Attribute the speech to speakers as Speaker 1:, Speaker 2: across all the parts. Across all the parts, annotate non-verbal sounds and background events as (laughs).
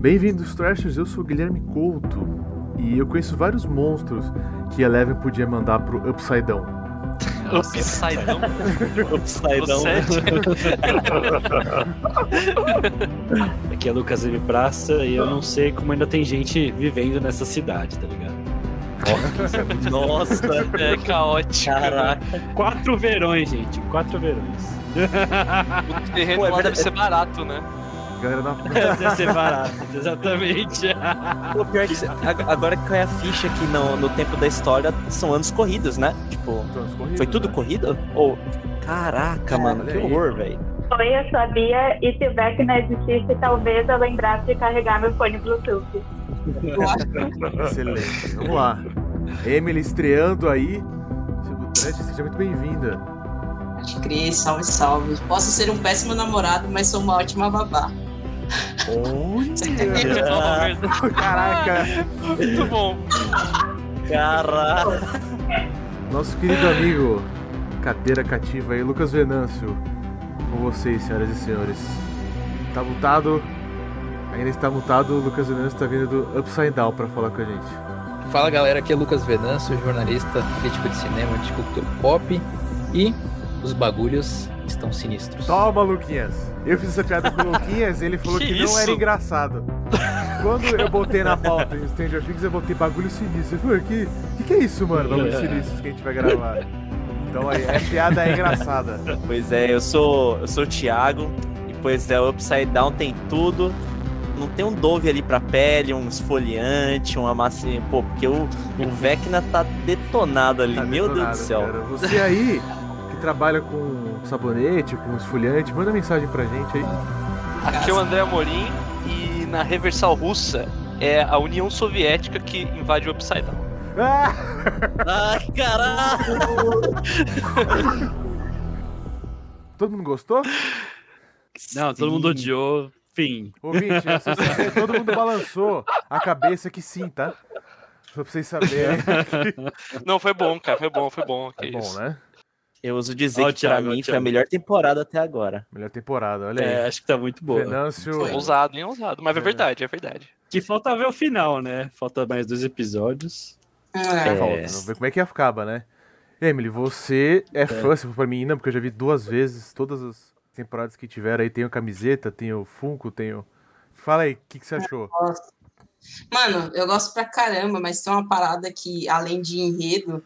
Speaker 1: Bem-vindos, Trashers! Eu sou Guilherme Couto e eu conheço vários monstros que Eleven podia mandar pro Upside Down.
Speaker 2: Upside down.
Speaker 3: Upside down. Aqui é Lucas M. Praça e eu não sei como ainda tem gente vivendo nessa cidade, tá ligado?
Speaker 2: Nossa, (laughs) é caótico.
Speaker 3: Caraca. Quatro verões, gente. Quatro verões.
Speaker 2: O terreno
Speaker 4: Pô, é
Speaker 2: lá deve
Speaker 4: verdade.
Speaker 2: ser barato, né?
Speaker 1: Galera da
Speaker 3: (laughs) Deve ser barato, exatamente.
Speaker 4: (laughs) O pior é que cê- ag- agora que cai a ficha que no, no tempo da história são anos corridos, né? Tipo,
Speaker 1: transcorrida.
Speaker 4: foi tudo corrido? Ou. Caraca, mano,
Speaker 1: né? olha
Speaker 4: que
Speaker 1: aí.
Speaker 4: horror, velho.
Speaker 5: Oi, eu sou a Bia e se o Beck não existisse, talvez eu lembrasse de carregar meu fone Bluetooth.
Speaker 1: Excelente. Vamos lá. Emily estreando aí. Seu Trash, seja muito bem-vinda.
Speaker 6: Pode crer, salve, salve. Posso ser um péssimo namorado, mas sou uma ótima babá.
Speaker 1: Olha!
Speaker 2: Nossa,
Speaker 1: Caraca!
Speaker 2: Muito bom.
Speaker 4: Caraca.
Speaker 1: Nosso querido amigo, cadeira cativa aí, Lucas Venâncio. Com vocês, senhoras e senhores. Tá mutado? Ainda está mutado, o Lucas Venâncio tá vindo do Upside Down pra falar com a gente.
Speaker 7: Fala galera, aqui é Lucas Venâncio, jornalista, crítico de cinema, de cultura pop e os bagulhos estão sinistros.
Speaker 1: Toma, Luquinhas! Eu fiz essa piada com o Luquinhas e ele falou que,
Speaker 2: Que
Speaker 1: não era
Speaker 2: isso?
Speaker 1: engraçado. Quando eu botei na pauta em Stranger Things, eu botei bagulho sinistro. Eu falei, que, que que é isso, mano? Bagulho sinistro que a gente vai gravar. Então aí, a piada é engraçada.
Speaker 4: Pois é, eu sou. Eu sou o Thiago. E pois é, o Upside Down tem tudo. Não tem um Dove ali pra pele, um esfoliante, uma massa. Pô, porque o, o Vecna tá detonado ali.
Speaker 1: Tá
Speaker 4: Meu
Speaker 1: detonado,
Speaker 4: Deus do céu.
Speaker 1: cara. Você aí que trabalha com sabonete, com esfoliante, manda mensagem pra gente aí. (laughs)
Speaker 2: Aqui é o André Amorim e na Reversal Russa é a União Soviética que invade o
Speaker 3: (laughs)
Speaker 2: Upside Down.
Speaker 1: Ah,
Speaker 4: Ai, caralho!
Speaker 1: todo mundo gostou?
Speaker 3: Não, todo mundo odiou. Fim.
Speaker 1: Ouvinte, né? vocês sabem, todo mundo balançou a cabeça que sim, tá? Só pra vocês
Speaker 4: (laughs)
Speaker 1: saberem.
Speaker 2: Não, foi bom, cara. Foi bom, foi bom. Que
Speaker 1: É bom,
Speaker 2: isso.
Speaker 1: né?
Speaker 4: Eu uso dizer
Speaker 3: Ó,
Speaker 4: que pra
Speaker 3: Thiago, ó,
Speaker 4: mim foi a
Speaker 3: Thiago.
Speaker 4: melhor temporada até agora.
Speaker 1: Melhor temporada, olha aí.
Speaker 3: É, acho que tá muito boa.
Speaker 1: Venâncio.
Speaker 7: Foi.
Speaker 2: Ousado, hein? Ousado. Mas é
Speaker 1: É.
Speaker 2: verdade, é verdade.
Speaker 3: Que falta ver o final, né? Falta mais dois episódios.
Speaker 6: Ah,
Speaker 1: Falta, vamos ver como é que acaba, né? Emily, você é fã, se for pra mim, não, porque eu já vi duas vezes todas as temporadas que tiveram aí. Tenho camiseta, tenho Funko, tenho. Fala aí, o que, que você achou?
Speaker 6: gosto. Mano, eu gosto pra caramba, mas tem uma parada que, além de enredo,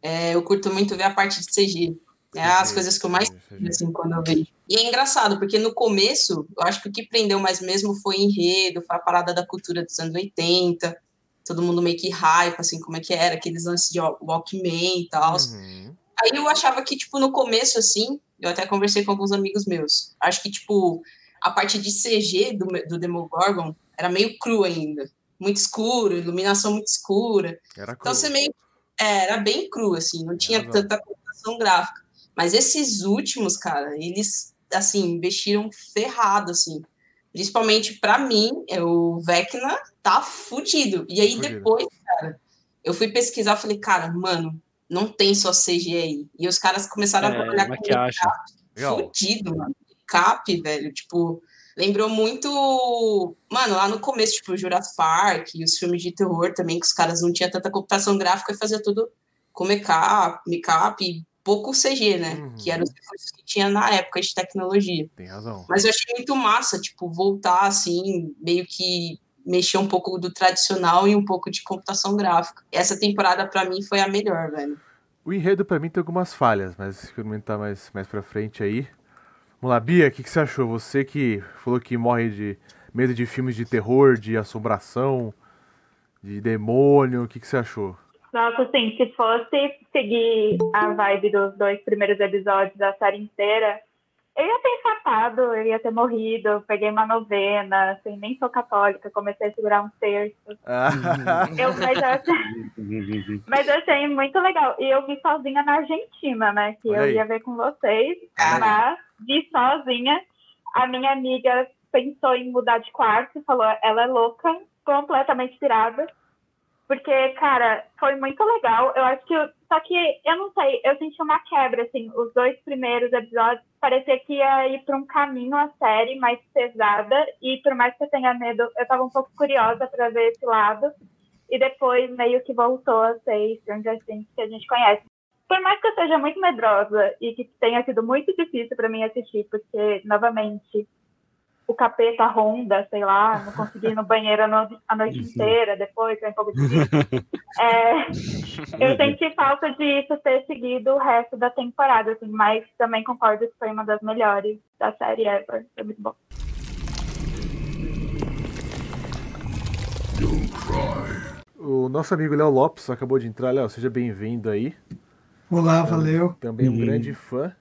Speaker 6: é, eu curto muito ver a parte de CG. É as coisas que eu mais curto, assim, quando eu vejo. E é engraçado, porque no começo, eu acho que o que prendeu mais mesmo foi enredo, foi a parada da cultura dos anos 80, todo mundo meio que hype, assim, como é que era, aqueles lances de Walkman e tal.
Speaker 1: Uhum.
Speaker 6: Aí eu achava que, tipo, no começo, assim, eu até conversei com alguns amigos meus. Acho que, tipo, a parte de CG do, do Demogorgon era meio cru ainda. Muito escuro, iluminação muito escura.
Speaker 1: Era
Speaker 6: Então
Speaker 1: cool.
Speaker 6: você meio. é, era bem cru, assim, não tinha
Speaker 1: Era.
Speaker 6: tanta computação gráfica. Mas esses últimos, cara, eles, assim, investiram ferrado, assim. Principalmente pra mim, é, o Vecna tá fudido. E aí
Speaker 1: Fudido.
Speaker 6: depois, cara, eu fui pesquisar, falei, cara, mano, não tem só CGI. E os caras começaram a
Speaker 3: É,
Speaker 6: trabalhar com
Speaker 3: maquiagem.
Speaker 1: Legal.
Speaker 6: fudido, mano. Cap, velho, tipo, lembrou muito, mano, lá no começo, tipo, Jurassic Park e os filmes de terror também, que os caras não tinham tanta computação gráfica e fazia tudo com make-up, make-up e pouco CG, né?
Speaker 1: Uhum.
Speaker 6: Que eram os recursos que tinha na época de tecnologia.
Speaker 1: Tem razão. (laughs)
Speaker 6: Mas eu achei muito massa, tipo, voltar assim, meio que mexer um pouco do tradicional e um pouco de computação gráfica. Essa temporada pra mim foi a melhor, velho.
Speaker 1: O enredo pra mim tem algumas falhas, mas vou comentar mais, mais pra frente aí. Vamos lá, Bia, o que, que você achou? Você que falou que morre de medo de filmes de terror, de assombração, de demônio, o que, que você achou?
Speaker 5: Nossa, assim, se fosse seguir a vibe dos dois primeiros episódios da série inteira, eu ia ter infartado, eu ia ter morrido, eu peguei uma novena, assim, nem sou católica, comecei a segurar um terço.
Speaker 1: Ah,
Speaker 5: Eu, mas, eu achei, mas eu achei muito legal. E eu vi sozinha na Argentina, né? Que
Speaker 1: Olha
Speaker 5: eu
Speaker 1: aí.
Speaker 5: ia ver com vocês,
Speaker 1: Olha aí.
Speaker 5: mas vi sozinha. A minha amiga pensou em mudar de quarto, falou, ela é louca, completamente tirada. Porque, cara, foi muito legal. Eu acho que. eu- só que, eu não sei, eu senti uma quebra, assim. Os dois primeiros episódios parecia que ia ir pra um caminho a série mais pesada. E, por mais que eu tenha medo, eu tava um pouco curiosa pra ver esse lado. E depois, meio que voltou a ser Stranger Things que a gente conhece. Por mais que eu seja muito medrosa e que tenha sido muito difícil pra mim assistir, porque, novamente, o capeta ronda, sei lá, não consegui ir no banheiro a, no- a noite inteira, depois foi um pouco difícil. É, eu senti falta de isso ter seguido o resto da temporada, assim, mas também concordo que foi uma das melhores da série ever. Foi muito bom.
Speaker 1: O nosso amigo Léo Lopes acabou de entrar. Léo, seja bem-vindo aí.
Speaker 8: Olá, valeu.
Speaker 1: Também um
Speaker 3: Uhum.
Speaker 1: grande fã.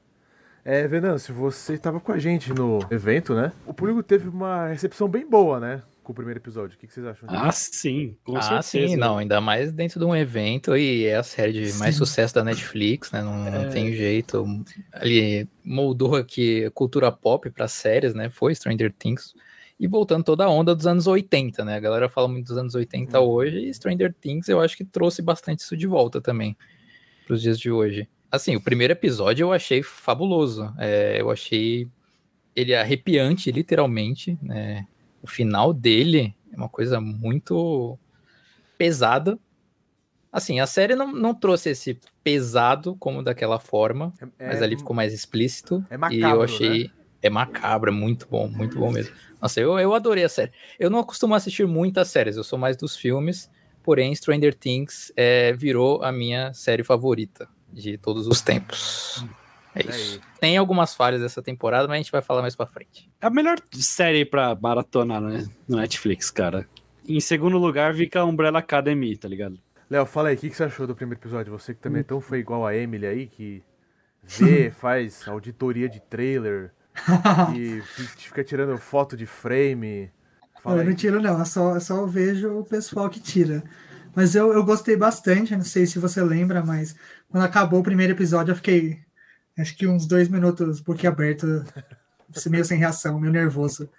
Speaker 1: É, Venâncio, você estava com a gente no evento, né? O público teve uma recepção bem boa, né? Com o primeiro episódio. O que, que vocês acham? disso?
Speaker 3: Ah, sim, com
Speaker 7: ah,
Speaker 3: certeza.
Speaker 7: sim, não, ainda mais dentro de um evento e é a série de mais
Speaker 8: Sim.
Speaker 7: sucesso da Netflix, né? Não, não
Speaker 3: É.
Speaker 7: tem jeito. Ali moldou aqui a cultura pop para séries, né? Foi Stranger Things. E voltando toda a onda dos anos 80, né? A galera fala muito dos anos 80
Speaker 3: Uhum.
Speaker 7: hoje e Stranger Things eu acho que trouxe bastante isso de volta também para os dias de hoje. Assim, o primeiro episódio eu achei fabuloso. É, eu achei ele arrepiante, literalmente, né? o final dele é uma coisa muito pesada. Assim, a série não, não trouxe esse pesado como daquela forma,
Speaker 1: É-
Speaker 7: mas
Speaker 1: é-
Speaker 7: ali ficou mais explícito.
Speaker 1: é macabro,
Speaker 7: e eu achei. É macabro, é muito bom, muito bom mesmo. Nossa, eu, eu adorei a série. Eu não costumo assistir muitas séries, eu sou mais dos filmes, porém Stranger Things é, virou a minha série favorita de todos os tempos. É
Speaker 1: Olha
Speaker 7: isso.
Speaker 1: aí.
Speaker 7: Tem algumas falhas dessa temporada, mas a gente vai falar mais pra frente.
Speaker 3: É a melhor série pra maratonar né, no Netflix, cara. Em segundo lugar, fica a Umbrella Academy, tá ligado?
Speaker 1: Léo, fala aí, o que, que você achou do primeiro episódio? Você que também então foi igual a Emily aí,
Speaker 8: (laughs)
Speaker 1: que vê, faz auditoria de
Speaker 8: (laughs)
Speaker 1: trailer, que fica tirando foto de frame. Fala
Speaker 8: eu não
Speaker 1: aí.
Speaker 8: tiro, não, eu só, eu só vejo o pessoal que tira. Mas eu, eu gostei bastante, eu não sei se você lembra, mas quando acabou o primeiro episódio, eu fiquei acho que uns dois minutos boquiaberto, (laughs) meio sem reação, meio nervoso.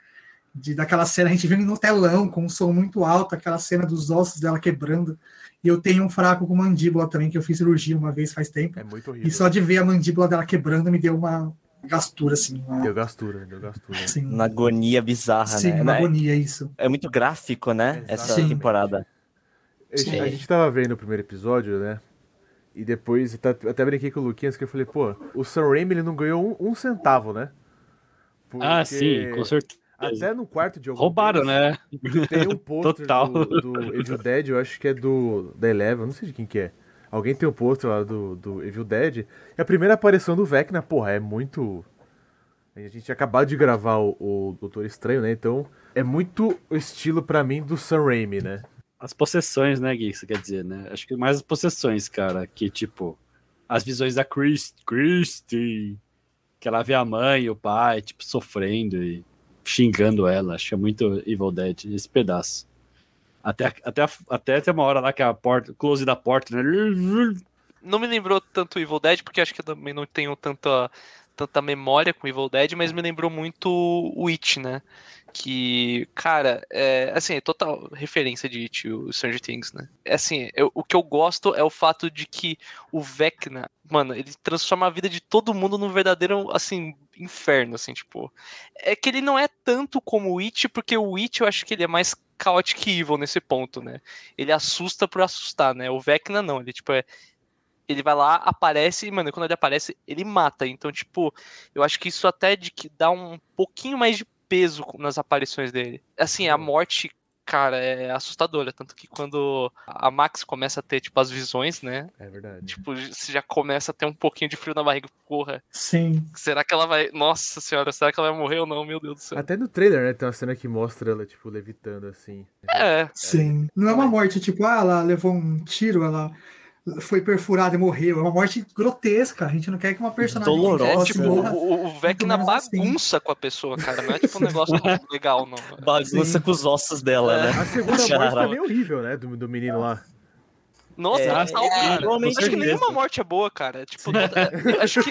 Speaker 8: De, daquela cena, a gente vindo no telão com um som muito alto, aquela cena dos ossos dela quebrando. E eu tenho um fraco com mandíbula também, que eu fiz cirurgia uma vez faz tempo.
Speaker 1: É muito horrível.
Speaker 8: E só de ver a mandíbula dela quebrando me deu uma gastura, assim. Uma,
Speaker 1: Deu gastura, deu gastura.
Speaker 8: assim,
Speaker 4: Uma agonia bizarra,
Speaker 8: sim,
Speaker 4: né?
Speaker 8: uma
Speaker 4: É-
Speaker 8: agonia isso.
Speaker 4: É muito gráfico, né? Essa
Speaker 8: Sim.
Speaker 4: temporada.
Speaker 1: A gente-
Speaker 7: Sim.
Speaker 1: A gente tava vendo o primeiro episódio, né? E depois, eu tá- até brinquei com o Luquinhas, que eu falei, pô, o Sam Raimi, ele não ganhou um, um centavo, né?
Speaker 3: Ah,
Speaker 1: Porque
Speaker 3: sim, com certeza.
Speaker 1: Até no quarto de algum
Speaker 3: Roubaram,
Speaker 1: deles,
Speaker 3: né?
Speaker 1: Tem um pôster
Speaker 3: Total.
Speaker 1: do, do Evil Dead, eu acho que é do da Eleven, não sei de quem que é. Alguém tem um pôster lá do, do Evil Dead. E a primeira aparição do Vecna, porra, é muito... A gente tinha acabado de gravar o, o Doutor Estranho, né? Então, é muito o estilo pra mim do Sam Raimi, né?
Speaker 3: As possessões, né, Gui? Isso quer dizer, né? Acho que mais as possessões, cara. Que, tipo, as visões da Chris, Christie, que ela vê a mãe e o pai, tipo, sofrendo e xingando ela. Acho que é muito Evil Dead, esse pedaço. Até, até, até tem uma hora lá que a porta, o close da porta, né?
Speaker 2: Não me lembrou tanto Evil Dead, porque acho que eu também não tenho tanta, tanta memória com Evil Dead, mas me lembrou muito o It, né? Que, cara, é, assim, é total referência de It, o Stranger Things, né? É assim, eu- o que eu gosto é o fato de que o Vecna, mano, ele transforma a vida de todo mundo num verdadeiro, assim, inferno, assim, tipo. É que ele não é tanto como o It, porque o It eu acho que ele é mais chaotic evil nesse ponto, né? Ele assusta por assustar, né? O Vecna não, ele, tipo, é ele vai lá, aparece, e, mano, quando ele aparece, ele mata. Então, tipo, eu acho que isso até de que dá um pouquinho mais de peso co- nas aparições dele. Assim, a morte, cara, é assustadora. Tanto que quando a Max começa a ter, tipo, as visões, né?
Speaker 1: É verdade.
Speaker 2: Tipo, você já começa a ter um pouquinho de frio na barriga. Porra,
Speaker 8: Sim.
Speaker 2: será que ela vai. Nossa senhora, será que ela vai morrer ou não? Meu Deus do céu.
Speaker 1: Até no trailer, né? Tem uma cena que mostra ela, tipo, levitando assim.
Speaker 2: É,
Speaker 8: Sim. Não é uma morte tipo, ah, ela levou um tiro, ela foi perfurada e morreu. É uma morte grotesca. A gente não quer que uma personagem
Speaker 4: Dolorosa,
Speaker 2: é
Speaker 8: nossa
Speaker 7: né?
Speaker 1: né?
Speaker 2: tipo,
Speaker 8: morra.
Speaker 2: o, o Vecna
Speaker 8: menos assim.
Speaker 2: bagunça com a pessoa, cara. Não é tipo um
Speaker 1: (laughs)
Speaker 2: negócio legal, não.
Speaker 4: Bagunça
Speaker 8: Sim.
Speaker 4: com os ossos dela,
Speaker 2: É.
Speaker 4: né?
Speaker 1: A segunda morte
Speaker 4: Caralho.
Speaker 1: também é horrível, né? Do, do menino lá.
Speaker 2: Nossa,
Speaker 4: É,
Speaker 2: é,
Speaker 4: é,
Speaker 2: acho que
Speaker 4: realmente.
Speaker 2: nenhuma morte é boa, cara. Tipo, toda- eu acho que
Speaker 4: (laughs)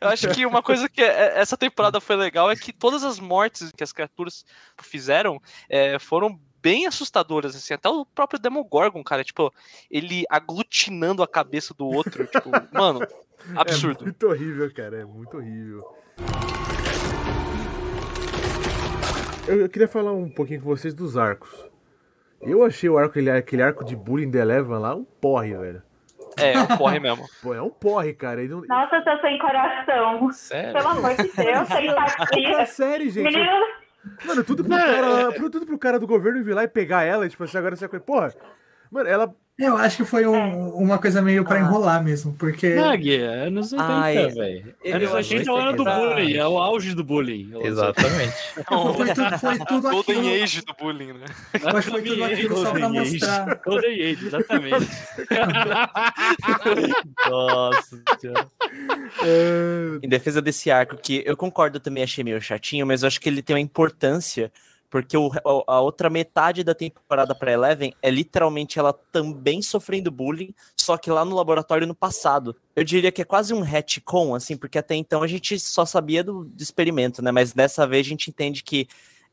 Speaker 2: eu acho que uma coisa que é- essa temporada foi legal é que todas as mortes que as criaturas fizeram é, foram bem assustadoras, assim. Até o próprio Demogorgon, cara, tipo, ele aglutinando a cabeça do outro. tipo, mano,
Speaker 1: (laughs) É
Speaker 2: absurdo.
Speaker 1: muito horrível, cara. É muito horrível. Eu, eu queria falar um pouquinho com vocês dos arcos. Eu achei o arco, aquele, aquele arco de bullying the Eleven lá, um porre, velho.
Speaker 2: É, é um porre mesmo.
Speaker 1: (laughs) Pô, é um porre, cara. Ele não...
Speaker 5: Nossa, eu tô sem coração.
Speaker 7: Sério?
Speaker 5: Pelo amor de Deus, sem
Speaker 1: É
Speaker 5: empatia.
Speaker 1: sério, gente.
Speaker 5: Menino,
Speaker 1: Mano, tudo pro,
Speaker 8: é-
Speaker 1: cara, pro- tudo pro cara do governo vir lá e pegar ela, e, tipo assim, agora você vai. Porra, mano, ela.
Speaker 8: Eu acho que foi um- uma coisa meio
Speaker 1: Ah.
Speaker 8: pra enrolar mesmo, porque.
Speaker 3: Não, Gui, é anos 80,
Speaker 4: Ah, é.
Speaker 3: velho.
Speaker 4: Eu
Speaker 3: Anos
Speaker 4: acho
Speaker 3: 80 é o ano do
Speaker 4: que-
Speaker 3: bullying, é o auge do bullying. Eu-
Speaker 5: (laughs)
Speaker 7: Exatamente.
Speaker 2: Não,
Speaker 8: Foi tudo,
Speaker 2: (laughs)
Speaker 8: foi tudo aquilo.
Speaker 2: Golden Age do bullying, né?
Speaker 8: Eu acho que foi tudo aquilo só pra
Speaker 3: Golden Age.
Speaker 8: mostrar.
Speaker 3: Golden Age,
Speaker 1: (laughs)
Speaker 3: exatamente.
Speaker 4: Nossa senhora.
Speaker 1: é,
Speaker 4: Em defesa desse arco, que eu concordo, eu também achei meio chatinho, mas eu acho que ele tem uma importância, porque o- a- a outra metade da temporada pra Eleven é literalmente ela também sofrendo bullying, só que lá no laboratório no passado. Eu diria que é quase um retcon, assim, porque até então a gente só sabia do, do experimento, né? Mas dessa vez a gente entende que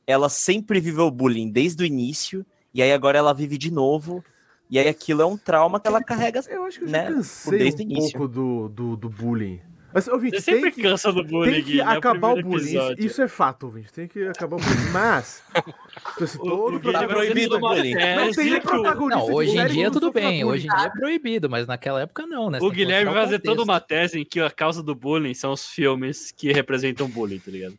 Speaker 4: ela sempre viveu bullying desde o início, e aí agora ela vive de novo, e aí aquilo é um trauma que ela carrega
Speaker 1: eu acho que eu
Speaker 4: Né,
Speaker 1: já cansei
Speaker 4: desde o
Speaker 1: um
Speaker 4: início.
Speaker 1: pouco do, do, do bullying. Mas, ouvinte,
Speaker 3: Você
Speaker 1: tem
Speaker 3: sempre
Speaker 1: que,
Speaker 3: cansa do bullying,
Speaker 1: tem que
Speaker 3: Gui, né?
Speaker 1: acabar o
Speaker 3: primeiro
Speaker 1: bullying.
Speaker 3: episódio.
Speaker 1: Isso é fato, ouvinte. Tem que acabar o bullying. Mas, tipo assim,
Speaker 3: (laughs) O-
Speaker 1: todo
Speaker 3: o Gui
Speaker 4: Tá
Speaker 3: tá
Speaker 1: protagonista-
Speaker 4: proibido
Speaker 3: proibido
Speaker 4: o bullying.
Speaker 1: Não tem um protagonista.
Speaker 7: Não,
Speaker 1: de
Speaker 7: hoje em
Speaker 1: série que
Speaker 7: dia
Speaker 1: não
Speaker 7: tudo
Speaker 1: sofra
Speaker 7: bem,
Speaker 1: bullying.
Speaker 7: hoje em dia é proibido, mas naquela época não, né? Você tem
Speaker 3: O
Speaker 7: que
Speaker 3: Guilherme
Speaker 7: mostrar
Speaker 3: vai
Speaker 7: o
Speaker 3: fazer toda
Speaker 7: contexto.
Speaker 3: uma tese em que a causa do bullying são os filmes que representam bullying,
Speaker 5: (laughs)
Speaker 3: tá ligado?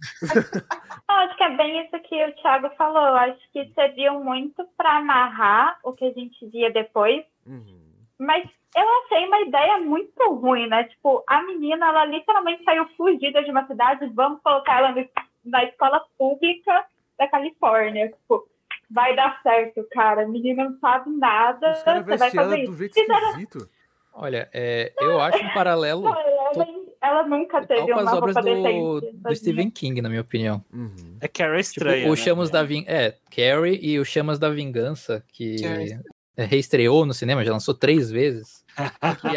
Speaker 5: eu acho que é bem isso que o Thiago falou. Eu Acho
Speaker 1: Uhum.
Speaker 5: que serviu muito pra amarrar o que a gente via depois.
Speaker 1: Uhum.
Speaker 5: Mas eu achei uma ideia muito ruim, né? Tipo, a menina, ela literalmente saiu fugida de uma cidade, vamos colocar ela no- na escola pública da Califórnia. Tipo, vai dar certo, cara. A menina não sabe nada,
Speaker 1: Os caras
Speaker 5: você vai
Speaker 1: vestem ela
Speaker 5: fazer isso.
Speaker 1: do jeito esquisito.
Speaker 7: Olha, é, eu acho um paralelo
Speaker 5: Não, ela, ela nunca
Speaker 7: total
Speaker 5: teve
Speaker 7: com
Speaker 5: uma
Speaker 7: as
Speaker 5: roupa
Speaker 7: obras do,
Speaker 5: decente.
Speaker 7: do Stephen King, na minha opinião.
Speaker 1: Uhum.
Speaker 3: É Carrie
Speaker 7: Tipo,
Speaker 3: estranha.
Speaker 7: o
Speaker 3: né?
Speaker 7: Chamos da Vingança. É, Carrie e o Chamas da Vingança, que
Speaker 6: Carrie.
Speaker 7: é, reestreou no cinema, já lançou três vezes.
Speaker 3: (laughs)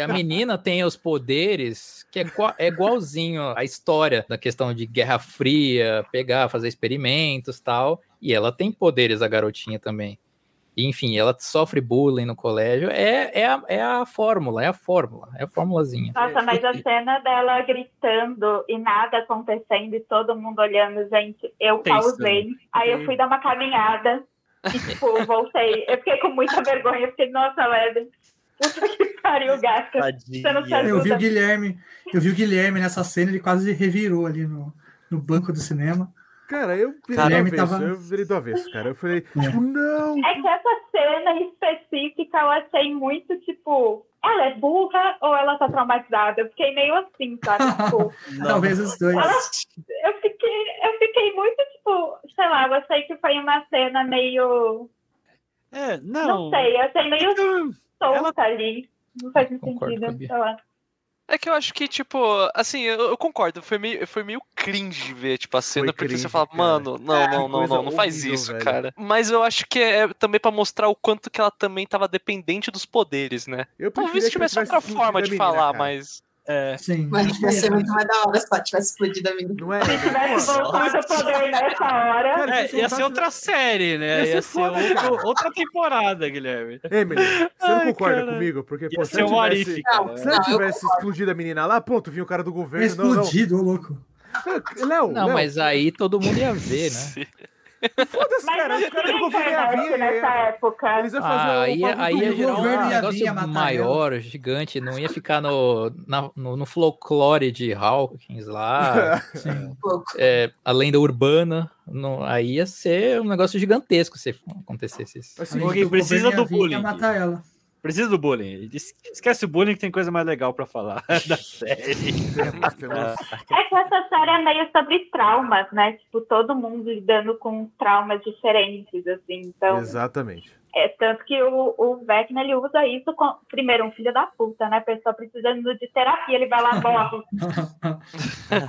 Speaker 7: E a menina tem os poderes que é, qua- é igualzinho à história da questão de Guerra Fria, pegar, fazer experimentos tal. E ela tem poderes, a garotinha também. E, Enfim, ela sofre bullying no colégio. É, é, a, é a fórmula, é a fórmula, é a formulazinha.
Speaker 5: Nossa, mas a cena dela gritando e nada acontecendo e todo mundo olhando, gente, eu
Speaker 3: Tem isso
Speaker 5: pausei. Aí eu fui dar uma caminhada e, tipo, voltei. Eu fiquei com muita vergonha, eu fiquei, nossa, Leve, puta que pariu, gata. Você não sabe
Speaker 8: Eu vi o
Speaker 5: Ajuda.
Speaker 8: Guilherme, eu vi o Guilherme nessa cena, ele quase revirou ali no, no banco do cinema.
Speaker 1: Cara, eu virei do
Speaker 8: Guilherme
Speaker 1: avesso.
Speaker 8: tava-
Speaker 1: Eu virei do avesso, cara. Eu falei, tipo, não!
Speaker 5: É que essa cena específica eu achei muito, tipo, ela é burra ou ela tá traumatizada? Eu fiquei meio assim, sabe? Tipo,
Speaker 8: Talvez os dois.
Speaker 5: Ela- eu fiquei, eu fiquei muito, tipo, sei lá, eu achei que foi uma cena meio.
Speaker 3: É,
Speaker 5: Não
Speaker 3: não.
Speaker 5: sei, eu tenho meio
Speaker 3: Ela-
Speaker 5: solta ali. Não faz muito
Speaker 7: Concordo com a
Speaker 5: sentido.
Speaker 7: Bia.
Speaker 5: sei lá.
Speaker 2: É que eu acho que, tipo, assim, eu, eu concordo, foi meio, foi meio cringe ver, tipo, a cena, porque
Speaker 1: cringe,
Speaker 2: você fala,
Speaker 1: cara.
Speaker 2: mano, não, não,
Speaker 1: que
Speaker 2: não,
Speaker 1: É, coisa
Speaker 2: não, não faz
Speaker 1: horrível,
Speaker 2: isso,
Speaker 1: velho.
Speaker 2: cara. Mas eu acho que é também pra mostrar o quanto que ela também tava dependente dos poderes, né?
Speaker 1: Eu preferia
Speaker 2: Talvez
Speaker 1: que
Speaker 2: tivesse
Speaker 1: tivesse
Speaker 2: outra
Speaker 1: explodido
Speaker 2: forma
Speaker 1: a
Speaker 2: de
Speaker 1: menina,
Speaker 2: falar,
Speaker 1: cara.
Speaker 2: mas. É.
Speaker 8: Sim.
Speaker 6: Mano, ia ser muito mais da hora se ela tivesse explodido a menina.
Speaker 1: Não é?
Speaker 5: Se tivesse
Speaker 1: Pô,
Speaker 5: voltado o poder nessa hora.
Speaker 1: Cara,
Speaker 3: É,
Speaker 1: se
Speaker 3: ia
Speaker 1: soltasse-
Speaker 8: assim,
Speaker 3: ser outra série, né?
Speaker 1: Ia
Speaker 3: Ia
Speaker 1: ser
Speaker 3: ser,
Speaker 1: foda,
Speaker 3: outro-
Speaker 1: cara.
Speaker 3: outra temporada, Guilherme.
Speaker 1: Emily, você não
Speaker 3: Ai,
Speaker 1: concorda
Speaker 3: cara.
Speaker 1: comigo? Porque, pô,
Speaker 3: Ia
Speaker 1: se
Speaker 3: ser
Speaker 1: eu
Speaker 3: o
Speaker 1: tivesse,
Speaker 3: Arif, cara.
Speaker 1: se eu
Speaker 6: Não, eu
Speaker 1: tivesse explodido a menina lá, pronto, vinha o cara do governo.
Speaker 8: Explodido, ô louco.
Speaker 1: Não, não. Léo,
Speaker 7: (laughs) Não,
Speaker 1: Léo,
Speaker 7: mas aí todo mundo ia ver,
Speaker 3: (laughs)
Speaker 7: né?
Speaker 1: foda-se,
Speaker 5: Mas
Speaker 1: cara.
Speaker 5: não
Speaker 1: Os caras do
Speaker 5: tinha
Speaker 1: governo ia
Speaker 5: internet
Speaker 1: vir.
Speaker 5: nessa
Speaker 1: ia-
Speaker 5: época.
Speaker 1: Eles iam fazer
Speaker 7: Ah,
Speaker 1: o
Speaker 5: é,
Speaker 7: aí,
Speaker 1: bagulho
Speaker 7: aí
Speaker 1: do
Speaker 7: ia
Speaker 8: o
Speaker 7: gerar um
Speaker 8: governo ia vir
Speaker 7: negócio
Speaker 8: ia matar
Speaker 7: maior, gigante, não ia ficar no, na- no, no folclore de Hawkins lá,
Speaker 8: (laughs) Sim.
Speaker 6: Pouco.
Speaker 7: é, a lenda urbana, não, aí ia ser um negócio gigantesco se acontecesse isso.
Speaker 1: Assim,
Speaker 3: Alguém
Speaker 8: O
Speaker 3: precisa
Speaker 8: tipo, governo ia
Speaker 3: do
Speaker 8: vir e
Speaker 3: bullying.
Speaker 8: Ia matar ela.
Speaker 3: Precisa do bullying. Es- Esquece o bullying que tem coisa mais legal pra falar (laughs) da
Speaker 1: (laughs)
Speaker 3: série.
Speaker 1: temos, temos.
Speaker 5: É que essa série é meio sobre traumas, né? Tipo, todo mundo lidando com traumas diferentes, assim. Então,
Speaker 1: Exatamente.
Speaker 5: é tanto que o, o Vecna, ele usa isso com... Primeiro, um filho da puta, né? A pessoa precisando de terapia, ele vai lá,
Speaker 8: (laughs)
Speaker 5: morre.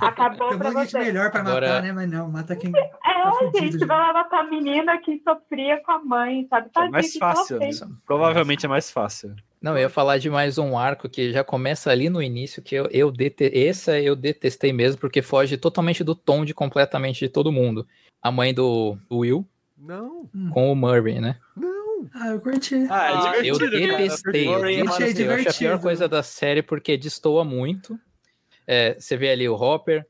Speaker 5: Acabou
Speaker 8: Tem
Speaker 5: pra
Speaker 8: muita gente
Speaker 5: você.
Speaker 8: melhor pra
Speaker 7: Agora-
Speaker 8: matar, né? Mas não, mata quem. Tá
Speaker 5: É,
Speaker 8: fudido,
Speaker 5: gente,
Speaker 8: gente.
Speaker 5: vai lá matar a menina que sofria com a mãe, sabe?
Speaker 3: É
Speaker 5: Tadinha,
Speaker 3: mais
Speaker 5: que ela
Speaker 3: fácil, né?
Speaker 5: fez.
Speaker 3: Provavelmente é mais fácil.
Speaker 7: Não, eu ia falar de mais um arco que já começa ali no início, que eu, eu dete- essa eu detestei mesmo, porque foge totalmente do tom de completamente de todo mundo. A mãe do, do Will,
Speaker 1: Não,
Speaker 7: com o Murray, né?
Speaker 1: não.
Speaker 8: Ah, eu curti.
Speaker 3: Ah,
Speaker 2: Ah,
Speaker 3: é
Speaker 7: Eu
Speaker 3: divertido, cara.
Speaker 7: detestei, eu
Speaker 3: Murray é
Speaker 7: detestei. Eu
Speaker 8: maravilhoso.
Speaker 7: achei a pior
Speaker 8: divertido.
Speaker 7: coisa da série porque destoa muito. É, você vê ali o Hopper,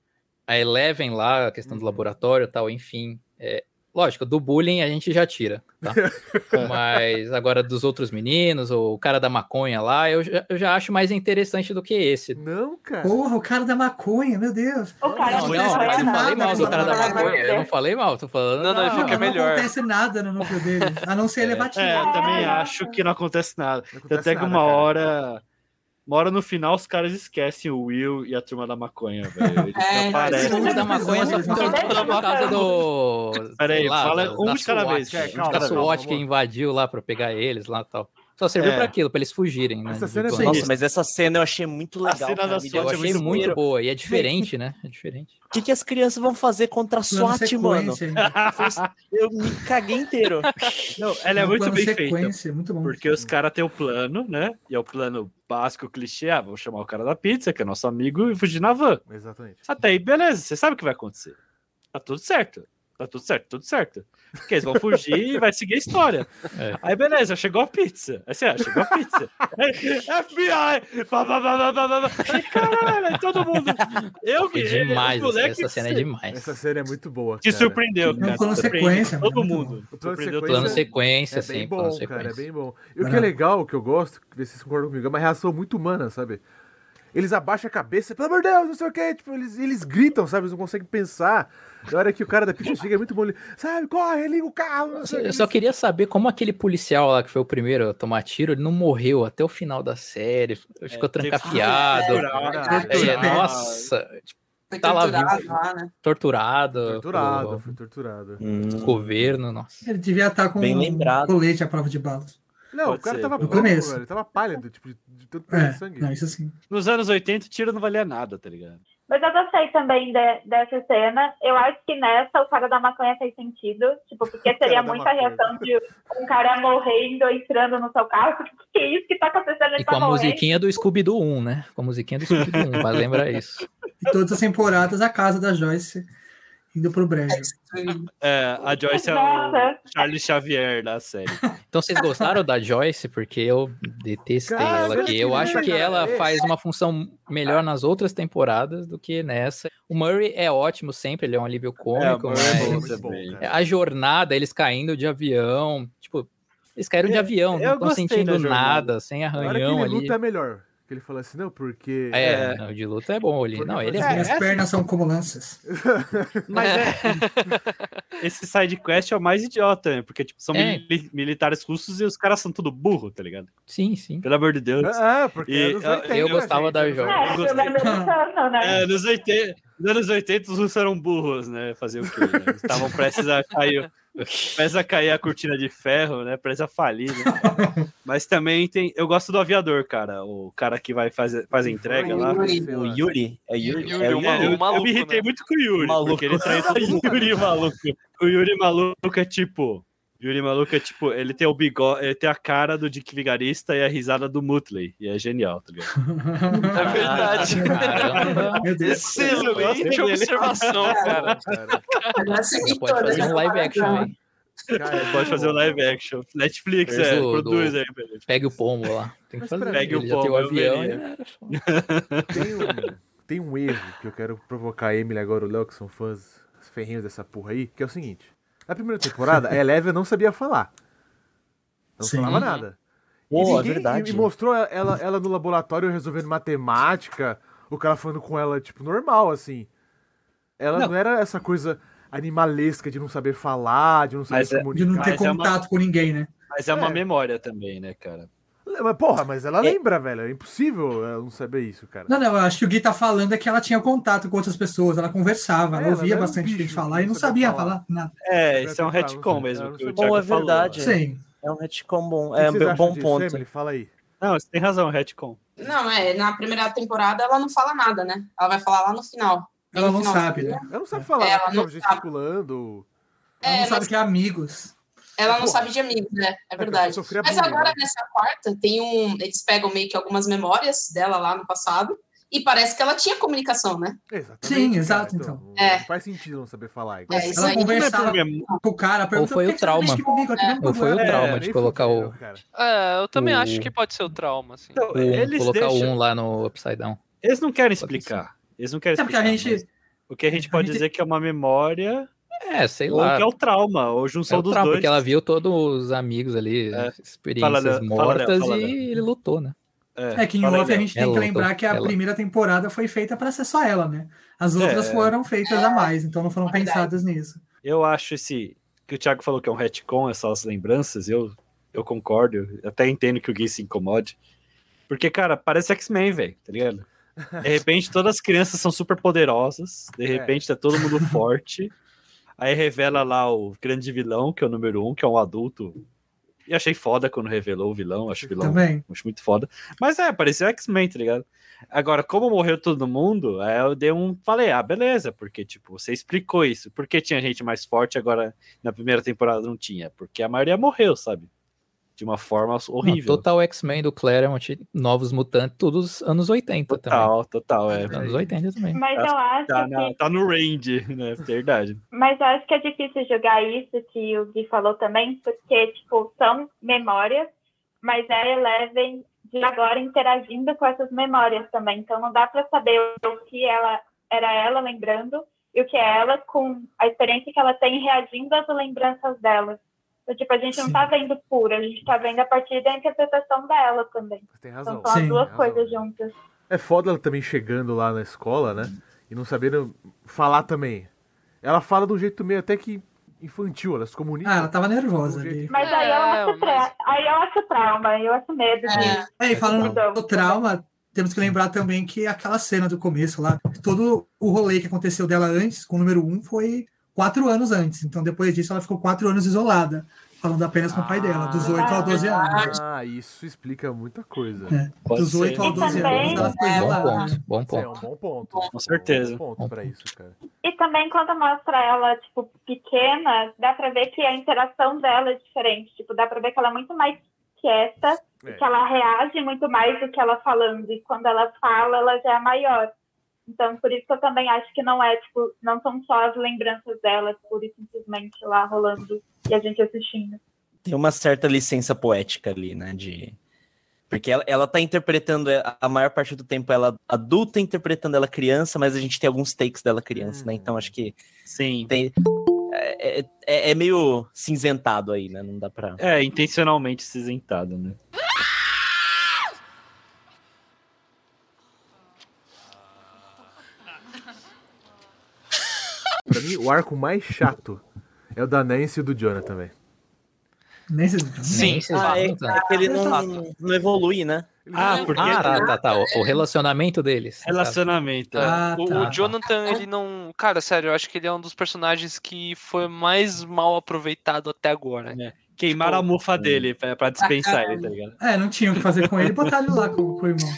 Speaker 7: a Eleven lá, a questão do laboratório e tal, enfim. É, lógico, do bullying a gente já tira, tá? Mas agora dos outros meninos, ou o cara da maconha lá, eu já, eu já acho mais interessante do que esse.
Speaker 1: Não, cara.
Speaker 8: Porra, o cara da maconha, meu Deus.
Speaker 5: O cara
Speaker 7: Não,
Speaker 5: de maconha
Speaker 7: não, mas eu
Speaker 5: não.
Speaker 7: falei mal do cara da
Speaker 5: Pelo amor de
Speaker 7: maconha. Eu não
Speaker 5: Deus.
Speaker 7: falei mal, tô falando.
Speaker 2: Não, não,
Speaker 7: da-
Speaker 2: ele falou que é
Speaker 8: não
Speaker 2: melhor.
Speaker 8: acontece nada no núcleo dele, a não ser ele batido.
Speaker 3: É, eu também
Speaker 5: Ah,
Speaker 3: acho que não acontece nada.
Speaker 1: Não acontece
Speaker 3: Até que
Speaker 1: nada,
Speaker 3: uma
Speaker 1: cara.
Speaker 3: hora. Uma hora no final os caras esquecem o Will e a turma da maconha, velho.
Speaker 8: (laughs)
Speaker 3: Eles
Speaker 6: É,
Speaker 7: A
Speaker 3: aparecem.
Speaker 7: turma da maconha só funciona por causa do.
Speaker 3: Peraí,
Speaker 7: sei lá,
Speaker 3: fala
Speaker 7: da-
Speaker 3: um
Speaker 7: da
Speaker 3: de cada
Speaker 7: SWAT,
Speaker 3: vez, cara,
Speaker 7: né?
Speaker 3: um de
Speaker 7: da
Speaker 3: cada vez.
Speaker 7: SWAT que invadiu lá pra pegar eles lá e tal. Só serviu
Speaker 3: É.
Speaker 7: pra aquilo, pra eles fugirem, né?
Speaker 1: Essa
Speaker 7: de
Speaker 1: cena é
Speaker 7: quando-
Speaker 8: bem-
Speaker 7: Nossa,
Speaker 4: Nossa, mas essa cena eu achei muito legal.
Speaker 3: cena
Speaker 4: cara.
Speaker 3: da
Speaker 4: Me deu
Speaker 7: eu
Speaker 3: SWAT é
Speaker 7: achei
Speaker 3: muito
Speaker 7: muito
Speaker 4: desespero.
Speaker 7: boa. E é diferente, né? É diferente.
Speaker 4: O que, que as crianças vão fazer contra a
Speaker 3: é
Speaker 8: Plano
Speaker 4: SWAT, mano?
Speaker 8: sequência, ainda.
Speaker 4: (laughs) Eu me caguei inteiro.
Speaker 3: Não, ela é muito
Speaker 8: Plano
Speaker 3: bem feita.
Speaker 8: sequência, muito bom.
Speaker 3: Porque os caras têm o plano, né? E é o plano básico, clichê. Ah, vou chamar o cara da pizza, que é nosso amigo, e fugir na van.
Speaker 1: Exatamente.
Speaker 3: Até aí, beleza, você sabe o que vai acontecer. Tá tudo certo. Tá tudo certo, tudo certo. Porque eles vão fugir e vai seguir a história.
Speaker 7: É.
Speaker 3: Aí, beleza, chegou a pizza. Aí você, ah, chegou a pizza. (laughs) Aí, FBI! Blá, blá, blá, blá, blá, blá, blá. Aí, caralho, então aí
Speaker 1: (laughs)
Speaker 3: todo mundo. Eu
Speaker 7: Foi
Speaker 3: vi.
Speaker 7: demais.
Speaker 3: os
Speaker 7: Essa,
Speaker 3: moleque
Speaker 7: essa cena é demais.
Speaker 1: Essa cena é muito boa,
Speaker 3: Te
Speaker 1: cara.
Speaker 3: surpreendeu,
Speaker 8: Não,
Speaker 3: cara.
Speaker 8: plano
Speaker 3: surpreendeu
Speaker 8: sequência, mano,
Speaker 3: Todo
Speaker 8: muito
Speaker 3: mundo.
Speaker 1: bom.
Speaker 3: Surpreendeu
Speaker 1: Plano
Speaker 3: todo
Speaker 7: Plano
Speaker 3: mundo.
Speaker 7: sequência,
Speaker 1: É
Speaker 7: sim.
Speaker 1: bem
Speaker 7: plano
Speaker 1: bom,
Speaker 7: sequência.
Speaker 1: cara, é bem bom. E o que é
Speaker 8: Bravo.
Speaker 1: legal, que eu gosto, ver se vocês concordam comigo, é uma reação muito humana, sabe? Eles abaixam a cabeça, pelo amor de Deus, não sei o que, tipo, eles, eles gritam, sabe? Eles não conseguem pensar. Na hora que o cara da pizza chega, é muito bom, ele, sabe, corre, liga o carro, não
Speaker 7: Eu
Speaker 1: sei
Speaker 7: só-
Speaker 1: o é que.
Speaker 7: Eu só queria saber como aquele policial lá, que foi o primeiro a tomar tiro, ele não morreu até o final da série. Ficou trancafiado.
Speaker 1: torturado.
Speaker 7: É, nossa,
Speaker 6: Foi
Speaker 7: Tá lá
Speaker 6: torturado
Speaker 7: vivo.
Speaker 6: lá, né?
Speaker 7: torturado.
Speaker 1: Torturado, foi torturado.
Speaker 7: pelo Governo, nossa.
Speaker 6: Tá
Speaker 8: Ele devia estar com
Speaker 4: Bem
Speaker 8: um
Speaker 4: lembrado.
Speaker 8: colete à prova de balas.
Speaker 1: Não,
Speaker 3: Pode
Speaker 1: o cara
Speaker 3: ser,
Speaker 1: tava
Speaker 3: pode
Speaker 1: branco,
Speaker 8: ser.
Speaker 1: velho, ele tava pálido, tipo, de, de tanto perder
Speaker 8: É,
Speaker 1: sangue.
Speaker 8: não, isso sim.
Speaker 3: Nos anos 80, tiro não valia nada, tá ligado?
Speaker 5: Mas eu gostei também de- dessa cena. Eu acho que nessa o cara da maconha fez sentido. Tipo, porque seria
Speaker 1: da
Speaker 5: muita
Speaker 1: maconha.
Speaker 5: reação de um cara morrendo, entrando no seu carro. Tipo, que isso que tá acontecendo? Ele
Speaker 7: E com
Speaker 5: tá
Speaker 6: é
Speaker 7: a
Speaker 5: morrendo.
Speaker 7: musiquinha do Scooby-Doo 1, né? Com a musiquinha do Scooby-Doo 1, vai lembrar isso.
Speaker 8: E todas as temporadas a casa da Joyce indo pro brejo.
Speaker 3: É, a Joyce é o
Speaker 5: Nossa,
Speaker 3: Charlie Xavier da série.
Speaker 7: Então vocês gostaram da Joyce? Porque eu detestei
Speaker 1: Cara,
Speaker 7: ela. Que eu
Speaker 1: que
Speaker 7: acho que
Speaker 1: merda,
Speaker 7: ela
Speaker 1: é.
Speaker 7: faz uma função melhor nas outras temporadas do que nessa. O Murray é ótimo sempre, ele é um alívio cômico,
Speaker 3: o
Speaker 1: Muito
Speaker 3: Murray é
Speaker 7: mas
Speaker 1: bom,
Speaker 3: mas-
Speaker 1: muito bom, cara.
Speaker 7: a jornada, eles caindo de avião, tipo, eles caíram de
Speaker 3: Eu-
Speaker 7: avião,
Speaker 3: eu
Speaker 7: não estão
Speaker 3: gostei da
Speaker 7: sentindo
Speaker 3: jornada.
Speaker 7: nada, sem
Speaker 1: Na hora que
Speaker 7: arranhão
Speaker 1: ele
Speaker 7: ali.
Speaker 1: luta é melhor. Que ele fala assim, não, porque...
Speaker 7: É, não, o de luta é bom ali. Não, ele é,
Speaker 8: As
Speaker 3: É,
Speaker 8: minhas
Speaker 3: essa-
Speaker 8: pernas são como lanças.
Speaker 3: Mas é. Esse side quest é o mais idiota, né? Porque, tipo, são
Speaker 7: É.
Speaker 3: mili- militares russos e os caras são tudo burro, tá ligado?
Speaker 7: Sim, sim.
Speaker 3: Pelo amor de Deus.
Speaker 1: Ah, ah, porque
Speaker 3: E-
Speaker 1: é dos
Speaker 3: eu-
Speaker 1: 80,
Speaker 7: eu gostava
Speaker 1: gente,
Speaker 7: da
Speaker 1: é dos
Speaker 7: Joyce.
Speaker 5: é,
Speaker 3: eu
Speaker 5: filme
Speaker 3: gostei.
Speaker 5: americano, né?
Speaker 3: É, nos 80, nos anos 80, os russos eram burros, né? Fazer o quê? Né? Eles Estavam prestes a cair. Prestes a cair a cortina de ferro, né? Prestes a falir, né? Mas também tem. Eu gosto do aviador, cara. O cara que vai fazer, faz a entrega lá.
Speaker 1: Foi
Speaker 6: Yuri,
Speaker 1: sei
Speaker 4: O
Speaker 1: lá.
Speaker 4: Yuri? É Yuri?
Speaker 2: Yuri,
Speaker 4: é
Speaker 2: o
Speaker 4: o
Speaker 3: É, eu-
Speaker 4: Yuri.
Speaker 3: eu,
Speaker 2: maluco,
Speaker 3: me irritei
Speaker 2: né?
Speaker 3: muito com o Yuri,
Speaker 4: Maluco.
Speaker 3: porque ele trata o (laughs) Yuri maluco. O Yuri maluco é tipo. Yuri maluco é tipo, ele tem o bigode, ele tem a cara do Dick Vigarista e a risada do Mutley. E é genial, tá ligado?
Speaker 2: É verdade.
Speaker 7: Caramba.
Speaker 8: Meu Deus.
Speaker 2: Excelente
Speaker 6: (laughs)
Speaker 2: observação, cara.
Speaker 1: Cara,
Speaker 6: Agora você
Speaker 7: Já
Speaker 6: me
Speaker 7: pode
Speaker 6: todas,
Speaker 7: fazer um
Speaker 6: né?
Speaker 7: live action, hein?
Speaker 1: cara,
Speaker 3: Pode fazer o live action. Netflix,
Speaker 7: Fez
Speaker 3: é,
Speaker 7: do-
Speaker 3: produz
Speaker 7: do-
Speaker 3: aí, velho.
Speaker 7: Pegue o pombo lá. Tem que
Speaker 1: Mas
Speaker 7: fazer.
Speaker 1: peraí.
Speaker 7: Pegue
Speaker 1: Pegue
Speaker 3: o
Speaker 7: o pombo, já tem um o avião.
Speaker 3: pombo, eu veria.
Speaker 7: né?
Speaker 1: Tem um, tem um erro que eu quero provocar a Emily agora, o Léo, que são fãs ferrinhos dessa porra aí, que é o seguinte. Na primeira temporada, a Eleven não sabia falar. Não
Speaker 8: Sim.
Speaker 1: falava nada.
Speaker 4: Pô,
Speaker 1: e
Speaker 4: é verdade.
Speaker 1: E mostrou ela, ela no laboratório resolvendo matemática, o cara falando com ela, tipo, normal, assim. Ela não, era essa coisa animalesca de não saber falar, de não saber
Speaker 3: Mas
Speaker 1: se
Speaker 3: é-
Speaker 8: De não
Speaker 1: comunicar.
Speaker 8: ter
Speaker 3: Mas é uma-
Speaker 8: contato com ninguém, né?
Speaker 3: Mas é uma
Speaker 1: É.
Speaker 3: memória também, né, cara?
Speaker 1: Mas, porra, mas ela lembra, velho. É impossível ela não saber isso, cara.
Speaker 8: Não, não, eu acho que o Gui tá falando é que ela tinha contato com outras pessoas, ela conversava, ela
Speaker 1: Ela
Speaker 8: ouvia
Speaker 1: era um
Speaker 8: bastante
Speaker 1: bicho,
Speaker 8: gente falar e não sabia falar nada.
Speaker 3: É,
Speaker 1: Eu
Speaker 3: isso é um
Speaker 1: tentava, eu
Speaker 3: retcon
Speaker 1: não
Speaker 3: mesmo.
Speaker 1: sei.
Speaker 3: Que o
Speaker 1: Eu não
Speaker 3: Thiago
Speaker 4: sei. Bom, é
Speaker 3: falou. né?
Speaker 4: verdade.
Speaker 8: Sim.
Speaker 4: É um retcon bom.
Speaker 1: O que
Speaker 4: É
Speaker 1: vocês
Speaker 4: um
Speaker 1: acham
Speaker 4: bom
Speaker 1: disso,
Speaker 4: ponto.
Speaker 1: Emily? Fala aí.
Speaker 3: Não, você tem razão, é um retcon.
Speaker 6: Não, é, na primeira temporada ela não fala nada, né? Ela vai falar lá no final. Bem
Speaker 8: Ela
Speaker 6: no
Speaker 8: não
Speaker 6: final.
Speaker 8: sabe, né?
Speaker 1: Ela não sabe falar,
Speaker 6: É,
Speaker 1: ela
Speaker 6: ela
Speaker 1: fica
Speaker 6: não
Speaker 1: gesticulando.
Speaker 8: Ela não
Speaker 6: É,
Speaker 8: sabe
Speaker 6: mas-
Speaker 8: que é amigos.
Speaker 6: Ela não
Speaker 1: Porra.
Speaker 6: sabe de amigos, né? É
Speaker 1: eu
Speaker 6: verdade.
Speaker 1: sofria
Speaker 6: Mas
Speaker 1: bullying,
Speaker 6: agora,
Speaker 1: né?
Speaker 6: nessa quarta, tem um. Eles pegam meio que algumas memórias dela lá no passado E parece que ela tinha comunicação, né?
Speaker 1: Exatamente,
Speaker 8: Sim,
Speaker 1: cara,
Speaker 8: exato, então.
Speaker 1: não-
Speaker 6: É.
Speaker 1: não faz sentido não saber falar igual.
Speaker 6: É, isso
Speaker 8: Ela
Speaker 6: aí.
Speaker 8: conversava
Speaker 3: problema.
Speaker 8: com o cara, perguntou
Speaker 7: foi
Speaker 8: "Por
Speaker 7: o
Speaker 8: que você não mexe
Speaker 7: trauma.
Speaker 8: comigo aqui?
Speaker 6: É.
Speaker 8: Não,
Speaker 7: Ou foi o
Speaker 8: problema."
Speaker 7: trauma
Speaker 1: nem
Speaker 7: de colocar o,
Speaker 1: fudeu, cara.
Speaker 2: É, eu também
Speaker 7: O-
Speaker 2: acho que pode ser o trauma, assim.
Speaker 3: Então,
Speaker 7: o-
Speaker 3: eles
Speaker 7: colocar o
Speaker 3: deixam-
Speaker 7: um lá no Upside Down.
Speaker 3: Eles não querem explicar. Eles não querem
Speaker 8: É porque a
Speaker 3: explicar.
Speaker 8: gente.
Speaker 3: mas O que a gente
Speaker 8: a
Speaker 3: pode
Speaker 8: gente-
Speaker 3: dizer é que é uma memória
Speaker 7: É, sei
Speaker 3: ou
Speaker 7: lá.
Speaker 3: que é o trauma, ou
Speaker 7: É
Speaker 3: junção
Speaker 7: o
Speaker 3: dos
Speaker 7: trauma,
Speaker 3: dois.
Speaker 7: porque ela viu todos os amigos ali,
Speaker 3: É.
Speaker 7: experiências
Speaker 3: Fala, Léo,
Speaker 7: mortas,
Speaker 3: fala, Léo, fala,
Speaker 7: e
Speaker 3: Léo.
Speaker 7: ele lutou, né?
Speaker 8: É que em
Speaker 3: fala aí,
Speaker 8: off a
Speaker 3: Léo.
Speaker 8: gente
Speaker 7: É
Speaker 8: tem que
Speaker 7: louco,
Speaker 8: lembrar que a
Speaker 7: ela-
Speaker 8: primeira temporada foi feita pra ser só ela, né? As outras
Speaker 3: É.
Speaker 8: foram feitas a mais, então não foram
Speaker 6: Verdade.
Speaker 8: pensadas nisso.
Speaker 3: Eu acho esse que o Thiago falou que é um retcon, essas lembranças, eu, eu concordo, eu até entendo que o Gui se incomode. Porque, cara, parece X-Men, velho, tá ligado? De repente todas as crianças são super poderosas,
Speaker 1: É.
Speaker 3: de repente tá todo mundo
Speaker 1: (laughs)
Speaker 3: forte. Aí revela lá o grande vilão, que é o número um, que é um adulto. E achei foda quando revelou o vilão, acho o vilão
Speaker 8: Também.
Speaker 3: Acho muito foda. Mas é, parecia X-Men, tá ligado? Agora, como morreu todo mundo, aí eu dei um. Falei, ah, beleza, porque, tipo, você explicou isso. Por que tinha gente mais forte, agora na primeira temporada não tinha? Porque a maioria morreu, sabe? De uma forma
Speaker 7: Não,
Speaker 3: horrível.
Speaker 7: Total X-Men do Claremont, Novos Mutantes, todos anos 80 também.
Speaker 3: total, total, é.
Speaker 7: Anos 80 também.
Speaker 5: Mas eu acho
Speaker 3: Tá,
Speaker 5: que
Speaker 3: na- tá no range, né? Verdade.
Speaker 5: Mas eu acho que é difícil julgar isso que o Gui falou também, porque, tipo, são memórias, mas é a Eleven de agora interagindo com essas memórias também. Então não dá pra saber o que ela era ela lembrando e o que é ela com a experiência que ela tem reagindo às lembranças dela. Então, tipo, a gente não
Speaker 8: Sim.
Speaker 5: tá vendo pura, a gente tá vendo a partir da interpretação dela também.
Speaker 1: Você tem
Speaker 5: Então
Speaker 1: razão.
Speaker 5: são as
Speaker 8: Sim,
Speaker 5: duas
Speaker 1: tem razão.
Speaker 5: coisas juntas.
Speaker 1: É foda ela também chegando lá na escola, né? E não sabendo falar também. Ela fala de um jeito meio até que infantil, ela se comunica.
Speaker 8: Ah, ela tava nervosa
Speaker 1: Do jeito
Speaker 8: ali.
Speaker 1: que-
Speaker 5: Mas aí, eu
Speaker 2: É,
Speaker 5: acho
Speaker 2: mas-
Speaker 5: tra- aí eu acho trauma, eu acho medo de
Speaker 6: É,
Speaker 8: É, e falando
Speaker 5: Então.
Speaker 8: do trauma, temos que lembrar também que aquela cena do começo lá, todo o rolê que aconteceu dela antes, com o número um, foi quatro anos antes. Então, depois disso, ela ficou quatro anos isolada, falando apenas com o pai dela, dos 8 aos 12 anos.
Speaker 1: Ah, isso explica muita coisa.
Speaker 8: É,
Speaker 3: Pode
Speaker 8: Dos
Speaker 3: ser.
Speaker 8: 8 aos 12 anos, ela ficou
Speaker 7: Bom
Speaker 8: isolada.
Speaker 7: ponto, bom
Speaker 1: Isso É
Speaker 7: ponto.
Speaker 1: um bom ponto. É um bom
Speaker 3: certeza.
Speaker 1: ponto pra isso, cara.
Speaker 5: E também quando mostra ela, tipo, pequena, dá pra ver que a interação dela é diferente. Tipo, dá pra ver que ela é muito mais quieta,
Speaker 1: É.
Speaker 5: que ela reage muito mais do que ela falando. E quando ela fala, ela já é maior. Então, por isso que eu também acho que não é, tipo, não são só as lembranças dela, pura e simplesmente lá rolando e a gente assistindo.
Speaker 4: tem uma certa licença poética ali, né? De... Porque ela, ela tá interpretando, a- a maior parte do tempo, ela adulta interpretando ela criança, mas a gente tem alguns takes dela criança, né? Então acho que
Speaker 3: Sim.
Speaker 4: tem. É, é- é meio cinzentado aí, né? Não dá pra.
Speaker 3: É, intencionalmente cinzentado, né?
Speaker 1: Pra mim, o arco mais chato é o da Nancy e do Jonathan, velho.
Speaker 8: Nem se...
Speaker 2: Sim. É.
Speaker 7: Nem se
Speaker 4: Ah, é,
Speaker 7: esbarra,
Speaker 4: é que ele não, não evolui, né?
Speaker 3: Ah, porque
Speaker 7: Ah, tá, tá, tá. O, o relacionamento deles.
Speaker 3: relacionamento.
Speaker 2: É,
Speaker 8: Ah,
Speaker 2: o,
Speaker 8: tá.
Speaker 2: o Jonathan, ele não. Cara, sério, eu acho que ele é um dos personagens que foi mais mal aproveitado até agora.
Speaker 3: É,
Speaker 2: Tipo,
Speaker 3: Queimaram a mufa dele pra, pra dispensar ele, tá ligado?
Speaker 8: É, não tinha o que fazer com ele, botar ele lá com, com o irmão.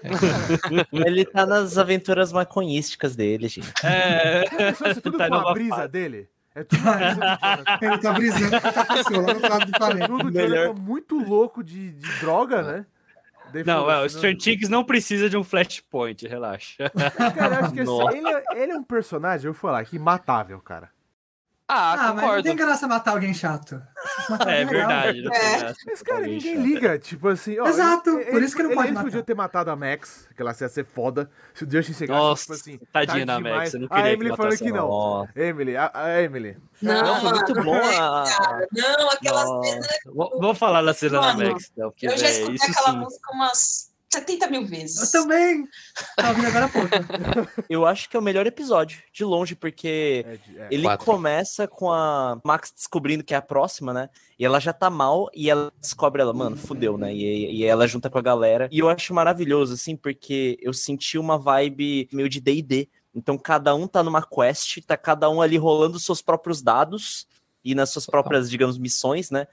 Speaker 4: (laughs) Ele tá nas aventuras maconhísticas dele, gente.
Speaker 3: É, (laughs)
Speaker 1: Isso tudo
Speaker 3: Tá
Speaker 1: com a
Speaker 3: numa
Speaker 1: brisa dele. É tudo a brisa do Jonathan.
Speaker 8: (laughs) Ele tá brisando com outra pessoa lá do outro lado do planeta.
Speaker 1: Tudo o
Speaker 4: Melhor.
Speaker 1: Jonathan é muito louco de, de droga, né? Daí
Speaker 3: Não,
Speaker 1: falou
Speaker 3: é, o
Speaker 8: né?
Speaker 1: assim,
Speaker 3: Stranger Things não precisa de um
Speaker 7: (laughs)
Speaker 3: flashpoint, relaxa.
Speaker 7: é
Speaker 1: Cara, eu acho que
Speaker 4: Nossa.
Speaker 1: assim, ele, é- ele é um personagem, eu vou falar, que matável, cara.
Speaker 2: Ah,
Speaker 8: Ah, mas não
Speaker 2: concordo.
Speaker 8: tem graça matar alguém chato. Matar
Speaker 3: É
Speaker 8: alguém legal.
Speaker 3: verdade. né? não tem
Speaker 6: É.
Speaker 3: graça.
Speaker 1: Mas, cara,
Speaker 3: Alguém
Speaker 1: ninguém
Speaker 3: chato.
Speaker 1: liga. Tipo assim, ó.
Speaker 8: Exato, por isso que não
Speaker 1: ele,
Speaker 8: pode
Speaker 1: ele
Speaker 8: matar.
Speaker 1: podia ter matado a Max, que ela ia ser foda. Se o Justin chegasse,
Speaker 3: Nossa,
Speaker 1: tipo assim.
Speaker 3: tadinha da
Speaker 1: tarde
Speaker 3: Max,
Speaker 1: demais.
Speaker 3: eu não
Speaker 1: A
Speaker 3: queria que
Speaker 1: Emily falando
Speaker 3: matasse
Speaker 1: que não.
Speaker 4: Ó,
Speaker 1: Emily, a, a Emily.
Speaker 6: Não,
Speaker 4: Não, foi muito bom a. a-
Speaker 6: Não, aquela
Speaker 4: Nossa.
Speaker 6: cena.
Speaker 3: Vou, vou falar da cena da
Speaker 6: Mano,
Speaker 3: Max, então, porque,
Speaker 6: Eu já
Speaker 3: véi,
Speaker 6: escutei
Speaker 3: isso
Speaker 6: aquela
Speaker 3: sim.
Speaker 6: música umas 70 mil
Speaker 8: é, Eu
Speaker 6: vezes.
Speaker 8: também. Tava ouvindo agora há pouco.
Speaker 4: (laughs) Eu acho que é o melhor episódio, de longe, porque.
Speaker 1: É, de- é.
Speaker 4: Ele
Speaker 7: Quatro.
Speaker 4: começa com a Max descobrindo que é a próxima, né? E ela já tá mal e ela descobre ela, mano, fudeu, né? E, e ela junta com a galera. E eu acho maravilhoso, assim, porque eu senti uma vibe meio de DD. Então cada um tá numa quest, tá cada um ali rolando os seus próprios dados e nas suas
Speaker 7: Total.
Speaker 4: próprias, digamos, missões, né?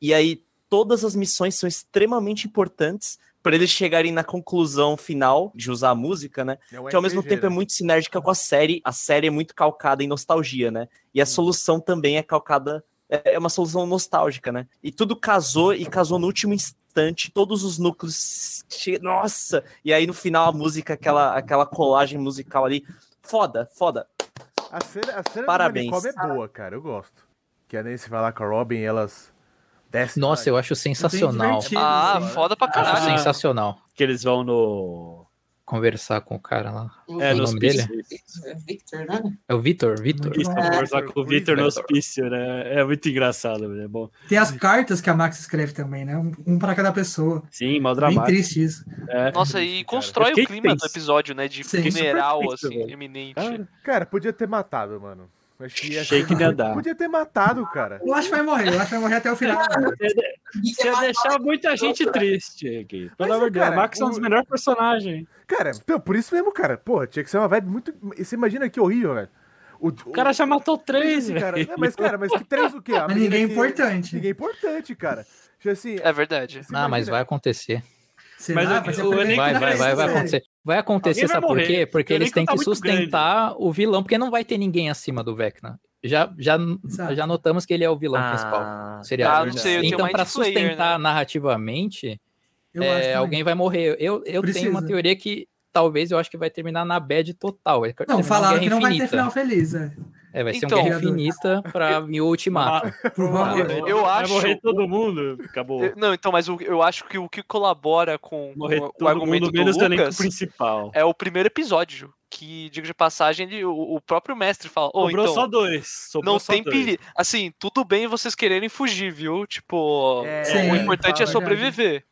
Speaker 4: E aí todas as missões são extremamente importantes pra eles chegarem na conclusão final de usar a música, né?
Speaker 1: É um
Speaker 4: que ao mesmo
Speaker 1: RPG,
Speaker 4: tempo é
Speaker 1: né?
Speaker 4: muito sinérgica com a série. A série é muito calcada em nostalgia, né? E a solução também é calcada. É é uma solução nostálgica, né? E tudo casou e casou no último instante instante, todos os núcleos. che- Nossa! E aí no final a música, aquela, aquela colagem musical ali. Foda, foda.
Speaker 1: A cena, a cena
Speaker 4: Parabéns.
Speaker 1: do manicômio é boa, cara. Eu gosto. Que é a Nancy vai lá com a Robin e elas descem.
Speaker 7: Nossa, eu acho sensacional.
Speaker 8: divertido.
Speaker 2: Ah,
Speaker 8: Sim.
Speaker 2: foda pra
Speaker 7: Acho
Speaker 2: caralho.
Speaker 7: sensacional.
Speaker 3: Que eles vão no.
Speaker 7: Conversar com o cara lá. o
Speaker 3: É, no
Speaker 7: nos- nome dele?
Speaker 3: hospício.
Speaker 6: Victor, né?
Speaker 7: É o Vitor, Vitor.
Speaker 3: Isso, pra
Speaker 8: É.
Speaker 3: conversar com o
Speaker 1: Luiz
Speaker 3: Victor no
Speaker 7: Vitor.
Speaker 3: hospício, né? É muito engraçado, né? Bom,
Speaker 8: Tem as cartas que a Max escreve também, né? Um, um pra cada pessoa.
Speaker 3: sim, mal
Speaker 8: Bem
Speaker 3: dramático.
Speaker 8: triste isso.
Speaker 3: É.
Speaker 2: Nossa, e
Speaker 3: Eu
Speaker 2: constrói
Speaker 3: fiquei
Speaker 2: o clima do
Speaker 3: tenso.
Speaker 2: episódio, né? De
Speaker 8: Sim.
Speaker 2: funeral,
Speaker 3: Super tenso,
Speaker 2: assim,
Speaker 3: velho.
Speaker 2: iminente.
Speaker 3: Cara,
Speaker 1: Cara, podia ter matado, mano. Acho que ia
Speaker 3: achei que ia dar.
Speaker 1: Podia ter matado, cara.
Speaker 8: Eu acho que vai morrer, eu acho que vai morrer até o final.
Speaker 3: Você ia deixar muita gente triste aqui. Pelo
Speaker 1: Mas,
Speaker 3: amor de Deus,
Speaker 1: cara,
Speaker 3: Max é um dos
Speaker 1: o-
Speaker 3: melhores personagens.
Speaker 1: Cara, então, por isso mesmo, cara. Porra, tinha que ser uma vibe muito. Você imagina que horrível, velho. O,
Speaker 3: O cara já matou três,
Speaker 1: Sim,
Speaker 3: velho.
Speaker 1: cara. Não, mas, cara, mas que três o quê? A
Speaker 8: (laughs) Mas
Speaker 1: menina
Speaker 8: ninguém é
Speaker 1: que-
Speaker 8: importante.
Speaker 1: Ninguém é importante, cara. Tipo assim.
Speaker 2: É verdade.
Speaker 1: você
Speaker 7: Ah, mas
Speaker 1: imagina-
Speaker 7: vai acontecer.
Speaker 8: Será?
Speaker 3: Mas
Speaker 8: Vai ser
Speaker 3: o
Speaker 8: a primeira
Speaker 3: elenco
Speaker 7: Vai,
Speaker 3: da
Speaker 7: vai, vai, vai
Speaker 8: série.
Speaker 7: acontecer. Vai acontecer,
Speaker 3: Alguém vai
Speaker 7: sabe por
Speaker 3: morrer.
Speaker 7: quê? Porque
Speaker 3: O
Speaker 7: eles
Speaker 3: elenco
Speaker 7: têm
Speaker 3: tá
Speaker 7: que
Speaker 3: muito
Speaker 7: sustentar o vilão, porque não vai ter ninguém acima do Vecna. Já, já,
Speaker 8: Exato.
Speaker 7: já notamos que ele é o vilão principal. do seriado.
Speaker 2: Ah, não sei, eu tenho
Speaker 7: então,
Speaker 2: mais
Speaker 7: pra
Speaker 2: de Slayer,
Speaker 7: sustentar
Speaker 2: né?
Speaker 7: narrativamente,
Speaker 8: Eu
Speaker 7: É,
Speaker 8: acho também.
Speaker 7: alguém vai morrer. Eu, eu tenho uma
Speaker 8: Precisa.
Speaker 7: teoria que talvez eu acho que vai terminar na bad total. Vai terminar
Speaker 8: Não,
Speaker 7: uma
Speaker 8: falaram
Speaker 7: guerra
Speaker 8: que não vai ter
Speaker 7: infinita.
Speaker 8: final feliz. É.
Speaker 7: É, vai ser
Speaker 2: Então.
Speaker 7: uma guerra infinita
Speaker 3: (laughs)
Speaker 7: pra o ultimato.
Speaker 3: Ah,
Speaker 8: Por favor.
Speaker 2: Eu- eu
Speaker 3: Vai
Speaker 2: acho-
Speaker 3: morrer todo mundo. Acabou.
Speaker 2: Eu- Não, então, mas o- eu acho que o que colabora com, com
Speaker 3: Morrer
Speaker 2: o
Speaker 3: todo
Speaker 2: argumento
Speaker 3: mundo, menos
Speaker 2: do
Speaker 3: o elenco
Speaker 2: Lucas
Speaker 3: principal.
Speaker 2: é o primeiro episódio. Que, digo de passagem, ele- o, o próprio mestre fala. Ô,
Speaker 3: Sobrou
Speaker 2: então,
Speaker 3: só dois. Sobrou
Speaker 2: não
Speaker 3: só
Speaker 2: tem
Speaker 3: dois.
Speaker 2: perigo. Assim, tudo bem vocês quererem fugir, viu? Tipo,
Speaker 1: É,
Speaker 8: Sim.
Speaker 2: o importante é
Speaker 8: fala,
Speaker 2: sobreviver.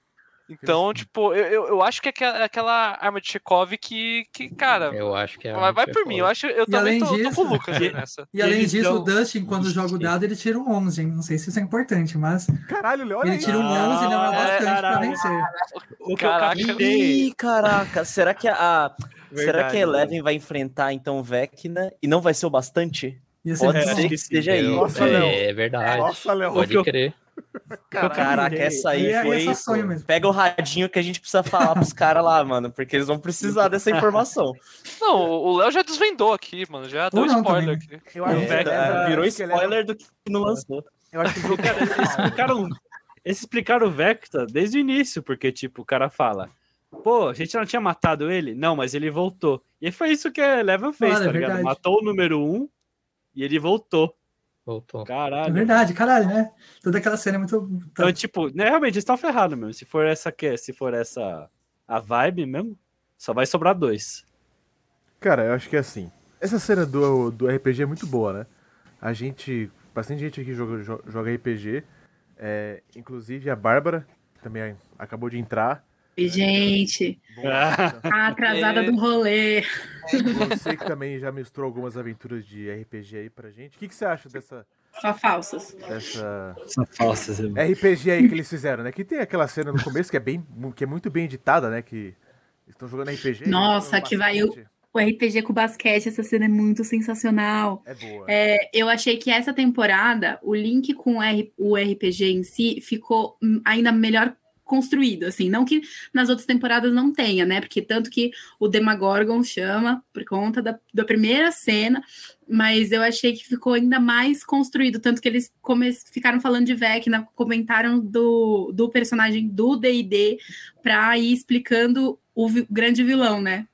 Speaker 2: Então, tipo, eu, eu, eu acho que é aquela, aquela arma de Chekhov que, que cara,
Speaker 7: Eu acho que é.
Speaker 2: vai, vai por mim. Eu acho eu também
Speaker 8: além
Speaker 2: tô, tô
Speaker 8: disso-
Speaker 2: com o Lucas aí nessa.
Speaker 8: E além
Speaker 3: Eles
Speaker 8: disso,
Speaker 3: dão-
Speaker 8: o Dustin, quando joga o dado, ele tira um 11, hein? Não sei se isso é importante, mas
Speaker 1: Caralho, olha
Speaker 8: ele
Speaker 1: aí.
Speaker 8: tira um 11 e não é o
Speaker 2: Ah,
Speaker 8: bastante pra
Speaker 3: caralho.
Speaker 8: vencer.
Speaker 3: O que
Speaker 2: Caraca.
Speaker 3: eu captei.
Speaker 4: Ih, caraca, será que a. a- será que a Eleven vai enfrentar então o Vecna e não vai ser o bastante?
Speaker 8: Ia ser
Speaker 4: Pode
Speaker 8: muito
Speaker 4: ser
Speaker 8: bom.
Speaker 4: que seja
Speaker 7: é,
Speaker 4: aí.
Speaker 1: Nossa,
Speaker 4: É,
Speaker 1: Léo.
Speaker 7: é verdade.
Speaker 1: Nossa, Léo.
Speaker 7: Pode
Speaker 3: eu-
Speaker 7: crer.
Speaker 4: Caraca,
Speaker 3: Caralho.
Speaker 4: essa aí
Speaker 8: E é- e
Speaker 4: foi.
Speaker 8: é só sonho mesmo.
Speaker 4: Pega o radinho que a gente precisa falar pros caras lá, mano, porque eles vão precisar dessa informação.
Speaker 2: Não, o o Léo já desvendou aqui, mano. Já deu
Speaker 8: Ou não
Speaker 2: spoiler
Speaker 8: também.
Speaker 2: aqui.
Speaker 1: Eu
Speaker 4: O
Speaker 1: acho que
Speaker 4: Vecna
Speaker 1: leva-
Speaker 4: É, virou
Speaker 1: acho que leva-
Speaker 4: spoiler do que não lançou.
Speaker 1: Eu acho que o jogo é
Speaker 3: Explicaram, um- eles explicaram o Vecta desde o início, porque, tipo, o cara fala. Pô, a gente não tinha matado ele? Não, mas ele voltou. E foi isso que a Eleven fez,
Speaker 8: Claro,
Speaker 3: tá
Speaker 8: é
Speaker 3: ligado?
Speaker 8: verdade.
Speaker 3: Matou o número um e ele voltou.
Speaker 7: Voltou.
Speaker 8: É
Speaker 3: Caralho.
Speaker 8: verdade, caralho, né? Toda aquela cena é muito.
Speaker 3: Então, tipo, né, realmente, eles estão ferrados mesmo. Se for essa que, se for essa a vibe mesmo, só vai sobrar dois.
Speaker 1: Cara, eu acho que é assim. Essa cena do, do RPG é muito boa, né? A gente. Bastante gente aqui joga, jo- joga RPG. é, inclusive a Bárbara também acabou de entrar.
Speaker 9: E, gente, a atrasada
Speaker 2: É.
Speaker 9: do rolê.
Speaker 1: Você que também já misturou algumas aventuras de RPG aí pra gente. O que, que você acha dessa,
Speaker 9: Só falsas.
Speaker 1: dessa
Speaker 3: Nossa, você-
Speaker 1: RPG aí que eles fizeram, né? Que tem aquela cena no começo que é, bem, que é muito bem editada, né? Que estão jogando RPG.
Speaker 9: Nossa,
Speaker 1: jogando
Speaker 9: que vai o-
Speaker 1: basquete.
Speaker 9: O RPG com basquete, essa cena é muito sensacional.
Speaker 1: É boa.
Speaker 9: É, eu achei que essa temporada, o link com o R- o RPG em si ficou hum, ainda melhor construído, assim, não que nas outras temporadas não tenha, né, porque tanto que o Demagorgon chama por conta da, da primeira cena, mas eu achei que ficou ainda mais construído, tanto que eles come- ficaram falando de Vecna, né? comentaram do, do personagem do D&D pra ir explicando o vi- grande vilão, né,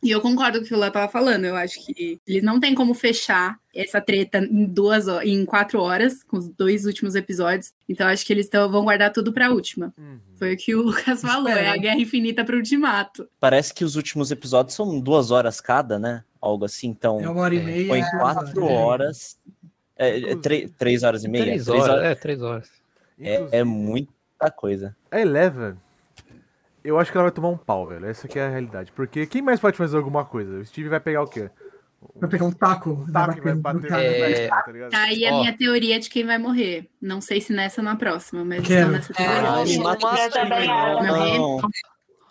Speaker 9: e eu concordo com o que o Léo tava falando. Eu acho que eles não têm como fechar essa treta em duas ho- em quatro horas, com os dois últimos episódios. Então eu acho que eles tão- vão guardar tudo pra última.
Speaker 1: Uhum.
Speaker 9: Foi o que o Lucas falou, é a guerra infinita pro ultimato.
Speaker 4: Parece que os últimos episódios são duas horas cada, né? Algo assim, então.
Speaker 8: É uma hora e
Speaker 7: É.
Speaker 8: meia.
Speaker 4: Foi
Speaker 8: duas
Speaker 4: quatro
Speaker 8: né?
Speaker 4: horas. É, é, tre- três horas e meia?
Speaker 7: Três horas, é, três horas.
Speaker 1: Inclusive,
Speaker 4: É, é muita coisa.
Speaker 1: A Eleven, eu acho que ela vai tomar um pau, velho. Essa que é a realidade. Porque quem mais pode fazer alguma coisa? O Steve vai pegar o quê?
Speaker 8: Vai pegar um taco.
Speaker 1: O
Speaker 8: na
Speaker 1: taco e vai
Speaker 8: bacana do
Speaker 1: bater
Speaker 8: cara.
Speaker 1: no
Speaker 7: É.
Speaker 1: tá ligado?
Speaker 9: Tá aí a
Speaker 7: Ó.
Speaker 9: minha teoria de quem vai morrer. Não sei se nessa ou na próxima, mas
Speaker 8: Quero.
Speaker 9: estão nessa
Speaker 6: É,
Speaker 9: teoria.
Speaker 6: me
Speaker 4: mata
Speaker 2: mata
Speaker 4: esse Steve,
Speaker 2: também,
Speaker 4: não,
Speaker 9: né?
Speaker 4: não.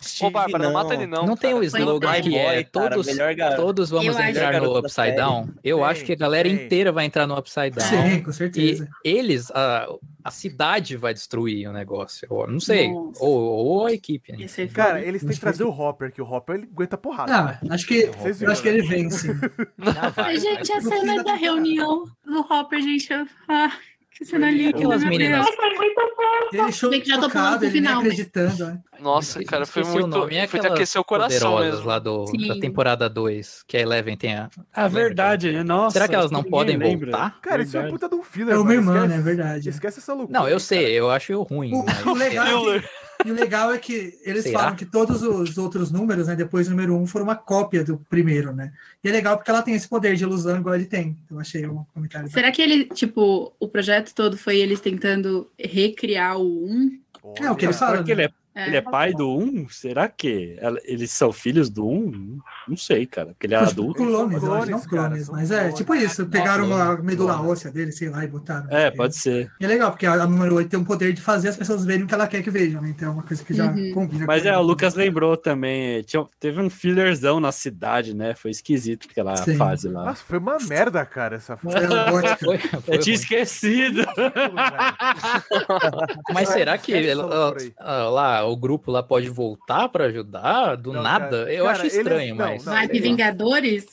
Speaker 2: Ô,
Speaker 4: Steve,
Speaker 2: Bárbara, não mata ele não.
Speaker 7: é Não, tem o
Speaker 2: cara.
Speaker 7: slogan
Speaker 9: Foi
Speaker 7: que é
Speaker 4: Playboy, cara,
Speaker 7: todos,
Speaker 4: melhor gar-
Speaker 7: todos vamos
Speaker 9: Eu acho-
Speaker 7: entrar no
Speaker 4: Garota da
Speaker 7: Upside
Speaker 4: série.
Speaker 7: Down. Eu
Speaker 1: Tem,
Speaker 7: acho que a galera
Speaker 1: tem.
Speaker 7: inteira vai entrar no Upside Down.
Speaker 8: Sim, com
Speaker 7: E
Speaker 8: certeza.
Speaker 7: eles, a, a cidade vai destruir o negócio. Eu não sei. Ou,
Speaker 9: Nossa.
Speaker 7: ou a equipe. né?
Speaker 9: Esse é
Speaker 1: Cara,
Speaker 9: foda.
Speaker 1: eles têm que trazer o Hopper, que o Hopper ele aguenta porrada.
Speaker 8: Ah, acho que.
Speaker 1: Vocês né?
Speaker 8: Eu acho que ele vence.
Speaker 7: Ah, vai, vai.
Speaker 9: Gente, a
Speaker 8: No fim
Speaker 9: cena
Speaker 8: da
Speaker 9: da
Speaker 8: temporada.
Speaker 9: reunião do Hopper, gente, eu- ah, Esse cenário
Speaker 7: Aquelas meninas.
Speaker 5: Foi muito fofo.
Speaker 8: Ele show
Speaker 9: Bem que já tô pulando
Speaker 8: chocado,
Speaker 9: pro
Speaker 8: ele nem
Speaker 9: final, mas-
Speaker 8: acreditando. né?
Speaker 2: Nossa, cara, foi
Speaker 7: Esqueci o
Speaker 2: muito.
Speaker 7: nome, é
Speaker 2: foi de
Speaker 7: aquelas
Speaker 2: aquecer o coração
Speaker 7: poderosas
Speaker 2: mesmo.
Speaker 7: lá do, da
Speaker 9: Sim.
Speaker 7: temporada 2, que a Eleven tem a.
Speaker 3: A verdade, né? Nossa.
Speaker 7: Será que elas não
Speaker 3: ninguém
Speaker 7: podem
Speaker 3: lembra.
Speaker 7: voltar?
Speaker 1: Cara, isso é um
Speaker 3: Verdade.
Speaker 1: puta de um filler,
Speaker 8: É uma
Speaker 1: mano,
Speaker 8: irmã,
Speaker 1: esquece-
Speaker 8: né? É verdade.
Speaker 1: Esquece essa loucura.
Speaker 7: Não, eu
Speaker 1: cara.
Speaker 7: sei, eu acho ruim.
Speaker 8: O-
Speaker 7: mas-
Speaker 8: o legal é que- E o legal é que eles
Speaker 7: Será?
Speaker 8: falam que todos os outros números, né, depois do número um, foram uma cópia do primeiro, né? E é legal porque ela tem esse poder de ilusão igual ele tem. Eu achei um comentário.
Speaker 9: Será que ele, tipo, o projeto todo foi eles tentando recriar o 1?
Speaker 1: Olha,
Speaker 8: É, o que ele fala.
Speaker 3: Será que ele é,
Speaker 9: É.
Speaker 3: ele é pai do um? Será que ela- eles são filhos do um? Não sei, cara. Porque ele é
Speaker 8: Os
Speaker 3: adulto.
Speaker 8: Clones, eu acho, não
Speaker 1: Clones, cara,
Speaker 8: clones,
Speaker 1: são
Speaker 8: mas é
Speaker 1: clones.
Speaker 8: tipo isso. Pegaram
Speaker 7: clone,
Speaker 8: uma medula
Speaker 7: clone.
Speaker 8: óssea dele, sei lá, e botaram.
Speaker 3: É, pode ser.
Speaker 8: E é legal, porque a, a número 8 tem um poder de fazer as pessoas verem o que ela quer que vejam, né? Então é uma coisa que já
Speaker 9: Uhum.
Speaker 8: combina.
Speaker 3: Mas
Speaker 8: com
Speaker 3: é,
Speaker 8: ele.
Speaker 3: o Lucas lembrou também. tinha- teve um fillerzão na cidade, né? Foi esquisito aquela
Speaker 8: Sim.
Speaker 3: fase lá.
Speaker 1: Nossa,
Speaker 8: (laughs)
Speaker 1: foi uma merda, cara, essa
Speaker 8: É
Speaker 1: fase.
Speaker 8: o gótico.
Speaker 7: Foi, foi
Speaker 3: Eu tinha
Speaker 7: ruim.
Speaker 1: Tá
Speaker 3: esquecido.
Speaker 7: (laughs) Mas será que
Speaker 1: Esquece
Speaker 7: ela-
Speaker 1: essa loucura aí.
Speaker 7: ah, lá, o grupo lá pode voltar pra ajudar do
Speaker 1: Não,
Speaker 7: nada?
Speaker 1: cara.
Speaker 7: eu
Speaker 1: Cara,
Speaker 7: acho
Speaker 1: eles-
Speaker 7: estranho,
Speaker 1: não,
Speaker 7: mas.
Speaker 1: não,
Speaker 9: Vai
Speaker 1: sei
Speaker 9: de
Speaker 1: lá.
Speaker 9: Vingadores?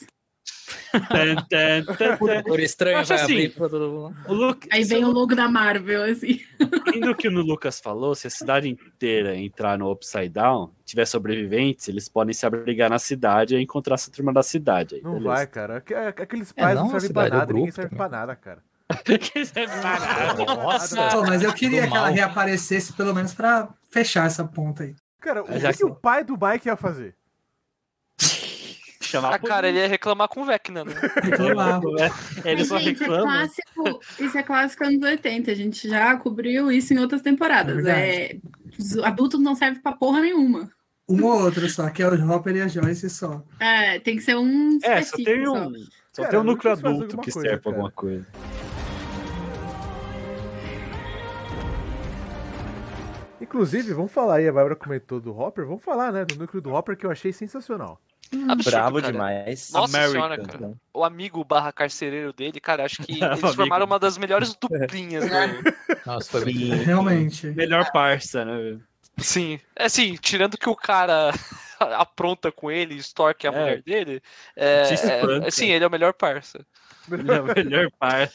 Speaker 3: Tan, tan, tan, tan.
Speaker 7: Por é estranho,
Speaker 3: Acho
Speaker 7: vai
Speaker 3: assim.
Speaker 7: abrir pra todo mundo.
Speaker 3: O Luke,
Speaker 9: Aí vem o logo da Marvel, assim.
Speaker 3: Indo que o Lucas falou, se a cidade inteira entrar no Upside Down, tiver sobreviventes, eles podem se abrigar na cidade e encontrar essa turma da cidade. Aí,
Speaker 1: Não
Speaker 3: beleza.
Speaker 1: vai, cara. Aqu- Aqueles
Speaker 8: É,
Speaker 1: pais não,
Speaker 7: não,
Speaker 1: servem
Speaker 7: se
Speaker 1: pra
Speaker 7: vai do
Speaker 1: nada, ninguém
Speaker 7: grupo
Speaker 1: serve
Speaker 8: né?
Speaker 7: também.
Speaker 1: pra nada,
Speaker 3: (laughs)
Speaker 1: cara.
Speaker 3: Que isso é parado.
Speaker 7: Nossa!
Speaker 8: Pô, mas eu queria
Speaker 7: Do
Speaker 8: que ela
Speaker 7: mal.
Speaker 8: reaparecesse, pelo menos, pra fechar essa ponta aí.
Speaker 1: Cara, o
Speaker 3: Mas
Speaker 1: que,
Speaker 3: é
Speaker 1: que o pai do Mike ia fazer?
Speaker 3: Chamar
Speaker 2: Ah, cara, ele ia reclamar com o Vecna, né?
Speaker 3: (laughs)
Speaker 8: Reclamar.
Speaker 3: Ele só
Speaker 9: Mas, gente, é
Speaker 3: reclama.
Speaker 9: clássico, isso é clássico anos 80. A gente já cobriu isso em outras temporadas.
Speaker 8: É
Speaker 9: É, os adultos não serve pra porra nenhuma.
Speaker 8: Um ou outro só, que é o Hopper e a Joyce só.
Speaker 9: É, tem que ser um
Speaker 3: É, só
Speaker 9: específico.
Speaker 3: tem um. Só
Speaker 1: Cara,
Speaker 3: tem um
Speaker 1: nunca
Speaker 3: núcleo
Speaker 1: eles fazem
Speaker 3: adulto
Speaker 1: alguma
Speaker 3: que
Speaker 1: coisa,
Speaker 3: serve pra
Speaker 1: cara.
Speaker 3: alguma coisa.
Speaker 1: Inclusive, vamos falar aí, a Bárbara comentou do Hopper, vamos falar, né, do núcleo do Hopper que eu achei sensacional.
Speaker 2: Absurdo,
Speaker 4: Bravo
Speaker 2: cara.
Speaker 4: demais.
Speaker 2: Nossa senhora, cara. O amigo barra carcereiro dele, cara, acho
Speaker 3: (laughs)
Speaker 2: que eles
Speaker 3: Amigo.
Speaker 2: formaram uma das melhores duplinhas, né?
Speaker 7: (laughs) Nossa, foi muito.
Speaker 8: Realmente.
Speaker 3: Melhor parça, né?
Speaker 2: Sim. É assim, tirando que o cara (laughs) apronta com ele, estorque a
Speaker 3: É.
Speaker 2: mulher dele, é,
Speaker 3: Se espanta.
Speaker 2: é, sim, ele é o melhor parça.
Speaker 7: é
Speaker 3: Melhor, melhor parça.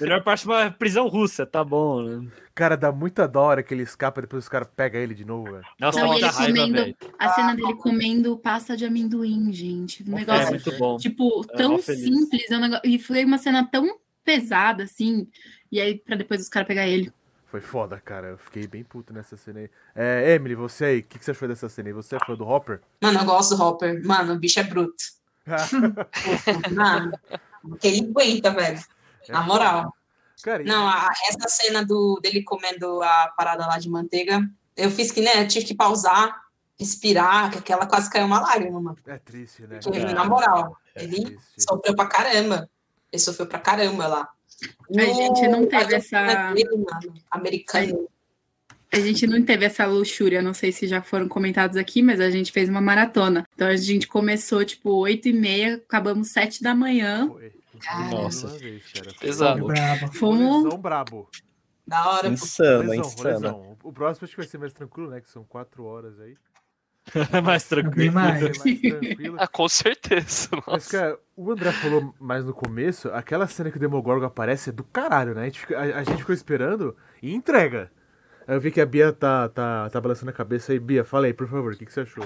Speaker 3: Melhor parça é uma prisão russa, tá bom, né?
Speaker 1: Cara, dá muita da hora que ele escapa e depois os caras pegam ele de novo, velho.
Speaker 3: Nossa,
Speaker 9: Não, e
Speaker 3: muita
Speaker 9: ele
Speaker 3: raiva,
Speaker 9: comendo-
Speaker 3: velho.
Speaker 9: A cena dele comendo pasta de amendoim, gente. Um
Speaker 3: É
Speaker 9: negócio,
Speaker 3: muito bom.
Speaker 9: tipo,
Speaker 3: É,
Speaker 9: tão
Speaker 3: mó feliz.
Speaker 9: simples. é um negócio- E foi uma cena tão pesada, assim. E aí, pra depois os caras pegar ele.
Speaker 1: Foi foda, cara. Eu fiquei bem puto nessa cena aí. É, Emily, você aí, o que, que você achou dessa cena aí? Você é fã do Hopper?
Speaker 6: Mano, eu gosto do Hopper. Mano, o bicho é
Speaker 1: (laughs)
Speaker 6: bruto. Mano, porque ele aguenta, velho. Na moral.
Speaker 1: Cara, e-
Speaker 6: Não, a- essa cena do, dele comendo a parada lá de manteiga, eu fiz que, né, eu tive que pausar, respirar, que aquela quase caiu uma lágrima, mano.
Speaker 1: é triste, né?
Speaker 6: Porque,
Speaker 1: cara?
Speaker 6: na moral,
Speaker 1: É
Speaker 6: ele
Speaker 1: triste.
Speaker 6: sofreu pra caramba. Ele sofreu pra caramba lá.
Speaker 9: A gente não teve
Speaker 6: a
Speaker 9: essa-
Speaker 6: doutrina dele, é mano, americano.
Speaker 9: A gente não teve essa luxúria, não sei se já foram comentados aqui, mas a gente fez uma maratona. Então a gente começou, tipo, 8 e meia, acabamos 7 da manhã.
Speaker 1: Foi.
Speaker 6: Cara.
Speaker 3: Nossa.
Speaker 1: Uma vez, cara. Foi
Speaker 2: Pesado.
Speaker 3: (laughs)
Speaker 8: Brava.
Speaker 1: um
Speaker 9: Fomos
Speaker 1: Lesão brabo.
Speaker 6: Da hora, pô.
Speaker 4: Insano,
Speaker 1: Lesão,
Speaker 4: insano.
Speaker 1: lesão. O próximo acho que vai ser mais tranquilo, né? Que são quatro horas aí.
Speaker 3: Mais
Speaker 8: Bem
Speaker 3: tranquilo.
Speaker 1: Vai
Speaker 8: mais.
Speaker 1: ser mais tranquilo.
Speaker 2: Ah, com certeza.
Speaker 1: Mas,
Speaker 2: Nossa.
Speaker 1: cara, o André falou mais no começo, aquela cena que o Demogorgon aparece é do caralho, né? A gente, fica- a- a gente ficou esperando e entrega. Aí eu vi que a Bia tá, tá, tá balançando a cabeça aí. Bia, fala aí, por favor, o que, que você achou?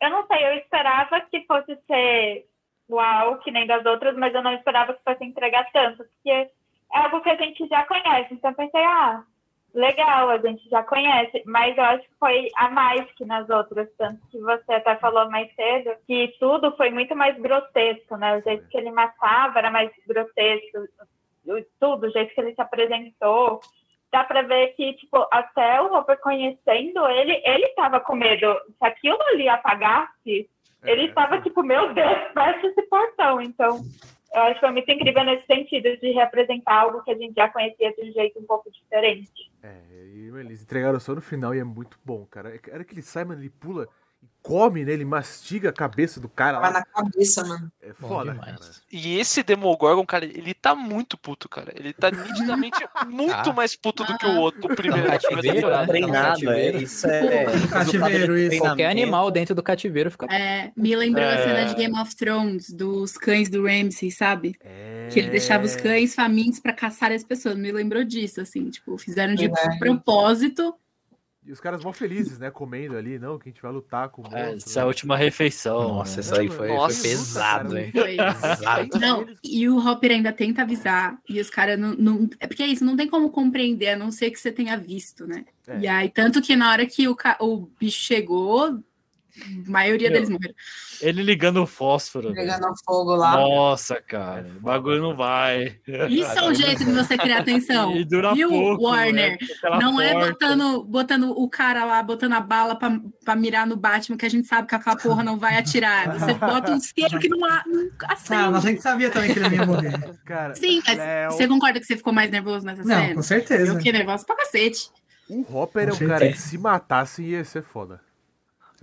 Speaker 5: Eu não sei, eu esperava que fosse ser uau, que nem das outras, mas eu não esperava que fosse entregar tanto, porque é algo que a gente já conhece. Então eu pensei, ah, legal, a gente já conhece, mas eu acho que foi a mais que nas outras, tanto que você até falou mais cedo, que tudo foi muito mais grotesco, né? O jeito que ele matava era mais grotesco, o- tudo, o jeito que ele se apresentou. Dá pra ver que, tipo, até o Hopper conhecendo ele, ele tava com medo. Se aquilo ali apagasse, ele estava tipo, meu Deus, (laughs) fecha esse portão. Então, eu acho que foi muito incrível nesse sentido de representar algo que a gente já conhecia de um jeito um pouco diferente.
Speaker 1: É, e, meu, eles entregaram só no final e é muito bom, cara. Era aquele Simon, ele pula e come, né? Ele mastiga a cabeça do cara.
Speaker 6: Tava
Speaker 1: Lá.
Speaker 6: Tá na cabeça, mano.
Speaker 1: É
Speaker 7: Bom
Speaker 1: foda,
Speaker 7: demais.
Speaker 1: cara.
Speaker 2: E esse Demogorgon, cara, ele tá muito puto, cara.
Speaker 7: (laughs)
Speaker 2: Ele tá
Speaker 7: Ah.
Speaker 2: nitidamente muito
Speaker 7: Tá.
Speaker 2: mais puto do que o outro, o primeiro.
Speaker 7: Tá
Speaker 2: da primeira
Speaker 7: cativeiro,
Speaker 2: temporada.
Speaker 7: né?
Speaker 4: Treinado, é.
Speaker 7: Cativeiro.
Speaker 1: (laughs)
Speaker 4: Isso é.
Speaker 8: Cativeiro, isso.
Speaker 7: Qualquer animal dentro do cativeiro fica.
Speaker 9: É, me lembrou a
Speaker 3: É.
Speaker 9: cena de Game of Thrones, dos cães do Ramsay, sabe?
Speaker 1: É,
Speaker 9: Que ele deixava os cães famintos pra caçar as pessoas. Me lembrou disso, assim, tipo, fizeram de
Speaker 6: Verdade.
Speaker 9: propósito.
Speaker 1: E os caras mó felizes, né? Comendo ali, não, que a gente vai lutar com o monstro. né?
Speaker 3: É, essa é a última refeição.
Speaker 7: Nossa,
Speaker 3: né?
Speaker 7: essa aí foi, foi
Speaker 2: Nossa,
Speaker 7: pesado,
Speaker 1: cara.
Speaker 7: hein?
Speaker 9: Foi.
Speaker 7: Pesado.
Speaker 9: Não, e o Hopper ainda tenta avisar, e os caras não, não- É porque é isso, não tem como compreender, a não ser que você tenha visto, né?
Speaker 1: É.
Speaker 9: E aí, tanto que na hora que o, ca- o bicho chegou, a maioria
Speaker 3: Meu.
Speaker 9: deles morreram.
Speaker 3: Ele ligando o fósforo. velho.
Speaker 6: pegando fogo lá.
Speaker 3: Nossa, cara. O bagulho não vai.
Speaker 9: Isso é um
Speaker 3: (laughs)
Speaker 9: jeito de você criar atenção.
Speaker 3: E dura
Speaker 9: Viu,
Speaker 3: pouco.
Speaker 9: Warner?
Speaker 3: né? Aquela
Speaker 9: Não é
Speaker 3: porta.
Speaker 9: botando, botando o cara lá, botando a bala pra, pra mirar no Batman, que a gente sabe que aquela porra não vai atirar. Você bota
Speaker 8: (laughs)
Speaker 9: um isqueiro que não, a- não
Speaker 8: Ah, mas
Speaker 9: acende.
Speaker 8: a gente sabia também que ele ia morrer.
Speaker 7: (laughs)
Speaker 1: Cara,
Speaker 9: Sim, mas
Speaker 1: Léo.
Speaker 9: você concorda que você ficou mais nervoso nessa
Speaker 8: Não,
Speaker 9: cena?
Speaker 8: com certeza.
Speaker 9: Eu fiquei nervosa pra cacete.
Speaker 1: o Hopper é
Speaker 8: Com
Speaker 1: um cara que
Speaker 8: certeza.
Speaker 1: se matasse ia ser foda.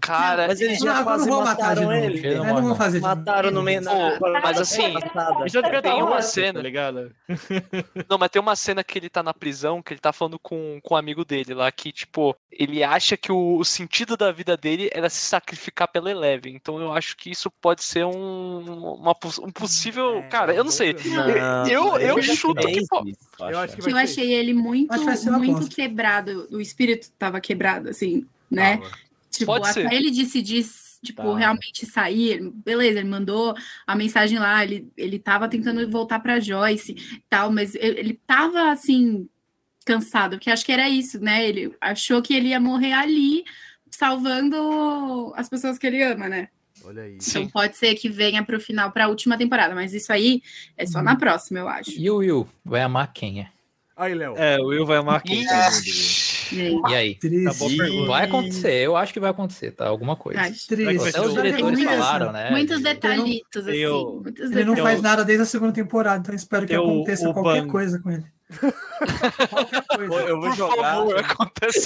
Speaker 2: Cara,
Speaker 4: Mas eles
Speaker 8: Não,
Speaker 4: já
Speaker 8: agora
Speaker 4: quase
Speaker 8: eu vou matar de
Speaker 4: mataram
Speaker 8: novo.
Speaker 4: ele.
Speaker 7: Ele
Speaker 8: Eu
Speaker 7: não
Speaker 8: não vou
Speaker 7: morre,
Speaker 8: fazer. de novo.
Speaker 4: Mataram no meio
Speaker 2: Ô, mas assim,
Speaker 4: passada.
Speaker 3: Já devia ter
Speaker 2: tem uma
Speaker 3: uma
Speaker 2: cena.
Speaker 3: cena, tá ligado? (laughs)
Speaker 2: Não, mas tem uma cena que ele tá na prisão, que ele tá falando com, com um amigo dele lá, que, tipo, ele acha que o, o sentido da vida dele era se sacrificar pela Eleven. Então eu acho que isso pode ser um, uma pos- um possível.
Speaker 1: É,
Speaker 2: cara, eu não sei.
Speaker 1: loucura.
Speaker 2: eu- eu
Speaker 4: ele já
Speaker 2: chuto que
Speaker 4: fez
Speaker 2: po-
Speaker 4: isso,
Speaker 1: Eu acho que
Speaker 9: Que eu
Speaker 1: vai ser.
Speaker 9: achei ele muito,
Speaker 8: Acho que vai ser uma
Speaker 9: muito
Speaker 8: bosta.
Speaker 9: quebrado. O espírito tava quebrado, assim, né?
Speaker 1: Tava.
Speaker 9: Tipo,
Speaker 2: Pode ser.
Speaker 9: até ele decidir, tipo,
Speaker 3: Tá.
Speaker 9: realmente sair, beleza, ele mandou a mensagem lá, ele, ele tava tentando voltar pra Joyce e tal, mas e- ele tava, assim, cansado, porque acho que era isso, né? Ele achou que ele ia morrer ali, salvando as pessoas que ele ama, né?
Speaker 1: Olha aí.
Speaker 2: Sim.
Speaker 9: Então pode ser que venha pro final, pra última temporada, mas isso aí é só
Speaker 8: Hum.
Speaker 9: na próxima, eu acho.
Speaker 7: E o Will vai amar quem é?
Speaker 1: Aí, Léo.
Speaker 3: É, o Will vai Tá marcar.
Speaker 2: Ih,
Speaker 9: Gente,
Speaker 7: E
Speaker 1: Tá
Speaker 7: aí?
Speaker 3: Acabou a
Speaker 8: Triste.
Speaker 3: Tá pergunta.
Speaker 7: Vai acontecer, eu acho que vai acontecer, tá? Alguma coisa.
Speaker 9: ai,
Speaker 8: Triste.
Speaker 7: Até os
Speaker 8: Já
Speaker 7: diretores
Speaker 8: acontece.
Speaker 7: falaram, né?
Speaker 9: Muitos
Speaker 7: de-
Speaker 9: detalhitos, assim.
Speaker 3: Tem o-
Speaker 9: muitos
Speaker 8: Ele não
Speaker 9: detalhes.
Speaker 8: faz nada desde a segunda temporada, então espero que
Speaker 3: Tem o-
Speaker 8: aconteça
Speaker 3: o
Speaker 8: qualquer
Speaker 3: Pan-
Speaker 8: coisa com ele. qualquer coisa.
Speaker 4: Eu vou
Speaker 2: Por
Speaker 4: jogar.
Speaker 2: favor, aconteça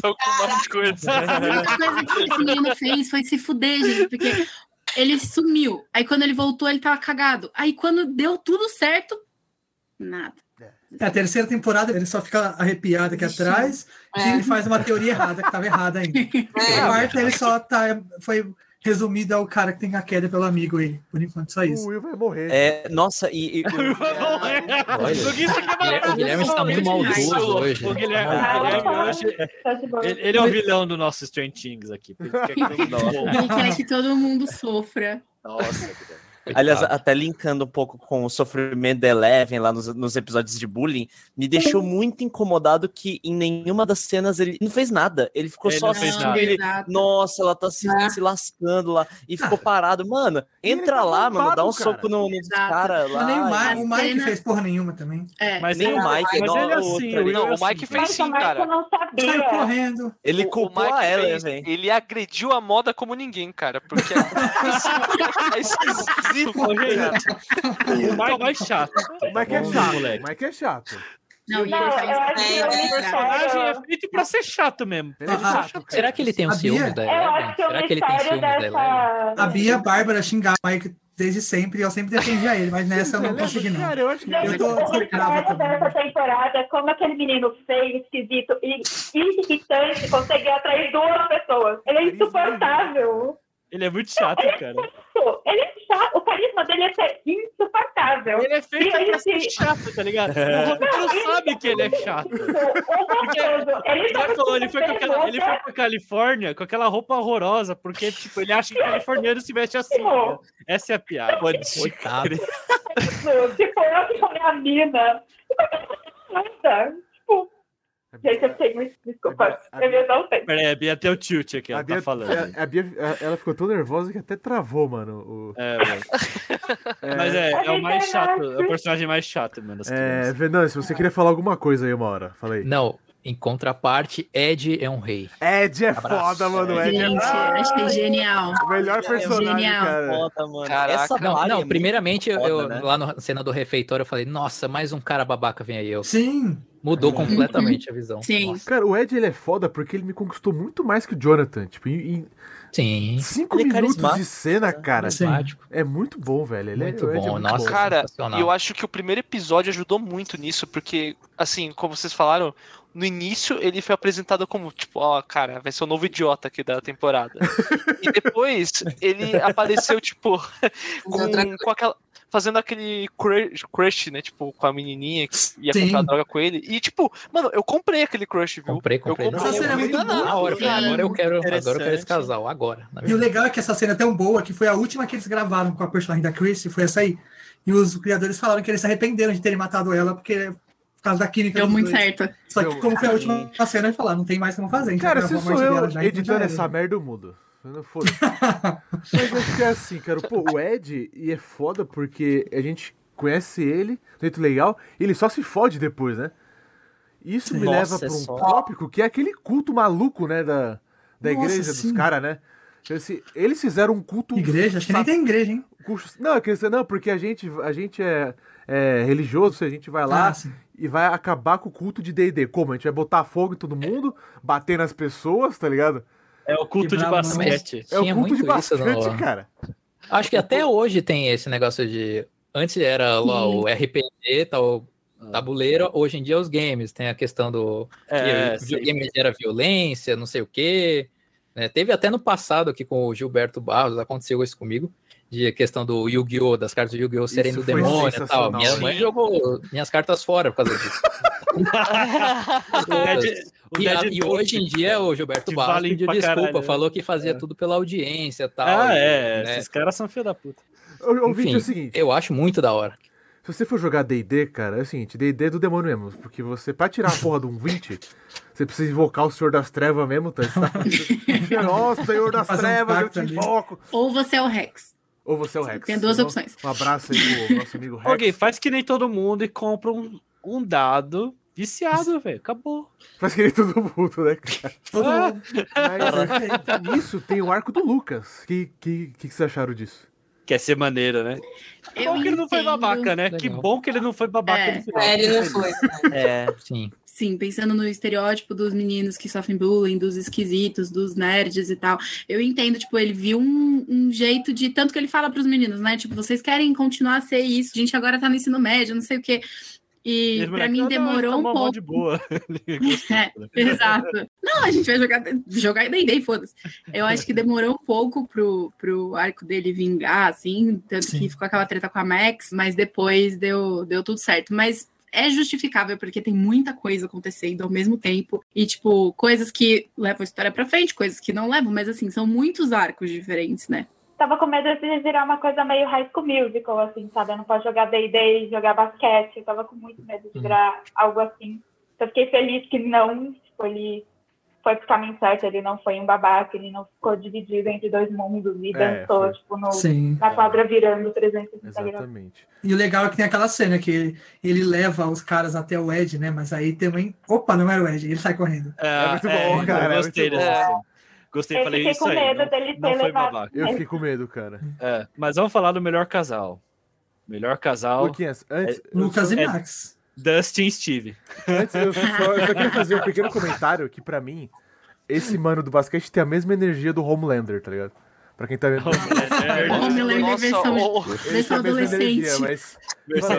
Speaker 1: (laughs)
Speaker 2: alguma coisa.
Speaker 9: A única coisa que esse menino fez foi se fuder, gente, porque ele sumiu. Aí quando ele voltou, ele tava cagado. Aí quando deu tudo certo, nada.
Speaker 8: É, a terceira temporada ele só fica arrepiado aqui
Speaker 9: Ixi.
Speaker 8: atrás e ele faz uma teoria errada, que tava errada ainda.
Speaker 6: É,
Speaker 8: A quarta ele só tá, foi resumido ao cara que tem a queda pelo amigo ele, por enquanto, só
Speaker 1: O
Speaker 8: isso.
Speaker 1: Will vai morrer.
Speaker 4: É, nossa, e. e-
Speaker 7: Olha,
Speaker 3: O Gui isso aqui é maravilhoso.
Speaker 7: O Guilherme está muito
Speaker 9: Demais.
Speaker 7: maldoso hoje.
Speaker 3: O Guilherme,
Speaker 7: Tá
Speaker 6: Ah,
Speaker 3: o
Speaker 7: maldoso.
Speaker 3: Guilherme
Speaker 6: tá.
Speaker 3: hoje,
Speaker 6: tá de boa.
Speaker 3: ele, ele é o vilão do nosso Strange Things aqui. porque ele quer que todo mundo morra.
Speaker 9: Ele quer que todo mundo sofra.
Speaker 3: Nossa, Guilherme.
Speaker 4: Aliás,
Speaker 7: Coitado.
Speaker 4: até linkando um pouco com o sofrimento da Eleven lá nos, nos episódios de bullying, me deixou muito incomodado que em nenhuma das cenas ele não fez nada. Ele ficou
Speaker 3: Ele
Speaker 4: só
Speaker 3: não fez
Speaker 4: assistindo
Speaker 3: nada.
Speaker 4: ele.
Speaker 9: exato.
Speaker 4: Nossa, ela tá se,
Speaker 6: Ah.
Speaker 4: se lascando lá e ficou parado. Mano,
Speaker 1: E ele
Speaker 4: entra
Speaker 1: tá
Speaker 4: lá, mano,
Speaker 1: bombado,
Speaker 4: dá um
Speaker 1: cara.
Speaker 4: soco no, no
Speaker 9: Exato.
Speaker 4: cara lá.
Speaker 8: Mas nem o Mike, o
Speaker 9: mas
Speaker 8: Mike
Speaker 9: ele-
Speaker 8: fez porra nenhuma também.
Speaker 9: É.
Speaker 3: Mas
Speaker 4: Nem
Speaker 3: ele,
Speaker 4: o Mike,
Speaker 3: mas
Speaker 4: não,
Speaker 3: ele é
Speaker 4: o
Speaker 3: assim.
Speaker 4: outro
Speaker 3: Will
Speaker 2: Não,
Speaker 3: é
Speaker 2: o Mike
Speaker 3: assim.
Speaker 2: fez
Speaker 6: Mas
Speaker 2: sim,
Speaker 6: o Mike
Speaker 2: cara.
Speaker 6: não
Speaker 8: Saiu
Speaker 6: sabia.
Speaker 8: correndo.
Speaker 4: Ele
Speaker 2: O- o
Speaker 4: culpou
Speaker 2: Mike
Speaker 4: a
Speaker 2: fez-
Speaker 4: Eleven.
Speaker 2: Ele agrediu a moda como ninguém, cara. Porque é é esquisito.
Speaker 3: O Mike é o mais chato.
Speaker 1: O Mike é
Speaker 3: Bom,
Speaker 1: chato.
Speaker 3: moleque.
Speaker 1: O Mike é chato.
Speaker 9: Não, e
Speaker 6: Não,
Speaker 9: ele
Speaker 6: eu
Speaker 9: faz
Speaker 6: acho que
Speaker 9: é,
Speaker 6: eu
Speaker 9: é,
Speaker 6: me
Speaker 9: exato.
Speaker 3: O um personagem é
Speaker 6: Sério?
Speaker 3: feito pra ser chato mesmo.
Speaker 1: Ele é
Speaker 8: Ah,
Speaker 1: chato, cara.
Speaker 7: Será que ele tem um os
Speaker 8: Sabia?
Speaker 7: ciúmes da
Speaker 6: Eu acho
Speaker 7: Eleven?
Speaker 6: que o
Speaker 7: Será que ele tem
Speaker 6: mistério
Speaker 7: ciúmes da Eleven?
Speaker 6: dessa.
Speaker 8: A Bia Bárbara xingar o Mike desde sempre, e eu sempre defendia ele, mas nessa eu não consegui não.
Speaker 1: Cara, eu acho que
Speaker 6: Gente,
Speaker 8: Eu tô-
Speaker 6: o
Speaker 8: tô brava
Speaker 6: mistério
Speaker 8: também.
Speaker 6: dessa temporada é como aquele menino feio, esquisito e irritante conseguiu atrair duas pessoas. Ele é
Speaker 8: né?
Speaker 1: Carisma
Speaker 6: insuportável.
Speaker 3: Ele é muito chato, cara.
Speaker 6: Pô, Ele é chato. O carisma dele é ser insuportável.
Speaker 3: Ele é feito
Speaker 6: E aí,
Speaker 3: pra ser
Speaker 6: se- É.
Speaker 3: chato, tá ligado?
Speaker 1: É
Speaker 3: O roteiro sabe que ele é chato.
Speaker 6: Horroroso. Ele
Speaker 3: Já
Speaker 6: tava
Speaker 3: falou, ele foi, com
Speaker 6: super
Speaker 3: aquela, ele foi
Speaker 6: louca.
Speaker 3: pra Califórnia com aquela roupa horrorosa, porque, tipo, ele acha que californiano se veste assim. né? Essa é a piada.
Speaker 7: Coitado.
Speaker 6: Tipo, eu que comi a mina. Nossa. Tipo,
Speaker 8: É
Speaker 6: gente, eu fiquei muito. Desculpa.
Speaker 1: A Bia- a
Speaker 6: Eu me exaltei.
Speaker 3: Peraí, a Bia tem o tilt aqui,
Speaker 1: A
Speaker 3: ela
Speaker 1: Bia,
Speaker 3: tá falando.
Speaker 1: É, a- a Bia- a- ela ficou tão nervosa que até travou, mano. o-
Speaker 3: É, mano.
Speaker 1: É,
Speaker 3: Mas é, é o mais
Speaker 6: Ai,
Speaker 3: chato,
Speaker 6: caraca.
Speaker 3: é o personagem mais chato, mano. das
Speaker 1: É,
Speaker 3: crianças.
Speaker 1: Venâncio, você queria falar alguma coisa aí uma hora. Falei.
Speaker 7: Não, em contraparte, Ed é um rei.
Speaker 1: Ed é
Speaker 7: Abraço.
Speaker 1: foda, mano. Ed é
Speaker 9: Gente, eu achei genial.
Speaker 1: o melhor personagem,
Speaker 9: É um Genial.
Speaker 1: cara.
Speaker 4: Foda, mano.
Speaker 2: Caraca.
Speaker 4: Essa
Speaker 7: Não,
Speaker 4: Mari é
Speaker 7: não,
Speaker 4: muito
Speaker 7: primeiramente, eu-
Speaker 4: foda,
Speaker 7: eu,
Speaker 4: né?
Speaker 7: lá na cena do refeitório, eu falei, nossa, mais um cara babaca vem aí. Eu,
Speaker 8: Sim,
Speaker 7: mudou
Speaker 8: Uhum.
Speaker 7: completamente a
Speaker 9: (laughs)
Speaker 7: visão.
Speaker 9: Sim.
Speaker 7: Nossa.
Speaker 1: Cara, o Ed ele é foda porque ele me conquistou muito mais que o Jonathan. Tipo, em, em
Speaker 7: Sim.
Speaker 1: cinco
Speaker 4: Ele é
Speaker 1: minutos de
Speaker 4: carismático,
Speaker 1: cena, cara.
Speaker 8: Sim.
Speaker 7: Simpático.
Speaker 1: É muito bom, velho. Ele é-
Speaker 7: Muito
Speaker 1: o Ed é,
Speaker 7: bom, nossa.
Speaker 2: Cara,
Speaker 7: sensacional.
Speaker 2: E eu acho que o primeiro episódio ajudou muito nisso, porque, assim, como vocês falaram, no início ele foi apresentado como, tipo, ó, cara, vai ser o novo idiota aqui
Speaker 3: (laughs)
Speaker 2: da temporada. e depois ele apareceu, tipo,
Speaker 6: Outra
Speaker 2: com, com aquela. fazendo aquele crush, crush, né? Tipo, com a menininha que ia
Speaker 8: Sim.
Speaker 2: comprar droga com ele. E, tipo, mano, eu comprei aquele crush, viu?
Speaker 7: Comprei, comprei.
Speaker 2: Eu comprei.
Speaker 8: Essa cena é
Speaker 2: eu
Speaker 8: muito
Speaker 2: fui danado.
Speaker 8: boa.
Speaker 7: Na hora, eu falei, agora eu quero, agora eu quero esse
Speaker 4: Interessante.
Speaker 7: casal, agora. na
Speaker 8: E o
Speaker 7: verdade.
Speaker 8: legal é que essa cena é tão boa que foi a última que eles gravaram com a personagem da Christie, foi essa aí. E os criadores falaram que eles se arrependeram de terem matado ela, porque é por causa da química.
Speaker 9: Deu
Speaker 8: dos
Speaker 9: muito
Speaker 8: dois.
Speaker 9: certo.
Speaker 8: Só que
Speaker 1: Deu.
Speaker 8: como foi a última cena, eles falaram, não tem mais como fazer. então
Speaker 1: Cara, se
Speaker 8: gravou a
Speaker 1: sou
Speaker 8: morte
Speaker 1: eu
Speaker 8: dela já, então já
Speaker 1: editando
Speaker 8: era.
Speaker 1: essa merda, eu mudo. Eu não
Speaker 7: (laughs)
Speaker 1: foda Mas eu fiquei assim, cara. Pô, o Ed e é foda porque a gente conhece ele, do jeito legal, e ele só se fode depois, né? Isso me
Speaker 4: Nossa,
Speaker 1: leva
Speaker 4: é
Speaker 1: pra um
Speaker 4: só.
Speaker 1: tópico que é aquele culto maluco, né? Da, da
Speaker 8: Nossa,
Speaker 1: igreja
Speaker 8: sim.
Speaker 1: dos caras, né? Esse- eles fizeram um culto.
Speaker 8: Igreja? Acho que nem
Speaker 1: sat-
Speaker 8: tem igreja, hein?
Speaker 1: culto- Não, é que eles- não, porque a gente, a gente é, é religioso, a gente vai lá,
Speaker 8: Ah, sim.
Speaker 1: e vai acabar com o culto de D&D. Como? A gente vai botar fogo em todo mundo, bater nas pessoas, tá ligado?
Speaker 3: É o culto
Speaker 8: Que
Speaker 3: de
Speaker 8: brabo,
Speaker 3: basquete.
Speaker 1: É o
Speaker 7: Tinha
Speaker 1: culto
Speaker 7: muito
Speaker 1: de
Speaker 7: isso no-
Speaker 1: basquete, cara.
Speaker 7: Acho que até hoje tem esse negócio de. Antes era lá, o RPG, tal,
Speaker 3: Ah.
Speaker 7: tabuleiro, hoje em dia é os games. Tem a questão do que
Speaker 4: É,
Speaker 7: o videogame gera violência, não sei o quê. né? Teve até no passado aqui com o Gilberto Barros, aconteceu isso comigo, de questão do Yu-Gi-Oh!, das cartas do Yu-Gi-Oh! serem
Speaker 1: Isso
Speaker 7: do
Speaker 1: foi
Speaker 7: demônio e tal.
Speaker 1: sensacional,
Speaker 7: Minha
Speaker 1: né?
Speaker 7: mãe jogou minhas cartas fora por causa
Speaker 3: (laughs)
Speaker 7: disso.
Speaker 3: O Dead- o
Speaker 7: E, a-
Speaker 3: Dead
Speaker 7: e hoje É, em
Speaker 3: Note,
Speaker 7: dia o Gilberto
Speaker 3: Que
Speaker 7: Barros
Speaker 3: valem
Speaker 7: pediu
Speaker 3: pra
Speaker 7: desculpa,
Speaker 3: caralho, né?
Speaker 7: falou que fazia tudo pela audiência e tal.
Speaker 3: Ah,
Speaker 7: e,
Speaker 3: é.
Speaker 7: né?
Speaker 3: Esses caras são filha da puta.
Speaker 1: O, o vídeo é o
Speaker 7: Enfim,
Speaker 1: seguinte,
Speaker 7: Eu acho muito da hora.
Speaker 1: se você for jogar D&D, cara, é o seguinte, D&D é do demônio mesmo, porque você, pra tirar a porra de um 20, você precisa invocar o Senhor das Trevas mesmo, tá?
Speaker 8: (laughs)
Speaker 1: Você tá fazendo, Nossa, Senhor das
Speaker 8: Fazer um
Speaker 1: Trevas, eu
Speaker 8: pacto
Speaker 1: te
Speaker 8: ali.
Speaker 1: invoco!
Speaker 9: Ou você é o Rex.
Speaker 1: Ou você é o Rex.
Speaker 9: Tem duas
Speaker 1: Um-
Speaker 9: opções.
Speaker 1: Um abraço aí pro nosso amigo (laughs) Rex.
Speaker 3: Alguém faz que nem todo mundo e compra um, um dado viciado, velho. Acabou.
Speaker 1: Faz querer todo mundo, né?
Speaker 8: (laughs) Todo
Speaker 3: Ah.
Speaker 8: mundo.
Speaker 1: Mas nisso tem o arco do Lucas. O que, que, que, que vocês acharam disso?
Speaker 3: Quer ser maneiro, né? Que
Speaker 9: Eu
Speaker 3: bom que ele não foi
Speaker 9: entendo.
Speaker 3: babaca, né? Que
Speaker 7: Legal.
Speaker 3: bom que ele não foi babaca
Speaker 9: É.
Speaker 3: no final.
Speaker 6: É, ele não foi. né?
Speaker 4: É,
Speaker 3: (laughs)
Speaker 7: Sim.
Speaker 9: Sim, pensando no estereótipo dos meninos que sofrem bullying, dos esquisitos, dos nerds e tal. Eu entendo, tipo, ele viu um, um jeito de. Tanto que ele fala pros meninos, né? Tipo, vocês querem continuar a ser isso, a gente agora tá no ensino médio, não sei o quê. E
Speaker 3: Esse
Speaker 9: pra
Speaker 3: moleque,
Speaker 9: mim
Speaker 3: não, não,
Speaker 9: demorou um
Speaker 3: toma a mão
Speaker 9: pouco.
Speaker 3: De boa.
Speaker 9: É, exato. Não, a gente vai jogar, jogar e dei, foda-se. Eu acho que demorou um pouco pro, pro arco dele vingar, assim, tanto
Speaker 8: Sim.
Speaker 9: que ficou aquela treta com a Max, mas depois deu, deu tudo certo. Mas é justificável, porque tem muita coisa acontecendo ao mesmo tempo. E, tipo, coisas que levam a história pra frente, coisas que não levam, mas assim, são muitos arcos diferentes, né?
Speaker 5: Tava com medo de virar uma coisa meio high school musical, assim, sabe? Eu não posso jogar D&D e jogar basquete. Eu tava com muito medo
Speaker 1: Uhum.
Speaker 5: de virar algo assim. Então, eu fiquei feliz que não, tipo, ele foi pro caminho certo, ele não foi um babaca, ele não ficou dividido entre dois mundos e
Speaker 1: É,
Speaker 5: dançou,
Speaker 1: foi.
Speaker 5: tipo, no,
Speaker 8: Sim.
Speaker 5: na quadra virando 360 graus.
Speaker 1: Exatamente.
Speaker 8: E o legal é que tem aquela cena que ele, ele leva os caras até o Ed, né? Mas aí também. Opa, não era o Ed, ele sai correndo.
Speaker 1: É muito bom,
Speaker 3: Ah, eu
Speaker 1: cara, é
Speaker 3: Gostei
Speaker 1: muito bom.
Speaker 3: dessa cena. Gostei,
Speaker 5: Eu
Speaker 3: falei
Speaker 5: fiquei
Speaker 3: isso
Speaker 5: com
Speaker 3: aí.
Speaker 5: medo
Speaker 3: não-
Speaker 5: dele
Speaker 3: não
Speaker 5: ter
Speaker 3: foi
Speaker 5: levado-
Speaker 3: babaca.
Speaker 1: Eu fiquei com medo, cara.
Speaker 3: É, mas vamos falar do melhor casal. Melhor casal,
Speaker 1: Luquinhas, antes,
Speaker 8: Lucas e
Speaker 3: É.
Speaker 8: Max.
Speaker 3: Dustin e Steve.
Speaker 1: antes eu, só, eu só queria fazer um pequeno comentário que, pra mim, esse mano do basquete tem a mesma energia do Homelander, tá ligado? Pra quem tá vendo.
Speaker 9: O
Speaker 1: (laughs)
Speaker 9: Homelander
Speaker 2: Nossa,
Speaker 9: versão,
Speaker 2: o-
Speaker 1: ele tem
Speaker 9: versão
Speaker 1: a mesma
Speaker 9: adolescente.
Speaker 1: energia, mas.
Speaker 3: Versão-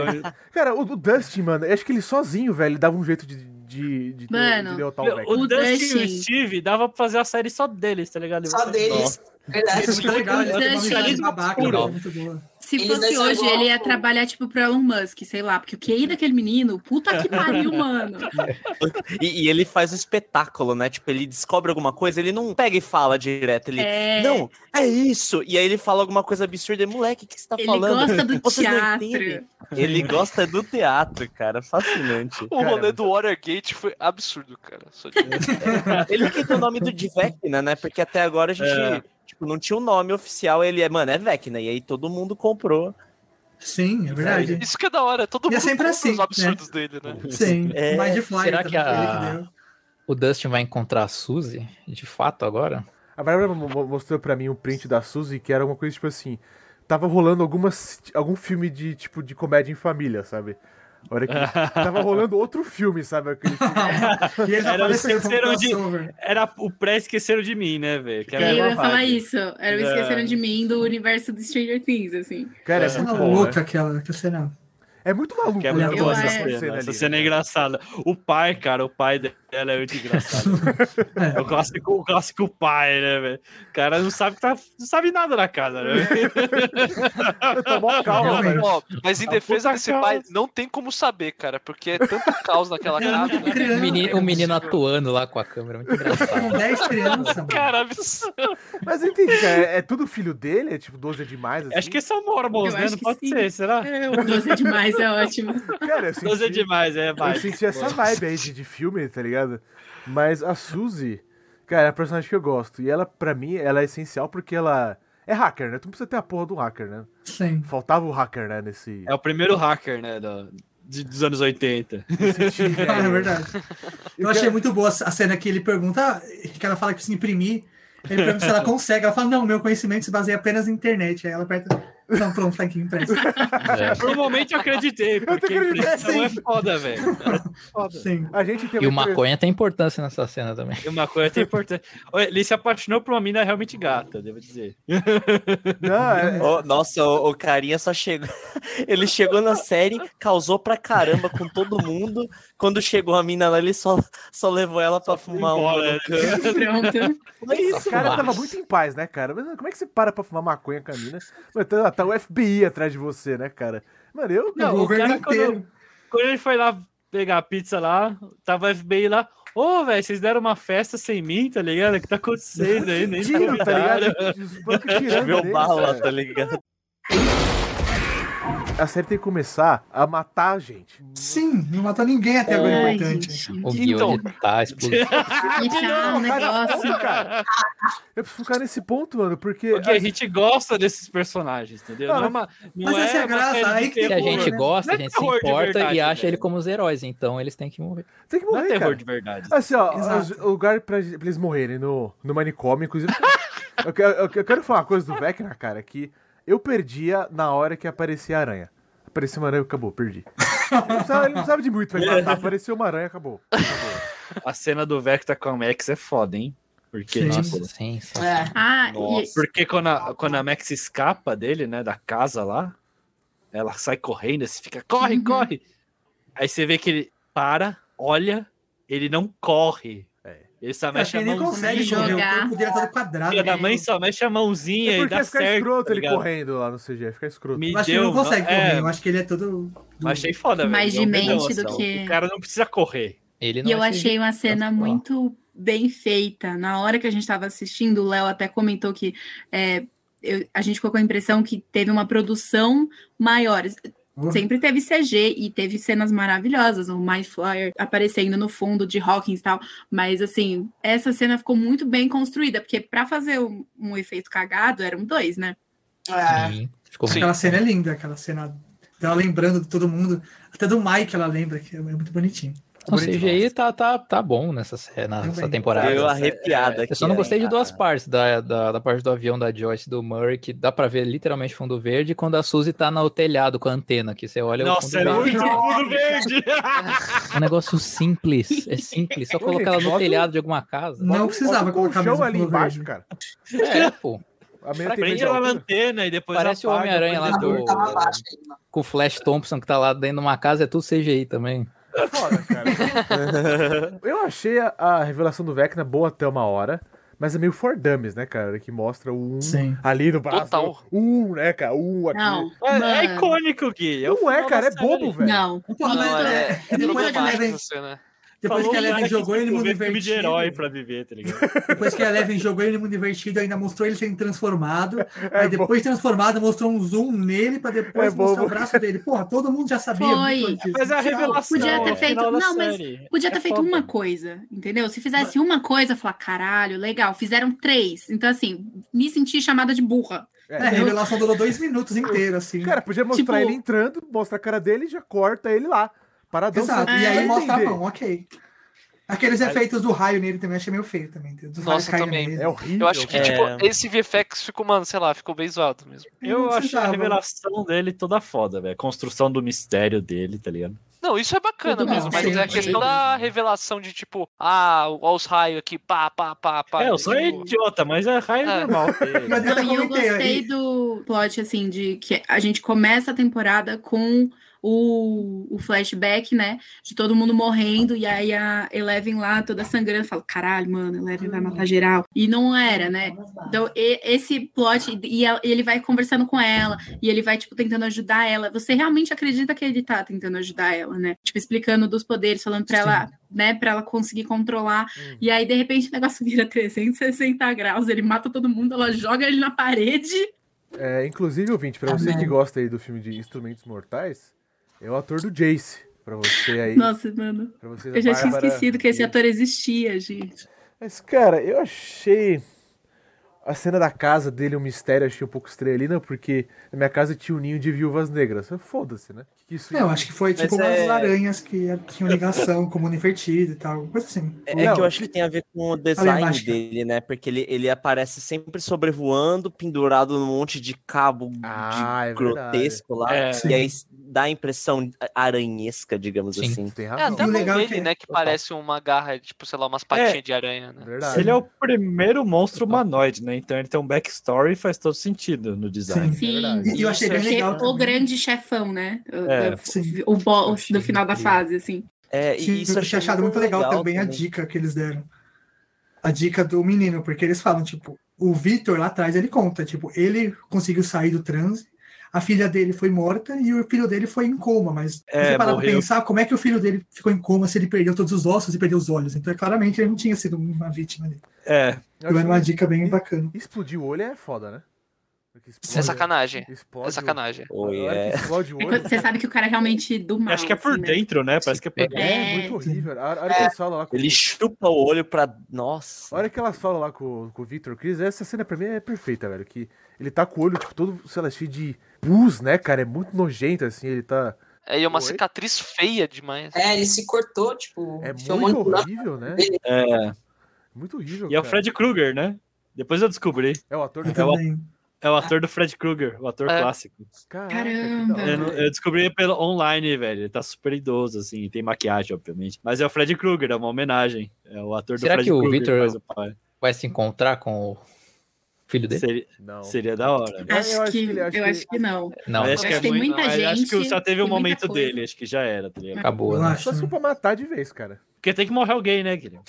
Speaker 1: Cara, o, o Dustin, mano, eu acho que ele sozinho, velho, ele dava um jeito de, de, de, ter- um
Speaker 9: Mano,
Speaker 1: de derrotar o
Speaker 3: o,
Speaker 1: Vecna.
Speaker 9: O
Speaker 3: Dustin e o
Speaker 9: Dustin.
Speaker 3: Steve dava pra fazer a série só deles, tá ligado?
Speaker 6: Só deles. Verdade.
Speaker 1: tá
Speaker 8: Isso é legal,
Speaker 1: né?
Speaker 8: ele tem uma
Speaker 9: Dustin.
Speaker 8: amizade babaca,
Speaker 3: Legal.
Speaker 8: né, muito boa.
Speaker 9: Se
Speaker 6: Eles
Speaker 9: fosse
Speaker 6: deixam
Speaker 9: hoje,
Speaker 6: igual
Speaker 9: ele ia
Speaker 6: o-
Speaker 9: trabalhar, tipo, pro Elon Musk, sei lá, porque o QI daquele menino, puta que pariu, mano.
Speaker 4: E, e ele faz um espetáculo, né? Tipo, ele descobre alguma coisa, ele não pega e fala direto. Ele,
Speaker 9: É.
Speaker 4: não, é isso. E aí ele fala alguma coisa absurda. E, moleque, o que você tá
Speaker 9: Ele
Speaker 4: falando?
Speaker 9: gosta do
Speaker 4: (laughs) Vocês não
Speaker 9: teatro.
Speaker 4: entendem. Ele gosta do teatro, cara. Fascinante.
Speaker 2: O rolê
Speaker 1: Cara,
Speaker 2: do Watergate foi absurdo, cara. Só de...
Speaker 8: É.
Speaker 4: Ele que tem o nome do de Vecna, né? Porque até agora a gente
Speaker 3: É.
Speaker 4: tipo, não tinha um nome oficial. Ele é, mano, é Vecna. E aí todo mundo comprou.
Speaker 8: Sim, é verdade.
Speaker 2: Isso que é da hora. Todo
Speaker 8: E é
Speaker 2: mundo
Speaker 8: sempre
Speaker 2: compra
Speaker 8: assim,
Speaker 2: os absurdos dele, né?
Speaker 8: Sim.
Speaker 4: É,
Speaker 8: Mas de Fly, tá
Speaker 7: será que a-
Speaker 8: ele que deu.
Speaker 7: O Dustin vai encontrar a Suzy, de fato, agora?
Speaker 1: A Bárbara mo- mo- mostrou pra mim um print da Suzy que era alguma coisa tipo assim. Tava rolando algumas, algum filme de tipo de comédia em família, sabe? A hora que
Speaker 3: (laughs)
Speaker 1: tava rolando outro filme, sabe? Aquele filme-
Speaker 9: (laughs)
Speaker 8: E eles
Speaker 3: Era o
Speaker 8: apareceram como
Speaker 3: terceiro de-
Speaker 8: crossover.
Speaker 3: Era o pré esqueceram de mim, né, velho? Que era
Speaker 9: eu
Speaker 3: uma
Speaker 9: ia falar
Speaker 3: vibe.
Speaker 9: isso. Era o
Speaker 3: É.
Speaker 9: Esqueceram de Mim do universo do Stranger Things, assim.
Speaker 1: Cara, é,
Speaker 8: Que cena
Speaker 1: muito bom, né?
Speaker 8: louca aquela, que cena.
Speaker 1: É muito maluco.
Speaker 3: Que é
Speaker 1: né?
Speaker 3: muito
Speaker 9: Eu
Speaker 3: boa
Speaker 1: Tá
Speaker 3: essa
Speaker 9: acho-
Speaker 1: acontecendo
Speaker 3: cena. Essa
Speaker 1: ali,
Speaker 3: cena é
Speaker 1: né?
Speaker 3: engraçada. O pai, cara, o pai Ela é muito
Speaker 8: (laughs)
Speaker 3: engraçada. é o clássico, o clássico pai, né, velho? O cara não sabe que tá. Não sabe nada na casa, né?
Speaker 1: Tá
Speaker 8: (laughs)
Speaker 1: mó calma,
Speaker 8: Realmente.
Speaker 1: velho.
Speaker 2: Ó, mas em
Speaker 3: A
Speaker 2: defesa
Speaker 3: puta
Speaker 2: desse
Speaker 3: causa.
Speaker 2: pai, não tem como saber, cara, porque é tanto caos naquela
Speaker 8: É
Speaker 2: casa. né?
Speaker 8: muito
Speaker 7: O
Speaker 8: criança.
Speaker 7: menino, o um
Speaker 3: um
Speaker 7: menino atuando lá com a câmera,
Speaker 8: (laughs)
Speaker 7: muito
Speaker 8: Com
Speaker 7: engraçado.
Speaker 8: 10 crianças, mano.
Speaker 2: Cara, absurdo.
Speaker 1: Mas eu entendi, cara. É, é tudo filho dele? É tipo 12 é demais? Assim?
Speaker 3: Acho que são mormons,
Speaker 9: Eu
Speaker 3: né?
Speaker 9: acho
Speaker 3: Não
Speaker 9: que
Speaker 3: pode
Speaker 9: sim.
Speaker 3: ser, será?
Speaker 7: É,
Speaker 9: O Doce é demais, é ótimo.
Speaker 1: Cara, eu senti,
Speaker 3: Doze é demais, é, vai.
Speaker 1: eu senti essa vibe aí de, de filme, tá ligado? Mas a Suzy, cara, é a personagem que eu gosto. E ela, pra mim, ela é essencial porque ela é hacker, né? Tu não precisa ter a porra do hacker, né?
Speaker 8: Sim.
Speaker 1: Faltava o hacker, né? Nesse.
Speaker 3: É o primeiro hacker, né? do- de- dos anos 80.
Speaker 1: nesse time,
Speaker 3: (laughs)
Speaker 1: né?
Speaker 8: Ah, é verdade. Eu achei muito boa a cena que ele pergunta, que ela fala que precisa imprimir. Ele pergunta se ela consegue. Ela fala, não, meu conhecimento se baseia apenas na internet. Aí ela aperta. Não, pronto, tá
Speaker 1: (laughs)
Speaker 8: aqui impresso.
Speaker 3: Por um momento eu acreditei, porque a
Speaker 1: acreditando,
Speaker 3: impressão é
Speaker 8: sim.
Speaker 3: foda, velho.
Speaker 8: Sim.
Speaker 1: A gente tem
Speaker 7: E o
Speaker 1: muita-
Speaker 7: maconha tem importância nessa cena também.
Speaker 3: E Uma coisa até importante. Olha, Ele se apaixonou por uma mina realmente gata, devo dizer.
Speaker 1: Não, é-
Speaker 4: Ô, nossa, o, o carinha só chegou. (laughs) Ele chegou na série, causou pra caramba com todo mundo. Quando chegou a mina lá, ele só, só levou ela pra fumar um
Speaker 3: embora,
Speaker 4: uma.
Speaker 3: né?
Speaker 4: no canto.
Speaker 3: (laughs)
Speaker 4: (laughs)
Speaker 9: Pronto.
Speaker 1: Mas isso,
Speaker 7: Nossa,
Speaker 1: cara
Speaker 7: fumaça.
Speaker 1: tava muito em paz, né, cara? Mas como é que você para pra fumar maconha com a mina? Mas tá, tá o FBI atrás de você, né, cara? Mano, eu.
Speaker 3: Não,
Speaker 8: o
Speaker 3: o
Speaker 8: governo
Speaker 3: cara quando-
Speaker 8: inteiro.
Speaker 3: Quando ele foi lá pegar a pizza lá, tava o FBI lá. Ô, velho, vocês deram uma festa sem mim, tá ligado? O que tá acontecendo aí? Nem
Speaker 1: Tiro, tá
Speaker 3: convidaram."
Speaker 1: ligado? Os
Speaker 3: (laughs)
Speaker 1: bancos tirando
Speaker 4: Meu
Speaker 1: nele,
Speaker 4: bala,
Speaker 1: cara.
Speaker 4: tá ligado?
Speaker 1: A série tem que começar a matar a gente.
Speaker 8: Sim, não matou ninguém até agora, é
Speaker 9: Ai,
Speaker 8: importante.
Speaker 9: gente.
Speaker 7: O Gui
Speaker 2: Então-
Speaker 7: hoje tá
Speaker 3: (laughs)
Speaker 7: explodindo.
Speaker 9: Achar um
Speaker 1: cara,
Speaker 9: negócio.
Speaker 1: foda, cara. Eu preciso focar nesse ponto, mano, porque.
Speaker 3: Porque a gente gosta desses personagens, entendeu?
Speaker 1: Não,
Speaker 3: Não é uma, não
Speaker 8: mas essa é a
Speaker 3: uma
Speaker 8: graça,
Speaker 3: série de
Speaker 8: aí que
Speaker 7: Se a
Speaker 3: terror,
Speaker 7: gente
Speaker 3: né?
Speaker 7: gosta, a
Speaker 3: Não é
Speaker 7: gente se
Speaker 3: terror de
Speaker 7: importa
Speaker 3: verdade,
Speaker 7: e acha
Speaker 3: velho.
Speaker 7: ele como os heróis, então eles têm que morrer.
Speaker 1: Tem que
Speaker 3: Não é
Speaker 1: morrer,
Speaker 3: terror
Speaker 1: cara.
Speaker 3: de verdade.
Speaker 1: Assim, ó,
Speaker 8: Exato.
Speaker 1: os- o lugar pra, pra eles morrerem no, no manicômio, inclusive. eu, que- eu que- eu quero falar uma coisa do Vecna, cara, que eu perdia na hora que aparecia a aranha. Apareceu uma aranha, acabou, perdi. Ele não precisava, ele não precisava de muito pra ele matar.
Speaker 3: (laughs)
Speaker 1: Apareceu uma aranha, acabou. Acabou.
Speaker 3: A cena do Vecta com a Max é foda, hein? Porque,
Speaker 8: Sim.
Speaker 3: tipo,
Speaker 7: Nossa, sim, sim.
Speaker 6: É.
Speaker 9: Ah,
Speaker 3: Nossa. Porque quando a, quando a Max escapa dele, né, da casa lá, ela sai correndo, você fica, corre,
Speaker 9: Uhum.
Speaker 3: corre. Aí você vê que ele para, olha, ele não corre.
Speaker 1: É.
Speaker 3: Ele só
Speaker 8: Acho
Speaker 3: mexe
Speaker 8: que
Speaker 3: a
Speaker 8: ele nem
Speaker 3: mãozinha.
Speaker 8: consegue correr. O
Speaker 9: Jogar.
Speaker 8: corpo dele é todo quadrado.
Speaker 3: Filha da
Speaker 9: né?
Speaker 3: mãe só mexe a mãozinha
Speaker 1: É
Speaker 3: e
Speaker 1: porque
Speaker 3: dá
Speaker 1: fica
Speaker 3: certo.
Speaker 1: escroto
Speaker 3: tá
Speaker 1: ele
Speaker 3: ligado?
Speaker 1: correndo lá no CG, fica escroto.
Speaker 3: Me
Speaker 8: Eu acho que ele não
Speaker 3: deu-
Speaker 8: consegue
Speaker 3: é,
Speaker 8: correr. Eu acho que ele é todo.
Speaker 3: eu achei foda, velho.
Speaker 9: Mais
Speaker 3: É um
Speaker 9: demente
Speaker 3: negócio,
Speaker 9: do
Speaker 3: ó.
Speaker 9: que-
Speaker 3: O cara não precisa correr.
Speaker 7: Ele não
Speaker 9: E eu
Speaker 7: vai ser
Speaker 9: achei uma cena
Speaker 7: falar.
Speaker 9: muito bem feita. Na hora que a gente estava assistindo, o Léo até comentou que é, eu- a gente ficou com a impressão que teve uma produção maior.
Speaker 3: Uhum.
Speaker 9: Sempre teve CG e teve cenas maravilhosas, o My Flyer aparecendo no fundo de Hawkins e tal. Mas assim, essa cena ficou muito bem construída, porque para fazer um, um efeito cagado eram dois, né?
Speaker 6: É.
Speaker 7: Sim, ficou
Speaker 2: Sim.
Speaker 7: muito
Speaker 8: Aquela cena é linda, aquela cena dela lembrando de todo mundo. Até do Mike ela lembra, que é muito bonitinho.
Speaker 7: O
Speaker 1: Bonito
Speaker 7: CGI tá, tá, tá bom nessa, ce- na-
Speaker 8: Também.
Speaker 7: nessa temporada. É,
Speaker 4: Eu
Speaker 7: Eu,
Speaker 4: arrepiada aqui.
Speaker 7: só não
Speaker 4: né,
Speaker 7: gostei de
Speaker 4: cara?
Speaker 7: duas partes, da, da, da parte do avião da Joyce e do Murray, que dá pra ver literalmente fundo verde, e quando a Suzy tá no telhado com a antena, que você olha o
Speaker 1: tá
Speaker 3: Nossa,
Speaker 7: fundo
Speaker 3: é
Speaker 7: verde.
Speaker 3: muito fundo verde.
Speaker 7: É um negócio simples,
Speaker 1: (laughs)
Speaker 7: é simples, só colocar ela no
Speaker 1: Bota- um
Speaker 7: telhado de alguma casa.
Speaker 8: Não
Speaker 1: Bota-
Speaker 8: precisava
Speaker 1: bota um
Speaker 8: colocar
Speaker 1: colchão
Speaker 8: mesmo
Speaker 1: ali
Speaker 8: fundo
Speaker 1: embaixo,
Speaker 8: verde.
Speaker 1: cara.
Speaker 7: É, pô,
Speaker 1: A minha é TV
Speaker 3: Prende
Speaker 1: de
Speaker 3: ela na
Speaker 1: altura.
Speaker 3: antena né, e depois
Speaker 7: Parece o
Speaker 3: apaga, né?
Speaker 7: Homem-Aranha
Speaker 3: depois
Speaker 7: lá
Speaker 3: apaga.
Speaker 7: do-
Speaker 8: tá
Speaker 6: Tava abaixo aí, mano.
Speaker 7: com o Flash Thompson que tá lá dentro de uma casa, é tudo CGI também.
Speaker 1: É foda, cara. Eu achei a, a revelação do Vecna boa até uma hora, mas é meio for dummies, né, cara? Que mostra o 1
Speaker 8: Sim.
Speaker 1: ali no braço.
Speaker 2: Total.
Speaker 1: O 1, né, cara? O 1 aqui.
Speaker 9: Não.
Speaker 3: É, é
Speaker 9: mano,
Speaker 3: icônico, Gui. o
Speaker 1: Não é,
Speaker 3: final
Speaker 1: cara, é
Speaker 3: da série.
Speaker 1: bobo, velho.
Speaker 9: Não.
Speaker 8: Porra, mas
Speaker 2: Não,
Speaker 8: é-
Speaker 2: é, é
Speaker 8: depois que a
Speaker 2: problemático
Speaker 8: Eleven,
Speaker 2: essa cena.
Speaker 8: depois
Speaker 3: Falou
Speaker 8: que a
Speaker 3: um cara
Speaker 8: Eleven jogou ele no
Speaker 3: ficou
Speaker 8: mundo
Speaker 3: vendo filme de herói
Speaker 8: invertido.
Speaker 3: pra viver, tá ligado?
Speaker 8: Depois que a Eleven jogou ele no mundo invertido, ainda mostrou ele
Speaker 3: (laughs)
Speaker 8: sendo transformado.
Speaker 1: É
Speaker 8: aí depois de transformado, mostrou um zoom nele pra depois
Speaker 1: É
Speaker 8: mostrar
Speaker 1: bobo.
Speaker 8: o braço dele. Porra, todo mundo já sabia.
Speaker 9: Foi.
Speaker 8: muito antes.
Speaker 3: Mas é a
Speaker 8: Tchau.
Speaker 3: revelação.
Speaker 9: Podia ter
Speaker 3: é o
Speaker 9: feito-
Speaker 3: final da
Speaker 9: não, mas
Speaker 3: série.
Speaker 9: Podia ter
Speaker 3: É
Speaker 9: feito
Speaker 3: foda.
Speaker 9: uma coisa, entendeu? Se fizesse uma coisa, eu falar, caralho, legal. Fizeram três. Então, assim, me senti chamada de burra.
Speaker 8: É, a revelação durou dois minutos inteiro, assim.
Speaker 1: Cara, podia mostrar
Speaker 9: Tipo-
Speaker 1: ele entrando, mostra a cara dele e já corta ele lá. Paradão. você
Speaker 8: Exato. E
Speaker 1: não
Speaker 8: aí
Speaker 1: vai
Speaker 8: mostra a
Speaker 1: entender.
Speaker 8: mão, ok. Aqueles efeitos do raio nele também achei meio feio também. Dos raios
Speaker 2: Nossa,
Speaker 8: caindo
Speaker 2: também.
Speaker 8: nele.
Speaker 1: É horrível.
Speaker 2: Eu acho que,
Speaker 4: É.
Speaker 2: tipo, esse VFX ficou, mano, sei lá, ficou bem zoado mesmo.
Speaker 3: É, Eu
Speaker 8: Não
Speaker 3: achei a
Speaker 8: precisava.
Speaker 3: revelação dele toda foda, velho. A construção do mistério dele, tá ligado?
Speaker 2: Não, isso é bacana
Speaker 9: Tudo
Speaker 2: mesmo,
Speaker 9: bem,
Speaker 2: mas é a
Speaker 9: sim,
Speaker 2: questão
Speaker 9: sim.
Speaker 2: da revelação de, tipo, ah, olha os raios aqui, pá, pá, pá, pá.
Speaker 3: é, eu sou
Speaker 2: tipo,
Speaker 3: idiota, mas é raio
Speaker 2: É.
Speaker 3: normal.
Speaker 2: (laughs)
Speaker 8: Mas eu
Speaker 9: Não, e
Speaker 8: até
Speaker 9: eu
Speaker 8: comentei
Speaker 9: gostei
Speaker 8: aí.
Speaker 9: do plot, assim, de que a gente começa a temporada com o, o flashback, né? De todo mundo morrendo, e aí a Eleven lá toda sangrando, fala: caralho, mano, Eleven vai
Speaker 8: Uhum.
Speaker 9: matar geral. E não era, né? Então, e- esse plot, e ela- e ele vai conversando com ela, e ele vai, tipo, tentando ajudar ela. Você realmente acredita que ele tá tentando ajudar ela, né? Tipo, explicando dos poderes, falando pra ela, né, pra ela conseguir controlar.
Speaker 1: Hum.
Speaker 9: E aí, de repente, o negócio vira 360 graus, ele mata todo mundo, ela joga ele na parede.
Speaker 1: É, inclusive, ouvinte,
Speaker 8: Ah,
Speaker 1: pra você que gosta aí do filme de Instrumentos Mortais, é o ator do Jace. Pra você aí.
Speaker 9: Nossa, mano.
Speaker 1: pra vocês, a
Speaker 9: Eu já tinha
Speaker 1: Bárbara
Speaker 9: esquecido que esse
Speaker 1: Jace.
Speaker 9: ator existia, gente.
Speaker 1: Mas, cara, eu achei a cena da casa dele um mistério, achei um pouco estrelina, porque na minha casa tinha um ninho de viúvas negras. Foda-se, né? Que que isso
Speaker 8: É, eu acho que foi
Speaker 4: Mas
Speaker 8: tipo
Speaker 4: é-
Speaker 8: umas aranhas que tinham ligação, como invertido e tal, coisa assim.
Speaker 4: É,
Speaker 1: Não.
Speaker 4: que eu acho que tem a ver com o design
Speaker 8: embaixo.
Speaker 4: dele, né? Porque ele, ele aparece sempre sobrevoando, pendurado num monte de cabo de
Speaker 1: Ah, é verdade.
Speaker 4: grotesco lá.
Speaker 2: É.
Speaker 4: E aí dá a impressão aranhesca, digamos
Speaker 7: Sim.
Speaker 4: assim.
Speaker 1: Tem
Speaker 2: É,
Speaker 1: razão.
Speaker 2: até
Speaker 8: E
Speaker 2: a
Speaker 8: o
Speaker 2: mão
Speaker 8: legal é
Speaker 2: dele,
Speaker 8: que-
Speaker 2: né? Que
Speaker 7: Total.
Speaker 2: parece uma garra, tipo, sei lá, umas patinhas de aranha, né?
Speaker 1: Verdade.
Speaker 3: Ele é o primeiro monstro humanoide, né? Então ele tem um backstory e faz todo sentido no design.
Speaker 8: Sim.
Speaker 9: Sim.
Speaker 1: É verdade.
Speaker 8: E eu achei bem
Speaker 9: Porque é
Speaker 8: legal.
Speaker 9: o
Speaker 8: também.
Speaker 9: grande chefão, né? O-
Speaker 3: É.
Speaker 9: da-
Speaker 8: Sim.
Speaker 9: O boss
Speaker 7: Achei
Speaker 9: do final da
Speaker 7: incrível.
Speaker 9: fase, assim.
Speaker 4: É,
Speaker 8: Sim,
Speaker 4: e isso
Speaker 8: eu
Speaker 4: eu achei
Speaker 8: tinha achado muito legal, também, a
Speaker 4: dica.
Speaker 8: dica que eles deram. A dica do menino, porque eles falam, tipo, o Vitor lá atrás ele conta, tipo, ele conseguiu sair do transe, a filha dele foi morta e o filho dele foi em coma, mas
Speaker 3: É,
Speaker 8: se você parar pra
Speaker 3: morreu.
Speaker 8: pensar, como é que o filho dele ficou em coma se ele perdeu todos os ossos e perdeu os olhos? Então, é claramente, ele não tinha sido uma vítima ali.
Speaker 3: É,
Speaker 1: Eu
Speaker 8: Então,
Speaker 1: acho
Speaker 8: era uma
Speaker 1: que
Speaker 8: dica bem bacana.
Speaker 1: Explodir o olho é foda, né? Porque
Speaker 2: É sacanagem.
Speaker 1: Explode
Speaker 2: É sacanagem.
Speaker 1: O... Na hora que explode o
Speaker 9: É
Speaker 1: olho.
Speaker 9: quando você sabe que o cara é realmente do mal. É.
Speaker 3: acho que é por
Speaker 9: assim, né?
Speaker 3: dentro, né? Parece que é por dentro.
Speaker 1: É, muito horrível. A a hora que eles falam lá com
Speaker 4: Ele chupa o olho pra. Nossa.
Speaker 1: A hora que elas falam lá com, com o Victor Chris, essa cena pra mim é perfeita, velho. Que ele tá com o olho, tipo, todo, sei lá, cheio de pus, né, cara? É muito nojento, assim, ele tá.
Speaker 2: É, e é uma
Speaker 1: Oi?
Speaker 2: cicatriz feia demais.
Speaker 6: É, ele se cortou, tipo,
Speaker 1: É
Speaker 6: tinha um
Speaker 1: muito
Speaker 6: monte de-
Speaker 1: horrível, né?
Speaker 3: É.
Speaker 1: Muito horrível.
Speaker 3: E é o
Speaker 1: cara.
Speaker 3: Fred Krueger, né? Depois eu descobri.
Speaker 1: É o ator
Speaker 8: Eu
Speaker 1: do.
Speaker 8: também.
Speaker 3: É o ator do Fred Krueger, o ator
Speaker 2: É.
Speaker 3: clássico.
Speaker 1: Caraca,
Speaker 9: Caramba.
Speaker 1: que da
Speaker 3: Eu,
Speaker 1: hora.
Speaker 3: não- eu descobri pelo online, velho. Ele tá super idoso, assim. Tem maquiagem, obviamente. Mas é o Fred Krueger, é uma homenagem. É o ator do
Speaker 7: Será
Speaker 3: Fred
Speaker 7: que o
Speaker 3: Krueger
Speaker 7: Victor-
Speaker 3: faz o pai.
Speaker 7: Vai se encontrar com o filho dele?
Speaker 3: Seria,
Speaker 1: Não.
Speaker 3: seria da hora. né?
Speaker 1: Eu- eu
Speaker 9: Acho,
Speaker 1: acho
Speaker 9: que,
Speaker 1: que ele- acho
Speaker 9: eu
Speaker 1: que-
Speaker 9: acho que não.
Speaker 7: Não,
Speaker 3: Mas é
Speaker 9: acho que tem
Speaker 3: muito-
Speaker 9: muita
Speaker 3: mas Acho que
Speaker 9: gente,
Speaker 3: só teve o
Speaker 9: tem muita
Speaker 3: momento
Speaker 9: coisa.
Speaker 3: dele, acho que já era, tá ligado?
Speaker 7: acabou,
Speaker 8: Eu
Speaker 7: né?
Speaker 8: acho.
Speaker 1: Só se for
Speaker 8: né?
Speaker 1: pra matar de vez, cara.
Speaker 3: Porque tem que morrer alguém, né,
Speaker 4: (laughs)
Speaker 3: Guilherme?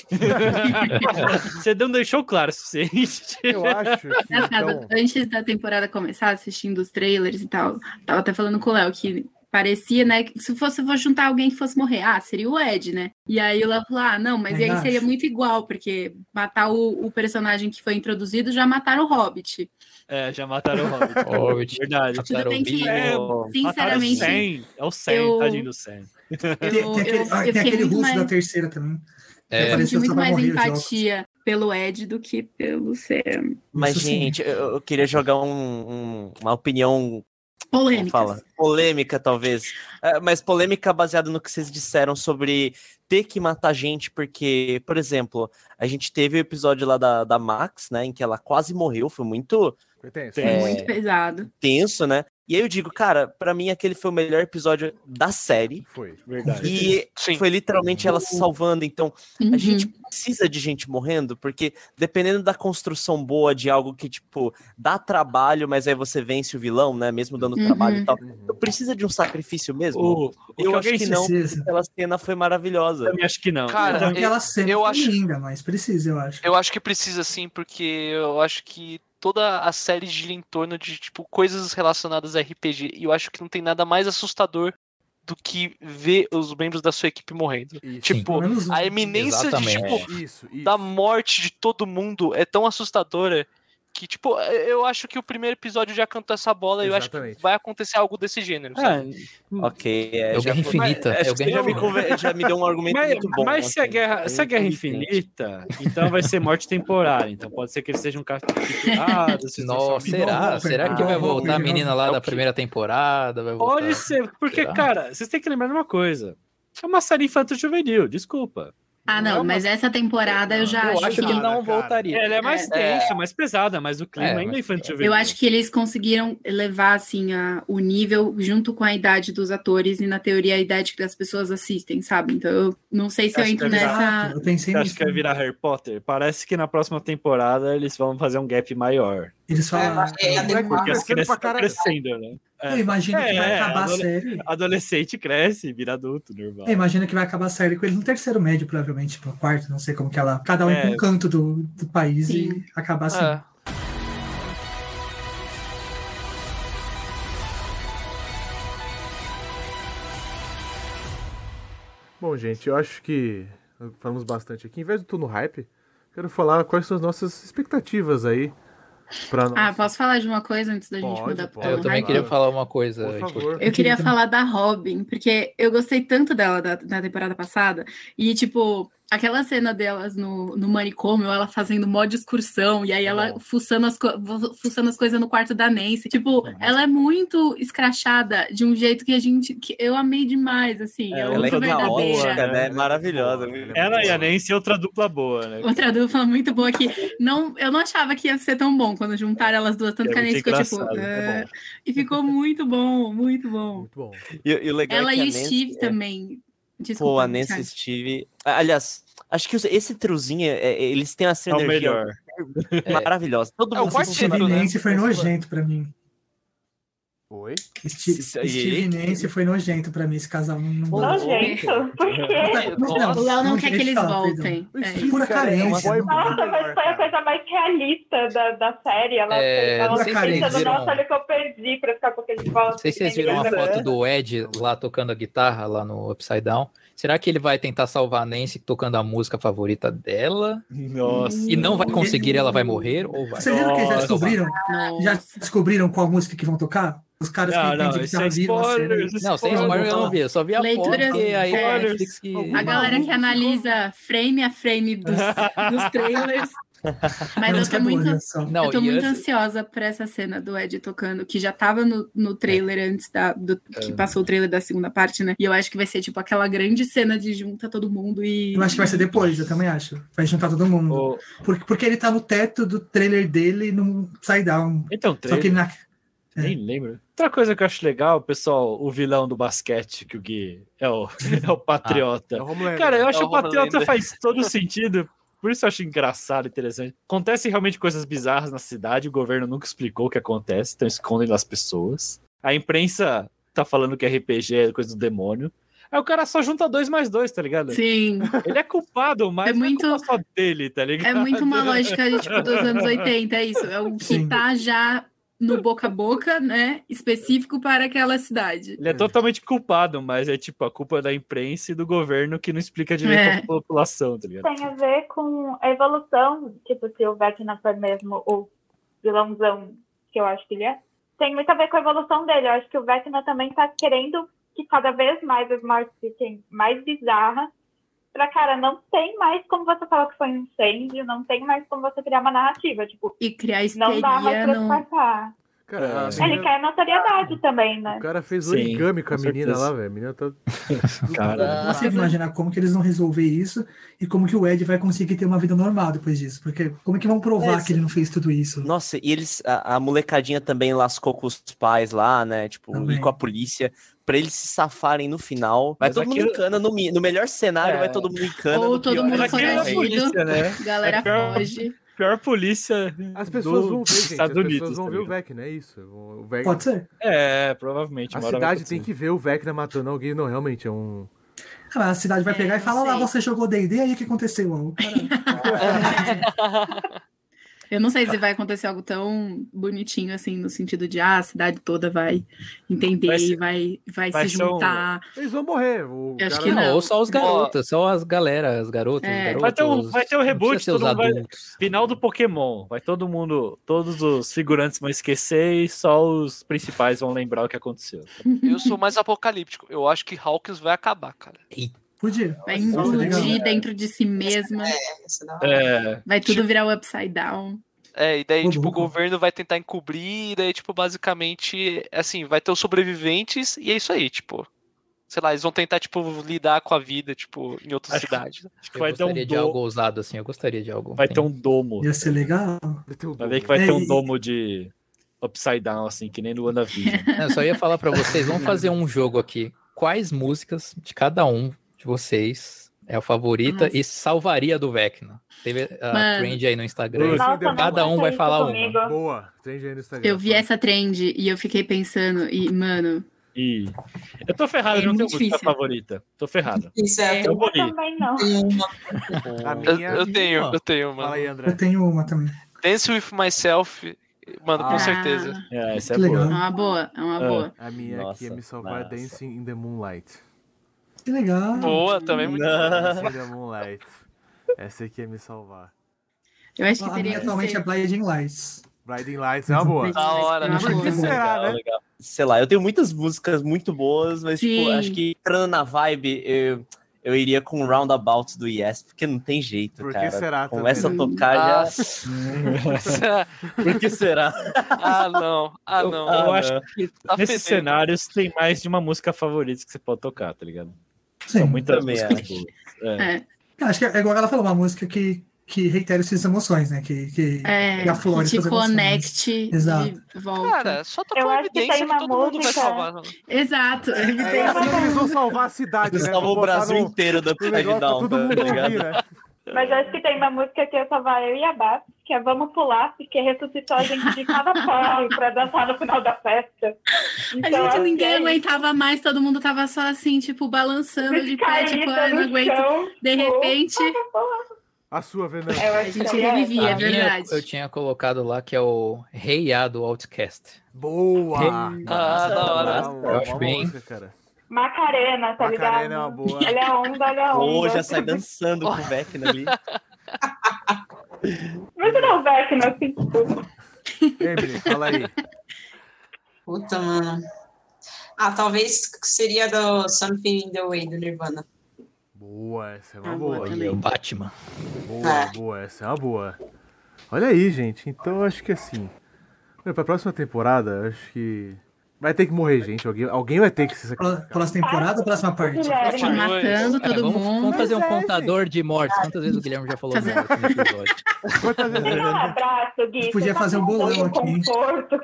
Speaker 3: Você não deixou claro o suficiente.
Speaker 1: Eu acho que.
Speaker 9: Engraçado,
Speaker 1: Então,
Speaker 9: antes da temporada começar, assistindo os trailers e tal, tava até falando com o Léo que parecia, né, que se fosse eu vou juntar alguém que fosse morrer, ah, seria o Ed, né? E aí o Léo falou, ah, não, mas
Speaker 8: Eu
Speaker 9: e aí
Speaker 8: acho.
Speaker 9: seria muito igual, porque matar o, o personagem que foi introduzido já mataram o Hobbit.
Speaker 3: É, já mataram o Hobbit.
Speaker 7: Hobbit.
Speaker 3: Verdade.
Speaker 9: Tudo bem que,
Speaker 3: É,
Speaker 9: sinceramente,
Speaker 3: Mataram o Sam. É o Sam,
Speaker 9: eu-
Speaker 3: tadinho do Sam.
Speaker 9: eu,
Speaker 8: Tem, tem aquele,
Speaker 9: eu,
Speaker 8: ah,
Speaker 9: eu
Speaker 8: tem
Speaker 9: fiquei
Speaker 8: aquele
Speaker 9: muito
Speaker 8: russo da
Speaker 9: mais,
Speaker 8: terceira também.
Speaker 7: É.
Speaker 9: eu senti
Speaker 8: Parecia que
Speaker 9: muito
Speaker 8: só vai
Speaker 9: mais
Speaker 8: morrer de
Speaker 9: empatia pelo Ed do que pelo Sam.
Speaker 4: Mas,
Speaker 8: Isso
Speaker 9: assim.
Speaker 8: sim.
Speaker 4: gente, eu, eu queria jogar um- um- uma opinião. Como
Speaker 9: Polêmicas.
Speaker 4: fala? Polêmica, talvez. É, mas polêmica baseada no que vocês disseram sobre ter que matar gente, porque, por exemplo, a gente teve o episódio lá da, da Max, né? Em que ela quase morreu, foi muito
Speaker 1: foi tenso.
Speaker 3: Tem.
Speaker 9: Muito pesado.
Speaker 4: tenso, né? E aí eu digo, cara, pra mim aquele foi o melhor episódio da série.
Speaker 1: Foi.
Speaker 3: Verdade.
Speaker 4: E
Speaker 2: Sim.
Speaker 4: foi literalmente ela se salvando. Então, a
Speaker 9: Uhum.
Speaker 4: gente precisa de gente morrendo, porque dependendo da construção boa de algo que, tipo, dá trabalho, mas aí você vence o vilão, né? Mesmo dando
Speaker 9: Uhum.
Speaker 4: trabalho e tal.
Speaker 1: Uhum.
Speaker 4: Então, precisa de um sacrifício mesmo.
Speaker 3: O, o que
Speaker 4: eu acho
Speaker 3: alguém
Speaker 4: que não,
Speaker 8: precisa.
Speaker 4: aquela cena foi maravilhosa.
Speaker 3: também acho que não.
Speaker 2: Cara,
Speaker 8: Então,
Speaker 2: eu-
Speaker 8: aquela cena
Speaker 2: eu
Speaker 8: foi
Speaker 2: acho-
Speaker 8: linda, mas precisa, eu acho.
Speaker 2: Eu acho que precisa sim, porque eu acho que toda a série gira em torno de tipo coisas relacionadas a RPG e eu acho que não tem nada mais assustador do que ver os membros da sua equipe morrendo.
Speaker 1: Isso. É,
Speaker 2: Tipo,
Speaker 8: Pelo menos um.
Speaker 2: a eminência de
Speaker 7: Exatamente.
Speaker 2: tipo
Speaker 1: Isso, isso.
Speaker 2: da morte de todo mundo é tão assustadora que tipo, eu acho que o primeiro episódio já cantou essa bola e eu acho que
Speaker 1: Exatamente.
Speaker 2: vai acontecer algo desse gênero. sabe?
Speaker 3: Ah,
Speaker 9: Hum.
Speaker 4: Ok, é,
Speaker 7: É o
Speaker 4: já
Speaker 7: Guerra
Speaker 4: foi-
Speaker 7: Infinita.
Speaker 4: Acho
Speaker 7: É o
Speaker 4: que
Speaker 7: Guerra
Speaker 4: você já me,
Speaker 7: Infinita.
Speaker 4: conver- já me deu um argumento
Speaker 3: mas
Speaker 4: muito bom.
Speaker 3: mas se, a
Speaker 4: assim.
Speaker 3: guerra, se a guerra é infinita, então vai ser morte temporária. Então pode ser que eles sejam capturados. se eles
Speaker 7: Nossa,
Speaker 3: sejam-
Speaker 7: será? Será que vai voltar a menina lá
Speaker 3: É o
Speaker 7: da
Speaker 3: quê?
Speaker 7: primeira temporada? Vai voltar?
Speaker 3: Pode ser, porque,
Speaker 7: tá. Será?
Speaker 3: cara, vocês têm que lembrar de uma coisa. É uma série infanto-juvenil, desculpa.
Speaker 9: Ah,
Speaker 3: Não é
Speaker 9: não,
Speaker 3: uma-
Speaker 9: mas essa temporada eu já
Speaker 7: Eu
Speaker 9: acho
Speaker 7: acho que
Speaker 9: que-
Speaker 7: não
Speaker 1: Cara, cara.
Speaker 7: voltaria.
Speaker 3: Ela é mais
Speaker 7: É.
Speaker 3: tensa, mais pesada, mas o clima
Speaker 7: É,
Speaker 3: ainda é
Speaker 7: mas-
Speaker 3: infanto-juvenil.
Speaker 9: Eu acho que eles conseguiram levar assim a- o nível junto com a idade dos atores e na teoria a idade que as pessoas assistem, sabe? Então eu não sei se eu
Speaker 3: Acho
Speaker 9: entro
Speaker 3: que é
Speaker 9: nessa.
Speaker 8: Exato, eu pensei
Speaker 3: Você acha
Speaker 8: nisso.
Speaker 3: que vai virar Harry Potter? Parece que na próxima temporada eles vão fazer um gap maior.
Speaker 8: Eles
Speaker 6: É,
Speaker 8: falam.
Speaker 6: é,
Speaker 1: Moleque,
Speaker 6: adequado.
Speaker 3: Porque as
Speaker 1: Crescendo pra
Speaker 3: crianças estão
Speaker 1: caralho.
Speaker 3: crescendo, né?
Speaker 8: Eu imagino que vai acabar a
Speaker 3: adole-
Speaker 8: série.
Speaker 3: Adolescente cresce, vira adulto, normal.
Speaker 8: Eu imagino É, que vai acabar a série com ele no terceiro médio, provavelmente, pro quarto, não sei como que ela. Cada um
Speaker 3: É.
Speaker 8: em um canto do, do país
Speaker 9: Sim.
Speaker 8: e acabar assim.
Speaker 2: É.
Speaker 1: Bom, gente, eu acho que falamos bastante aqui. Em vez do tô no hype, quero falar quais são as nossas expectativas aí para
Speaker 9: Ah, posso falar de uma coisa antes da gente
Speaker 1: né? Pode,
Speaker 9: mudar
Speaker 1: pode.
Speaker 9: pro
Speaker 7: Eu
Speaker 9: Tom
Speaker 7: também
Speaker 9: Hardy?
Speaker 7: queria falar uma coisa. tipo,
Speaker 1: Por favor.
Speaker 9: Eu
Speaker 7: (laughs)
Speaker 9: queria
Speaker 8: Então.
Speaker 9: falar da Robin, porque eu gostei tanto dela da, da temporada passada. E, tipo, aquela cena delas no, no manicômio, ela fazendo mó discursão, e aí ela
Speaker 1: Bom.
Speaker 9: fuçando as, co- fu- fuçando as coisas no quarto da Nancy. Tipo, ela é muito escrachada de um jeito que a gente. que eu amei demais, assim. ela
Speaker 3: É,
Speaker 9: é
Speaker 4: Ela é
Speaker 9: muito
Speaker 3: toda
Speaker 4: uma
Speaker 9: verdadeira.
Speaker 4: ótica, né?
Speaker 1: Ela é
Speaker 4: Maravilhosa.
Speaker 1: muito boa, ela é
Speaker 3: Ela e a Nancy é outra dupla boa, né?
Speaker 9: Outra dupla muito boa que não, eu não achava que ia ser tão bom quando juntaram elas duas, tanto
Speaker 3: É
Speaker 9: que a Nancy
Speaker 3: muito
Speaker 9: ficou tipo.
Speaker 3: engraçado,
Speaker 9: "Ah",
Speaker 1: É bom,
Speaker 9: e ficou muito bom, muito bom.
Speaker 1: muito bom.
Speaker 4: E, e o legal
Speaker 9: Ela
Speaker 4: é que a
Speaker 9: e o
Speaker 4: Nancy-
Speaker 9: Steve
Speaker 4: é,
Speaker 9: também. Desculpa,
Speaker 4: Pô, a Nancy e
Speaker 9: Thiago.
Speaker 4: o Steve. Ah, Aliás, acho que os- esse triozinho, é- é- eles têm uma
Speaker 3: É o
Speaker 4: sinergia
Speaker 3: melhor.
Speaker 4: (laughs) maravilhosa. Todo
Speaker 2: É o
Speaker 4: mundo
Speaker 8: Nossa,
Speaker 4: se
Speaker 2: quarteto,
Speaker 8: Steve
Speaker 2: né?
Speaker 8: Nancy foi nojento pra mim.
Speaker 1: Oi?
Speaker 8: Steve,
Speaker 4: Isso aí.
Speaker 8: Steve e Nancy foi nojento pra mim, esse casal. Não, não dá.
Speaker 5: Nojento. Por quê?
Speaker 8: Mas não,
Speaker 9: O Léo não
Speaker 8: não
Speaker 9: quer
Speaker 8: deixa
Speaker 9: que eles
Speaker 8: falar,
Speaker 9: voltem.
Speaker 1: O
Speaker 9: É.
Speaker 1: Steve,
Speaker 8: Pura
Speaker 1: cara, é um
Speaker 8: carência, né?
Speaker 1: boy
Speaker 8: não-
Speaker 1: muito
Speaker 5: Nossa,
Speaker 1: melhor,
Speaker 5: mas foi a
Speaker 1: cara.
Speaker 5: coisa mais realista da, da série. Ela,
Speaker 7: É,
Speaker 8: não
Speaker 5: ela
Speaker 8: sei se vocês
Speaker 5: pensando,
Speaker 7: viram-
Speaker 5: nossa, olha o que eu perdi pra ficar com aquele
Speaker 7: Não sei se vocês viram a foto do Ed lá tocando a guitarra lá no Upside Down. Será que ele vai tentar salvar a Nancy tocando a música favorita dela?
Speaker 3: Nossa.
Speaker 7: E não vai conseguir, ela vai morrer? Ou vai?
Speaker 8: Vocês viram que eles já
Speaker 3: Nossa.
Speaker 8: descobriram?
Speaker 9: Não.
Speaker 8: Já descobriram qual música que vão tocar? Os caras
Speaker 3: Não,
Speaker 8: que
Speaker 3: não,
Speaker 8: entendem que
Speaker 3: isso é
Speaker 8: já viram a série.
Speaker 3: spoilers.
Speaker 7: Não, sem spoiler eu não vi, eu só vi a foto
Speaker 9: Leituras,
Speaker 7: porque aí
Speaker 9: é,
Speaker 7: a Netflix que...
Speaker 9: A galera que analisa frame a frame
Speaker 4: (laughs)
Speaker 9: dos, dos trailers. Mas eu
Speaker 8: Música
Speaker 9: tô muito,
Speaker 8: boa, só.
Speaker 7: Não,
Speaker 9: eu tô
Speaker 7: e
Speaker 9: muito
Speaker 7: antes-
Speaker 9: ansiosa pra essa cena do Ed tocando, que já tava no, no trailer antes da, do,
Speaker 4: É.
Speaker 9: que passou o trailer da segunda parte, né? E eu acho que vai ser tipo aquela grande cena de junta todo mundo e.
Speaker 8: Eu acho que vai ser depois, eu também acho. Vai juntar todo mundo.
Speaker 3: Ô,
Speaker 8: Porque, porque ele tá no teto do trailer dele no Upside Down.
Speaker 3: Então,
Speaker 8: Só que
Speaker 3: trailer,
Speaker 8: ele na. é.
Speaker 3: nem lembro. Outra coisa que eu acho legal, pessoal, o vilão do basquete, que o Gui é o, (laughs) é
Speaker 1: É
Speaker 3: o
Speaker 9: Ah,
Speaker 3: patriota.
Speaker 1: o Homelander.
Speaker 3: Cara, eu acho
Speaker 2: É
Speaker 3: que
Speaker 2: o
Speaker 3: o patriota
Speaker 2: Homelander.
Speaker 3: faz todo sentido. Por isso eu acho engraçado, interessante. Acontecem realmente coisas bizarras na cidade, o governo nunca explicou o que acontece, então escondem das pessoas. A imprensa tá falando que RPG é coisa do demônio. Aí É, o cara só junta dois mais dois, tá ligado?
Speaker 9: Sim,
Speaker 3: Ele é culpado, mas
Speaker 9: É muito-
Speaker 3: não é culpa só dele, tá ligado?
Speaker 9: é muito
Speaker 4: (laughs)
Speaker 9: uma lógica de, tipo, dos
Speaker 3: (laughs)
Speaker 9: anos 80, é isso. É o que
Speaker 8: Sim.
Speaker 9: tá já no boca a boca, né? Específico para aquela cidade.
Speaker 3: Ele é totalmente culpado, mas é tipo a culpa da imprensa e do governo que não explica direito
Speaker 9: É.
Speaker 3: a população, tá ligado?
Speaker 5: Tem a ver com a evolução. Tipo, se o Vecna for mesmo o vilãozão que eu acho que ele é. Tem muito a ver com a evolução dele. Eu acho que o Vecna também tá querendo que cada vez mais as mortes fiquem mais bizarras. Pra, cara, não tem mais como você falar que foi um incêndio, não tem mais como você criar uma narrativa. Tipo,
Speaker 9: E criar
Speaker 5: não dá mais
Speaker 9: histeria
Speaker 5: pra
Speaker 9: no.
Speaker 5: disfarçar.
Speaker 1: Cara,
Speaker 8: né?
Speaker 1: a
Speaker 3: É.
Speaker 5: Ele
Speaker 1: menina-
Speaker 5: quer notoriedade também, né?
Speaker 1: Ah, o cara fez
Speaker 3: Sim,
Speaker 1: origami com a
Speaker 3: com
Speaker 1: menina
Speaker 3: certeza.
Speaker 1: lá, velho. A menina tá.
Speaker 3: (laughs) Cara,
Speaker 8: Eu consigo imaginar como que eles vão resolver isso e como que o Ed vai conseguir ter uma vida normal depois disso. Porque como que vão provar
Speaker 9: É,
Speaker 4: Esse-
Speaker 8: que ele não fez tudo isso?
Speaker 4: Nossa, e eles, a, a molecadinha também lascou com os pais lá, né? Tipo,
Speaker 8: Também.
Speaker 4: e com a polícia, pra eles se safarem no final. Vai
Speaker 3: Mas
Speaker 4: todo mundo
Speaker 3: aquilo-
Speaker 4: em cana, no, mi- no melhor cenário,
Speaker 3: É.
Speaker 4: vai todo mundo em cana.
Speaker 9: Ou
Speaker 4: no
Speaker 9: todo
Speaker 4: pior-
Speaker 9: mundo
Speaker 4: Mas
Speaker 9: foi
Speaker 4: aquilo é
Speaker 3: a
Speaker 9: fudido.
Speaker 3: polícia, né?
Speaker 9: Galera
Speaker 3: É pior-
Speaker 9: foge.
Speaker 3: Pior polícia
Speaker 1: As pessoas
Speaker 3: do
Speaker 1: vão ver, gente. As
Speaker 3: Estados Unidos.
Speaker 1: pessoas vão
Speaker 3: tá
Speaker 1: ver o
Speaker 3: ligado?
Speaker 1: Vecna, é isso. O Vecna-
Speaker 8: Pode ser?
Speaker 3: É, provavelmente.
Speaker 1: A
Speaker 3: uma hora vai
Speaker 1: cidade tem
Speaker 3: acontecer.
Speaker 1: que ver o Vecna matando alguém. Não, realmente é um.
Speaker 8: Ah, A cidade vai
Speaker 9: É,
Speaker 8: pegar e
Speaker 9: não
Speaker 8: falar lá,
Speaker 9: sei.
Speaker 8: você jogou D&D, aí o que aconteceu? Ó, o cara-
Speaker 9: Eu não sei
Speaker 3: Tá.
Speaker 9: se vai acontecer algo tão bonitinho assim, no sentido de ah, a cidade toda vai entender
Speaker 3: Vai
Speaker 9: vai
Speaker 3: ser-
Speaker 9: vai, vai,
Speaker 3: vai
Speaker 9: se
Speaker 3: ser um-
Speaker 9: juntar.
Speaker 1: Eles vão morrer. O
Speaker 9: Eu acho
Speaker 1: cara-
Speaker 9: que
Speaker 7: Não,
Speaker 9: não.
Speaker 7: ou só os
Speaker 9: Ó.
Speaker 7: garotas, só as galera, as garotas,
Speaker 9: É.
Speaker 7: os garotos.
Speaker 3: Vai ter um- vai ter um
Speaker 7: não
Speaker 3: reboot,
Speaker 7: precisa ser os
Speaker 3: todo mundo vai-
Speaker 7: adultos.
Speaker 3: Final do Pokémon. Vai todo mundo. Todos os figurantes vão esquecer e só os principais vão lembrar o que aconteceu.
Speaker 2: Eu sou mais apocalíptico. Eu acho que Hawkins vai acabar, cara.
Speaker 8: Podia.
Speaker 9: Vai
Speaker 8: Nossa,
Speaker 9: implodir
Speaker 8: legal.
Speaker 9: dentro de si mesma,
Speaker 6: Essa da hora.
Speaker 3: É.
Speaker 9: vai tudo virar o upside down.
Speaker 2: É, e daí,
Speaker 8: Ô,
Speaker 2: tipo,
Speaker 8: louco.
Speaker 2: o governo vai tentar encobrir, e daí, tipo, basicamente, assim, vai ter os sobreviventes, e é isso aí, tipo. Sei lá, eles vão tentar, tipo, lidar com a vida, tipo, em outra
Speaker 3: Acho-
Speaker 2: cidade.
Speaker 3: Acho que
Speaker 7: Eu
Speaker 3: vai ter um
Speaker 7: gostaria de
Speaker 3: do-
Speaker 7: algo ousado, assim, eu gostaria de algo.
Speaker 3: Vai ter um domo.
Speaker 8: Ia ser legal.
Speaker 1: Vai ter o
Speaker 3: Vai ver
Speaker 1: Douglas.
Speaker 3: que vai ter
Speaker 8: É,
Speaker 3: um
Speaker 8: e-
Speaker 3: domo de upside down, assim, que nem no WandaVision.
Speaker 7: (laughs) Não, Eu só ia falar pra vocês, vamos fazer um jogo aqui. Quais músicas de cada um de vocês É a favorita e salvaria do Vecna. Teve a
Speaker 9: Mano.
Speaker 7: trend aí no Instagram.
Speaker 1: Nossa,
Speaker 5: Nossa, não
Speaker 7: Cada um
Speaker 5: faça
Speaker 7: vai
Speaker 5: isso
Speaker 7: falar uma.
Speaker 5: comigo.
Speaker 1: é Boa, tem gente no Instagram.
Speaker 9: Eu vi essa trend e eu fiquei pensando, e, mano,
Speaker 3: E eu tô ferrado,
Speaker 9: É
Speaker 3: eu não tenho
Speaker 9: muito
Speaker 3: música
Speaker 9: difícil.
Speaker 3: favorita. Tô ferrado.
Speaker 6: Isso é.
Speaker 3: Eu vou
Speaker 5: Eu
Speaker 3: ir.
Speaker 5: também não.
Speaker 1: A
Speaker 2: Eu,
Speaker 1: minha...
Speaker 2: eu tenho, eu tenho,
Speaker 1: Fala
Speaker 2: mano.
Speaker 1: aí,
Speaker 8: Eu
Speaker 1: André.
Speaker 8: tenho uma também.
Speaker 2: Dance with myself, mano, com
Speaker 1: Ah.
Speaker 2: certeza.
Speaker 3: É, essa é
Speaker 9: é
Speaker 8: Que legal.
Speaker 3: boa.
Speaker 9: uma boa, é
Speaker 2: Ah,
Speaker 9: uma
Speaker 3: É.
Speaker 9: boa.
Speaker 1: A minha
Speaker 4: Nossa,
Speaker 1: aqui é Me Salvar
Speaker 4: massa.
Speaker 1: Dancing in the Moonlight.
Speaker 8: Que legal.
Speaker 2: Boa também. muito-
Speaker 1: Dancing in the Moonlight. Essa aqui é Me Salvar.
Speaker 9: Eu acho que
Speaker 8: a minha
Speaker 9: teria que
Speaker 8: atualmente é
Speaker 9: ser...
Speaker 8: Blinding Lights.
Speaker 1: Blinding Lights é uma boa.
Speaker 2: Da hora, né?
Speaker 9: Mas por que
Speaker 1: será,
Speaker 3: Legal,
Speaker 1: né?
Speaker 3: legal.
Speaker 4: sei lá, eu tenho muitas músicas muito boas, mas tipo,
Speaker 9: Sim.
Speaker 4: acho que entrando na vibe, eu, eu iria com Roundabout do Yes, porque não tem jeito,
Speaker 1: Por que
Speaker 4: cara.
Speaker 1: será também? né?
Speaker 3: né?
Speaker 4: Começa a
Speaker 9: Hum.
Speaker 4: tocar
Speaker 2: Ah,
Speaker 4: já. (laughs) Por que será?
Speaker 1: É,
Speaker 2: ah, não. Ah, não.
Speaker 3: Eu
Speaker 4: Ah,
Speaker 3: acho
Speaker 4: não.
Speaker 3: que
Speaker 2: Tá
Speaker 3: nesses
Speaker 2: fedendo.
Speaker 3: cenários tem mais de uma música favorita que você pode tocar, tá ligado?
Speaker 8: Sim.
Speaker 3: São muitas
Speaker 4: Também
Speaker 3: músicas
Speaker 4: acho.
Speaker 3: boas.
Speaker 8: Acho que é igual ela falou, uma música que, que reitera suas emoções, né? Que, que,
Speaker 9: É,
Speaker 8: que aflora
Speaker 9: que te
Speaker 8: suas emoções.
Speaker 9: conecte
Speaker 8: Exato.
Speaker 9: de volta.
Speaker 2: Cara, só tocar
Speaker 5: Eu
Speaker 2: uma
Speaker 5: acho que tem
Speaker 2: evidência que
Speaker 5: uma
Speaker 2: todo mundo vai
Speaker 5: música-
Speaker 2: salvar. né?
Speaker 9: Exato.
Speaker 1: É isso que eles vão salvar a cidade,
Speaker 4: Eles
Speaker 1: né?
Speaker 4: salvam o
Speaker 1: Vão botar
Speaker 4: Brasil
Speaker 1: num-
Speaker 4: inteiro da
Speaker 1: num
Speaker 4: upside
Speaker 1: negócio pra
Speaker 4: down,
Speaker 1: todo
Speaker 4: tá
Speaker 1: mundo
Speaker 4: ligado?
Speaker 1: ouvir, né?
Speaker 5: Mas eu acho que tem uma música que eu só vai eu e a Bá, que é Vamos Pular, porque ressuscitou a gente de
Speaker 9: (laughs)
Speaker 5: cada pau pra dançar no final da festa.
Speaker 9: A
Speaker 5: Então,
Speaker 9: gente
Speaker 5: acho que
Speaker 9: ninguém
Speaker 5: é
Speaker 9: aguentava mais, todo mundo tava só assim, tipo, balançando de pé,
Speaker 5: Caída
Speaker 9: tipo, ah, não
Speaker 5: no
Speaker 9: aguento.
Speaker 5: chão.
Speaker 9: De repente,
Speaker 1: A sua, Ah, Venão.
Speaker 5: Eu
Speaker 9: a
Speaker 5: acho
Speaker 9: gente
Speaker 5: que é.
Speaker 9: revivia, é
Speaker 7: A minha,
Speaker 9: verdade.
Speaker 7: eu tinha colocado lá que é o Rei A do Outcast.
Speaker 1: Boa! é
Speaker 2: Ah, da hora.
Speaker 1: Uma-
Speaker 7: Eu
Speaker 1: uma
Speaker 7: acho bem.
Speaker 1: música, cara.
Speaker 5: Macarena, tá
Speaker 1: Macarena é uma
Speaker 5: ligado?
Speaker 1: boa.
Speaker 5: Olha a onda, olha a
Speaker 4: Ou
Speaker 5: onda.
Speaker 4: já sai dançando com o Vecna ali.
Speaker 5: Imagina o Vecna assim.
Speaker 1: Emily, fala aí.
Speaker 6: Puta, mano. Ah, talvez seria do Something in the Way do Nirvana.
Speaker 1: Boa, essa é
Speaker 9: Ah,
Speaker 1: uma
Speaker 9: boa
Speaker 1: boa.
Speaker 9: também.
Speaker 7: Olha, o Batman.
Speaker 1: Boa, boa, essa é uma boa. Olha aí, gente. Então eu acho que assim. Meu, pra próxima temporada, eu acho que. Vai ter que morrer, gente. Alguém, alguém vai ter que se
Speaker 8: Pró-
Speaker 1: sacrificar.
Speaker 8: Próxima temporada ou próxima parte?
Speaker 5: Guilherme.
Speaker 9: Tá matando
Speaker 7: É,
Speaker 9: todo
Speaker 7: vamos, vamos
Speaker 9: mundo.
Speaker 7: fazer um
Speaker 1: Mas é,
Speaker 7: contador de mortes. Quantas vezes o Guilherme já falou
Speaker 9: Fazer-
Speaker 7: merda aqui no episódio?
Speaker 1: Quantas vezes-
Speaker 5: Me dá um abraço, Gui.
Speaker 8: gente podia
Speaker 5: Você
Speaker 8: fazer
Speaker 5: tá
Speaker 8: um
Speaker 5: me dando
Speaker 8: bolão aqui.
Speaker 5: conforto.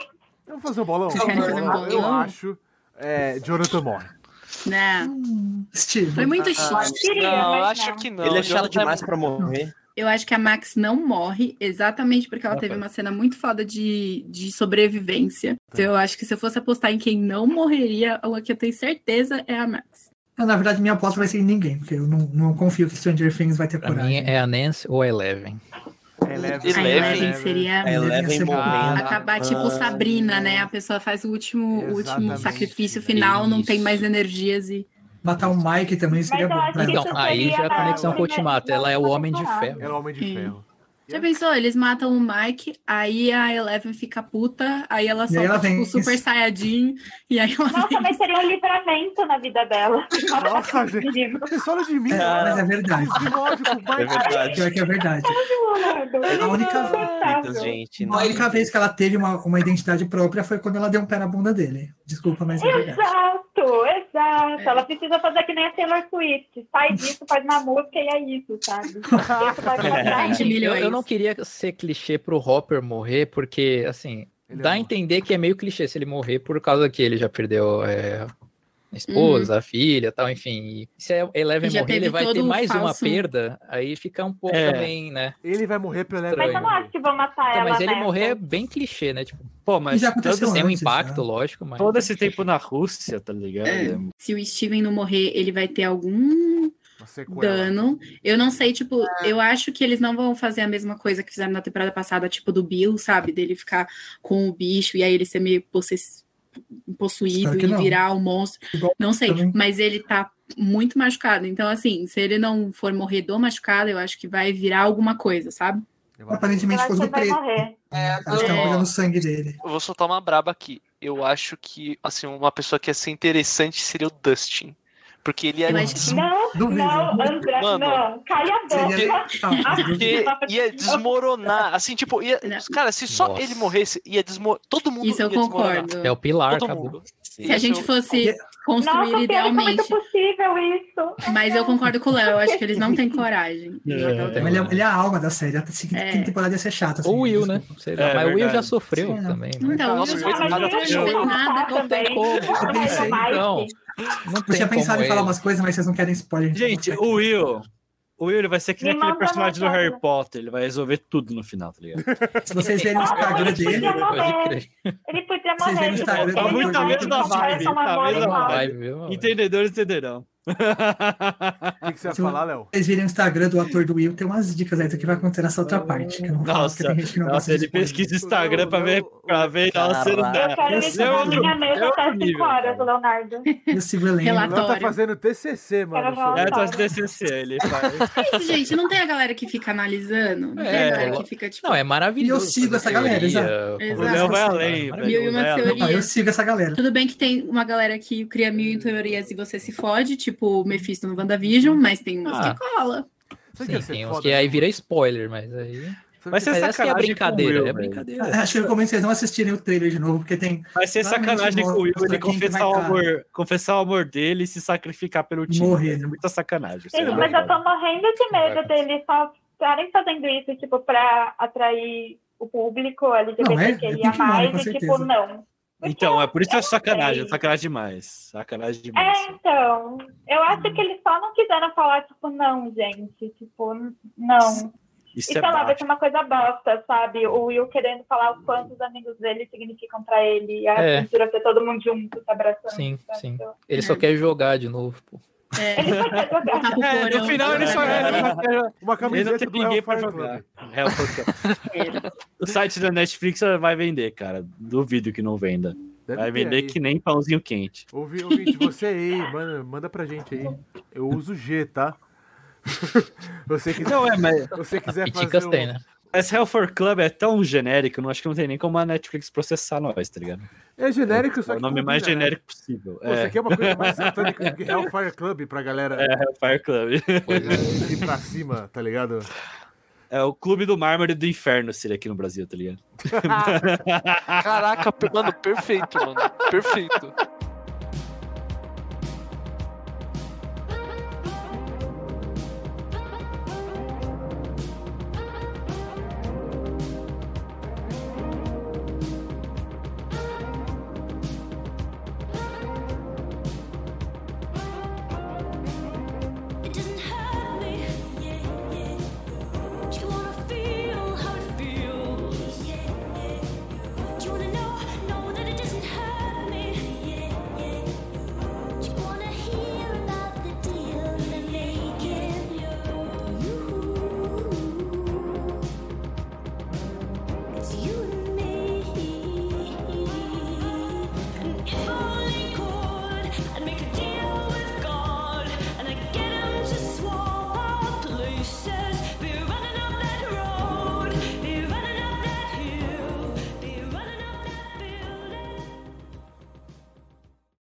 Speaker 1: Vamos fazer um bolão?
Speaker 6: Vocês
Speaker 9: querem fazer um
Speaker 1: Eu
Speaker 9: bolão?
Speaker 1: acho. É, Jonathan morre.
Speaker 9: Né?
Speaker 8: Steve.
Speaker 9: Foi muito chique.
Speaker 5: Queria,
Speaker 2: Não,
Speaker 5: mas
Speaker 2: acho
Speaker 5: não.
Speaker 2: que não.
Speaker 4: Ele é
Speaker 2: Jonathan
Speaker 4: chato demais pra morrer.
Speaker 9: Eu acho que a Max não morre exatamente porque ela
Speaker 3: Ah,
Speaker 9: teve
Speaker 3: tá.
Speaker 9: uma cena muito foda de, de sobrevivência. Então eu acho que se eu fosse apostar em quem não morreria, o que eu tenho certeza é a Max.
Speaker 8: Eu, na verdade, minha aposta vai ser em ninguém, porque eu não, não confio que Stranger Things vai ter
Speaker 7: Pra mim
Speaker 8: coragem.
Speaker 7: é a Nancy ou a Eleven.
Speaker 1: É leve,
Speaker 2: Eleven,
Speaker 9: A Eleven
Speaker 1: né?
Speaker 9: seria
Speaker 4: A
Speaker 7: É,
Speaker 4: Eleven
Speaker 8: ser
Speaker 4: morrendo.
Speaker 7: né?
Speaker 9: acabar
Speaker 7: Ah,
Speaker 9: tipo Sabrina, né? A pessoa faz o último, o último
Speaker 1: Exatamente,
Speaker 9: sacrifício
Speaker 1: né?
Speaker 9: final, não tem
Speaker 7: Isso.
Speaker 9: mais energias e.
Speaker 8: Matar o Mike também seria
Speaker 5: eu
Speaker 8: bom.
Speaker 5: acho
Speaker 8: né?
Speaker 5: que
Speaker 7: Então,
Speaker 5: isso
Speaker 7: aí
Speaker 5: seria
Speaker 7: já é a conexão
Speaker 5: a
Speaker 7: com o Ultimato. Ela é o Homem de Ferro.
Speaker 1: Era o Homem de
Speaker 9: Sim.
Speaker 1: Ferro.
Speaker 9: Já pensou? Eles matam o Mike, aí a Eleven fica puta, aí ela
Speaker 8: E aí ela
Speaker 9: solta tipo, o
Speaker 8: vence.
Speaker 9: Super Saiyajin, e aí ela
Speaker 5: Nossa, mas seria um livramento na vida dela.
Speaker 1: Nossa, gente. Vocês falam de mim,
Speaker 8: É,
Speaker 1: cara.
Speaker 8: mas é verdade.
Speaker 1: Vocês têm ódio por
Speaker 4: É
Speaker 1: mais.
Speaker 4: verdade.
Speaker 8: Pior que é verdade. A única,
Speaker 4: Muitas, gente.
Speaker 8: a única vez que ela teve uma, uma identidade própria foi quando ela deu um pé na bunda dele. Desculpa, mas é verdade.
Speaker 5: Exato, exato.
Speaker 7: É.
Speaker 5: Ela precisa fazer que nem a Taylor Swift.
Speaker 7: (laughs)
Speaker 5: Sai disso, faz uma música e é isso, sabe? Isso vai pra
Speaker 9: Vende
Speaker 7: É. Eu,
Speaker 9: milhões.
Speaker 7: eu não queria ser clichê pro Hopper morrer, porque, assim,
Speaker 1: Ele
Speaker 7: dá a
Speaker 1: é bom.
Speaker 7: entender que é meio clichê se ele morrer por causa que ele já perdeu é, a esposa, a filha tal, enfim. E se a Eleven
Speaker 9: E Uhum. já
Speaker 7: morrer,
Speaker 9: teve
Speaker 7: ele vai
Speaker 9: todo
Speaker 7: ter
Speaker 9: um
Speaker 7: mais uma
Speaker 9: falso-
Speaker 7: perda, aí fica um pouco
Speaker 3: É.
Speaker 7: também, né?
Speaker 1: Ele vai morrer pela
Speaker 7: Mas
Speaker 5: Mas eu não acho que vão matar
Speaker 7: Então,
Speaker 5: ela. né?
Speaker 7: mas ele
Speaker 5: nessa.
Speaker 7: morrer é bem clichê, né? Tipo,
Speaker 3: Pô, mas
Speaker 8: Já aconteceu
Speaker 3: todo,
Speaker 7: tem um
Speaker 8: antes,
Speaker 7: impacto,
Speaker 8: né?
Speaker 7: lógico, mas...
Speaker 3: todo esse tempo na Rússia, tá ligado?
Speaker 8: É.
Speaker 9: Se o Steven não morrer, ele vai ter algum
Speaker 1: Uma sequela.
Speaker 9: dano. Eu não sei, tipo, eu acho que eles não vão fazer a mesma coisa que fizeram na temporada passada, tipo do Bill, sabe? Dele ficar com o bicho e aí ele ser meio posses- possuído
Speaker 8: Espero que
Speaker 9: e
Speaker 8: não.
Speaker 9: virar um monstro.
Speaker 8: Igual-
Speaker 9: Não sei,
Speaker 8: também.
Speaker 9: mas ele tá muito machucado. Então, assim, se ele não for morrer do machucado, eu acho que vai virar alguma coisa, sabe?
Speaker 1: Eu acho-
Speaker 5: Eu
Speaker 8: Aparentemente
Speaker 5: acho
Speaker 8: foi
Speaker 5: que
Speaker 8: do
Speaker 5: ele vai
Speaker 8: preto.
Speaker 5: morrer.
Speaker 6: É,
Speaker 8: Elas
Speaker 6: eu
Speaker 8: estão
Speaker 9: É.
Speaker 8: pegando o sangue dele.
Speaker 2: Eu vou soltar uma braba aqui. Eu acho que, assim, uma pessoa que ia ser interessante seria o Dustin. Porque ele
Speaker 9: Eu
Speaker 2: ia,
Speaker 9: acho que-
Speaker 5: Não,
Speaker 8: Duvido.
Speaker 5: não, André,
Speaker 2: Mano.
Speaker 5: não. Calha a
Speaker 8: Seria...
Speaker 5: boca.
Speaker 8: Ah,
Speaker 2: porque ia desmoronar. Assim, tipo, ia-
Speaker 9: Não.
Speaker 2: cara, se só
Speaker 7: Nossa.
Speaker 2: ele morresse, ia desmoronar. Todo mundo
Speaker 9: Isso eu
Speaker 2: ia desmoronar.
Speaker 9: concordo.
Speaker 7: É o pilar,
Speaker 2: Todo
Speaker 7: acabou.
Speaker 2: mundo.
Speaker 9: Se a gente fosse construir
Speaker 5: Nossa, pior que é
Speaker 9: idealmente.
Speaker 5: muito possível isso.
Speaker 9: Mas eu concordo com o Léo, eu acho que eles não
Speaker 5: (laughs)
Speaker 9: têm coragem.
Speaker 3: É.
Speaker 8: Mas ele, é, ele é a alma da série. A seguinte
Speaker 9: É.
Speaker 8: quinta temporada ia ser chata. assim,
Speaker 7: Ou o Will, né? Sei lá,
Speaker 3: É,
Speaker 7: mas o Will já
Speaker 3: verdade.
Speaker 7: sofreu
Speaker 8: Sim, né?
Speaker 7: também. né?
Speaker 9: Então,
Speaker 2: Nossa,
Speaker 9: eu
Speaker 2: foi
Speaker 9: não
Speaker 5: Ah, mas
Speaker 2: nada
Speaker 9: tem
Speaker 5: ele
Speaker 2: pra
Speaker 5: não
Speaker 2: jogo.
Speaker 5: vai
Speaker 9: nada,
Speaker 5: matar
Speaker 9: não tem
Speaker 5: também.
Speaker 7: como.
Speaker 5: Mas
Speaker 8: Eu pensei,
Speaker 5: o Mike-
Speaker 7: então. Não
Speaker 8: Eu
Speaker 7: tem
Speaker 8: tinha
Speaker 7: como
Speaker 8: pensado em
Speaker 7: ele.
Speaker 8: falar umas coisas, mas vocês não querem spoiler. então
Speaker 3: Gente,
Speaker 8: eu
Speaker 3: o
Speaker 8: vou ficar
Speaker 3: Will. O Will ele vai ser que
Speaker 5: Me
Speaker 3: nem aquele
Speaker 5: manda
Speaker 3: personagem do
Speaker 5: uma
Speaker 3: Harry
Speaker 5: foto.
Speaker 3: Potter. Ele vai resolver tudo no final, tá ligado?
Speaker 8: quieto. Se vocês verem o Instagram
Speaker 5: Pode
Speaker 8: dele,
Speaker 5: crer.
Speaker 7: Pode crer.
Speaker 5: Ele podia
Speaker 8: Vocês
Speaker 5: morrer.
Speaker 8: veem no
Speaker 5: ele
Speaker 8: Instagram,
Speaker 5: podia
Speaker 8: tá muito
Speaker 5: morrer,
Speaker 8: a mesma
Speaker 5: ele
Speaker 3: vibe,
Speaker 5: parece uma
Speaker 3: tá a
Speaker 5: bola
Speaker 3: mesma
Speaker 5: igual.
Speaker 3: vibe.
Speaker 7: Vai, viu?
Speaker 3: Entendedores entenderão.
Speaker 1: O que, que você ia
Speaker 8: Se eu-
Speaker 1: falar, Léo?
Speaker 8: vocês virem o Instagram do ator do Will, tem umas dicas aí do que vai acontecer nessa outra parte. Que eu não falo, porque
Speaker 3: Nossa,
Speaker 8: tem gente que não
Speaker 3: Nossa,
Speaker 8: gosta de
Speaker 3: ele
Speaker 8: spoiler.
Speaker 3: pesquisa Instagram pra ver,
Speaker 1: Caralho.
Speaker 3: pra ver, nossa, ele dá.
Speaker 5: Eu quero me
Speaker 3: Esse é
Speaker 5: sentar na
Speaker 3: outro-
Speaker 5: minha
Speaker 3: é
Speaker 5: mesa
Speaker 3: outro
Speaker 5: até 5
Speaker 3: nível,
Speaker 5: horas,
Speaker 3: cara.
Speaker 5: Leonardo.
Speaker 8: Eu sigo o né? elenco.
Speaker 1: O Léo tá
Speaker 9: Relatório.
Speaker 1: fazendo TCC, mano.
Speaker 5: Quero falar
Speaker 1: sobre-
Speaker 3: É, tá TCC, ele faz.
Speaker 9: É isso, gente. Não tem a galera que fica analisando? Não tem
Speaker 7: É,
Speaker 9: a galera
Speaker 7: eu-
Speaker 9: que fica, tipo,
Speaker 7: Não, é maravilhoso.
Speaker 8: E eu sigo
Speaker 7: fazer
Speaker 8: essa galera,
Speaker 7: teoria,
Speaker 9: exato.
Speaker 3: O
Speaker 7: conversar
Speaker 3: Léo vai
Speaker 7: com-
Speaker 3: além,
Speaker 7: Maravilhoso.
Speaker 3: velho.
Speaker 9: Mil e uma
Speaker 3: O é Léo-
Speaker 8: Não, eu sigo essa galera.
Speaker 9: Tudo bem que tem uma galera que cria mil teorias e você se fode, tipo o Mephisto no WandaVision, mas tem umas
Speaker 3: Ah.
Speaker 9: que cola.
Speaker 1: Sabe o que ia
Speaker 7: Sim,
Speaker 1: ser
Speaker 7: tem uns
Speaker 1: foda,
Speaker 7: que aí
Speaker 1: né?
Speaker 7: vira spoiler, mas
Speaker 1: Sabe
Speaker 7: aí.
Speaker 3: Vai
Speaker 1: o que-
Speaker 3: ser
Speaker 7: Mas essa que é a
Speaker 3: sacanagem com o
Speaker 7: brincadeira,
Speaker 3: Will,
Speaker 7: é a
Speaker 3: velho.
Speaker 7: brincadeira.
Speaker 8: Ah, Acho que eu recomendo vocês não assistirem o trailer de novo, porque tem
Speaker 3: Vai ser
Speaker 8: Claramente
Speaker 3: sacanagem com o Will
Speaker 8: mostra
Speaker 3: ele
Speaker 8: quem que
Speaker 3: confessar
Speaker 8: vai
Speaker 3: o,
Speaker 8: tá.
Speaker 3: amor, confessar o amor dele e se sacrificar pelo time.
Speaker 8: Morrer,
Speaker 3: Vai ser
Speaker 8: né?
Speaker 3: Muita sacanagem. isso
Speaker 5: Gente,
Speaker 3: aí,
Speaker 5: mas
Speaker 3: velho.
Speaker 5: eu tô morrendo de
Speaker 7: vai
Speaker 5: medo dele só estarem fazendo isso, tipo, pra atrair o público LGBTQIA+,
Speaker 8: é? tem que não, né, com
Speaker 5: e tipo,
Speaker 8: certeza.
Speaker 5: não. Porque
Speaker 3: Então, é por isso que é sacanagem,
Speaker 5: sei.
Speaker 3: é sacanagem demais. Sacanagem demais.
Speaker 5: É, então. Eu acho
Speaker 7: Uhum.
Speaker 5: que eles só não quiseram falar, tipo, não, gente. Tipo, n- não. E
Speaker 3: Isso é
Speaker 5: sei lá, vai
Speaker 3: baixo.
Speaker 5: ser uma coisa bosta, sabe? O Will querendo falar o quanto os amigos dele significam pra ele. E a
Speaker 7: É.
Speaker 5: pintura ser todo mundo junto, se abraçando.
Speaker 7: Sim,
Speaker 5: sabe?
Speaker 7: sim.
Speaker 5: Então,
Speaker 7: Ele só
Speaker 9: É.
Speaker 7: quer jogar de novo. Pô.
Speaker 9: É,
Speaker 5: Ele podia jogar.
Speaker 9: voltar pro
Speaker 3: É, no
Speaker 9: porão.
Speaker 3: final (laughs) ele só
Speaker 7: É.
Speaker 3: ele só quer-
Speaker 1: Uma
Speaker 3: Ele não
Speaker 1: camiseta
Speaker 3: tem
Speaker 1: do Léo
Speaker 3: ninguém pra
Speaker 1: Fire
Speaker 3: jogar.
Speaker 1: Club.
Speaker 3: É, o Fire Club.
Speaker 5: (laughs)
Speaker 3: O site da Netflix vai vender, cara. Duvido que não venda.
Speaker 1: Deve
Speaker 3: Vai
Speaker 1: ter
Speaker 3: vender
Speaker 1: aí.
Speaker 3: que nem pãozinho quente.
Speaker 1: Ouvi, ouvinte, você aí, manda, manda pra gente aí. Eu uso G, tá? (laughs) você que
Speaker 3: Não, é, mas
Speaker 1: você quiser
Speaker 7: Piticas
Speaker 1: fazer um-
Speaker 7: tem, né?
Speaker 3: mas Hell for Club é tão genérico, não acho que não tem nem como a Netflix processar nós, tá ligado?
Speaker 1: É genérico, só
Speaker 3: É
Speaker 1: que
Speaker 3: o nome
Speaker 1: combina,
Speaker 3: mais
Speaker 1: né?
Speaker 3: genérico possível.
Speaker 1: Pô, Isso
Speaker 3: É,
Speaker 1: aqui é uma coisa mais satânica
Speaker 3: (laughs)
Speaker 1: do que Hellfire Club pra galera
Speaker 3: Hell Fire Club.
Speaker 7: Pois é.
Speaker 1: ir pra cima, tá ligado?
Speaker 3: É o Clube do Mármore do Inferno seria aqui no Brasil, tá ligado?
Speaker 2: Caraca, per- mano, perfeito, mano. Perfeito.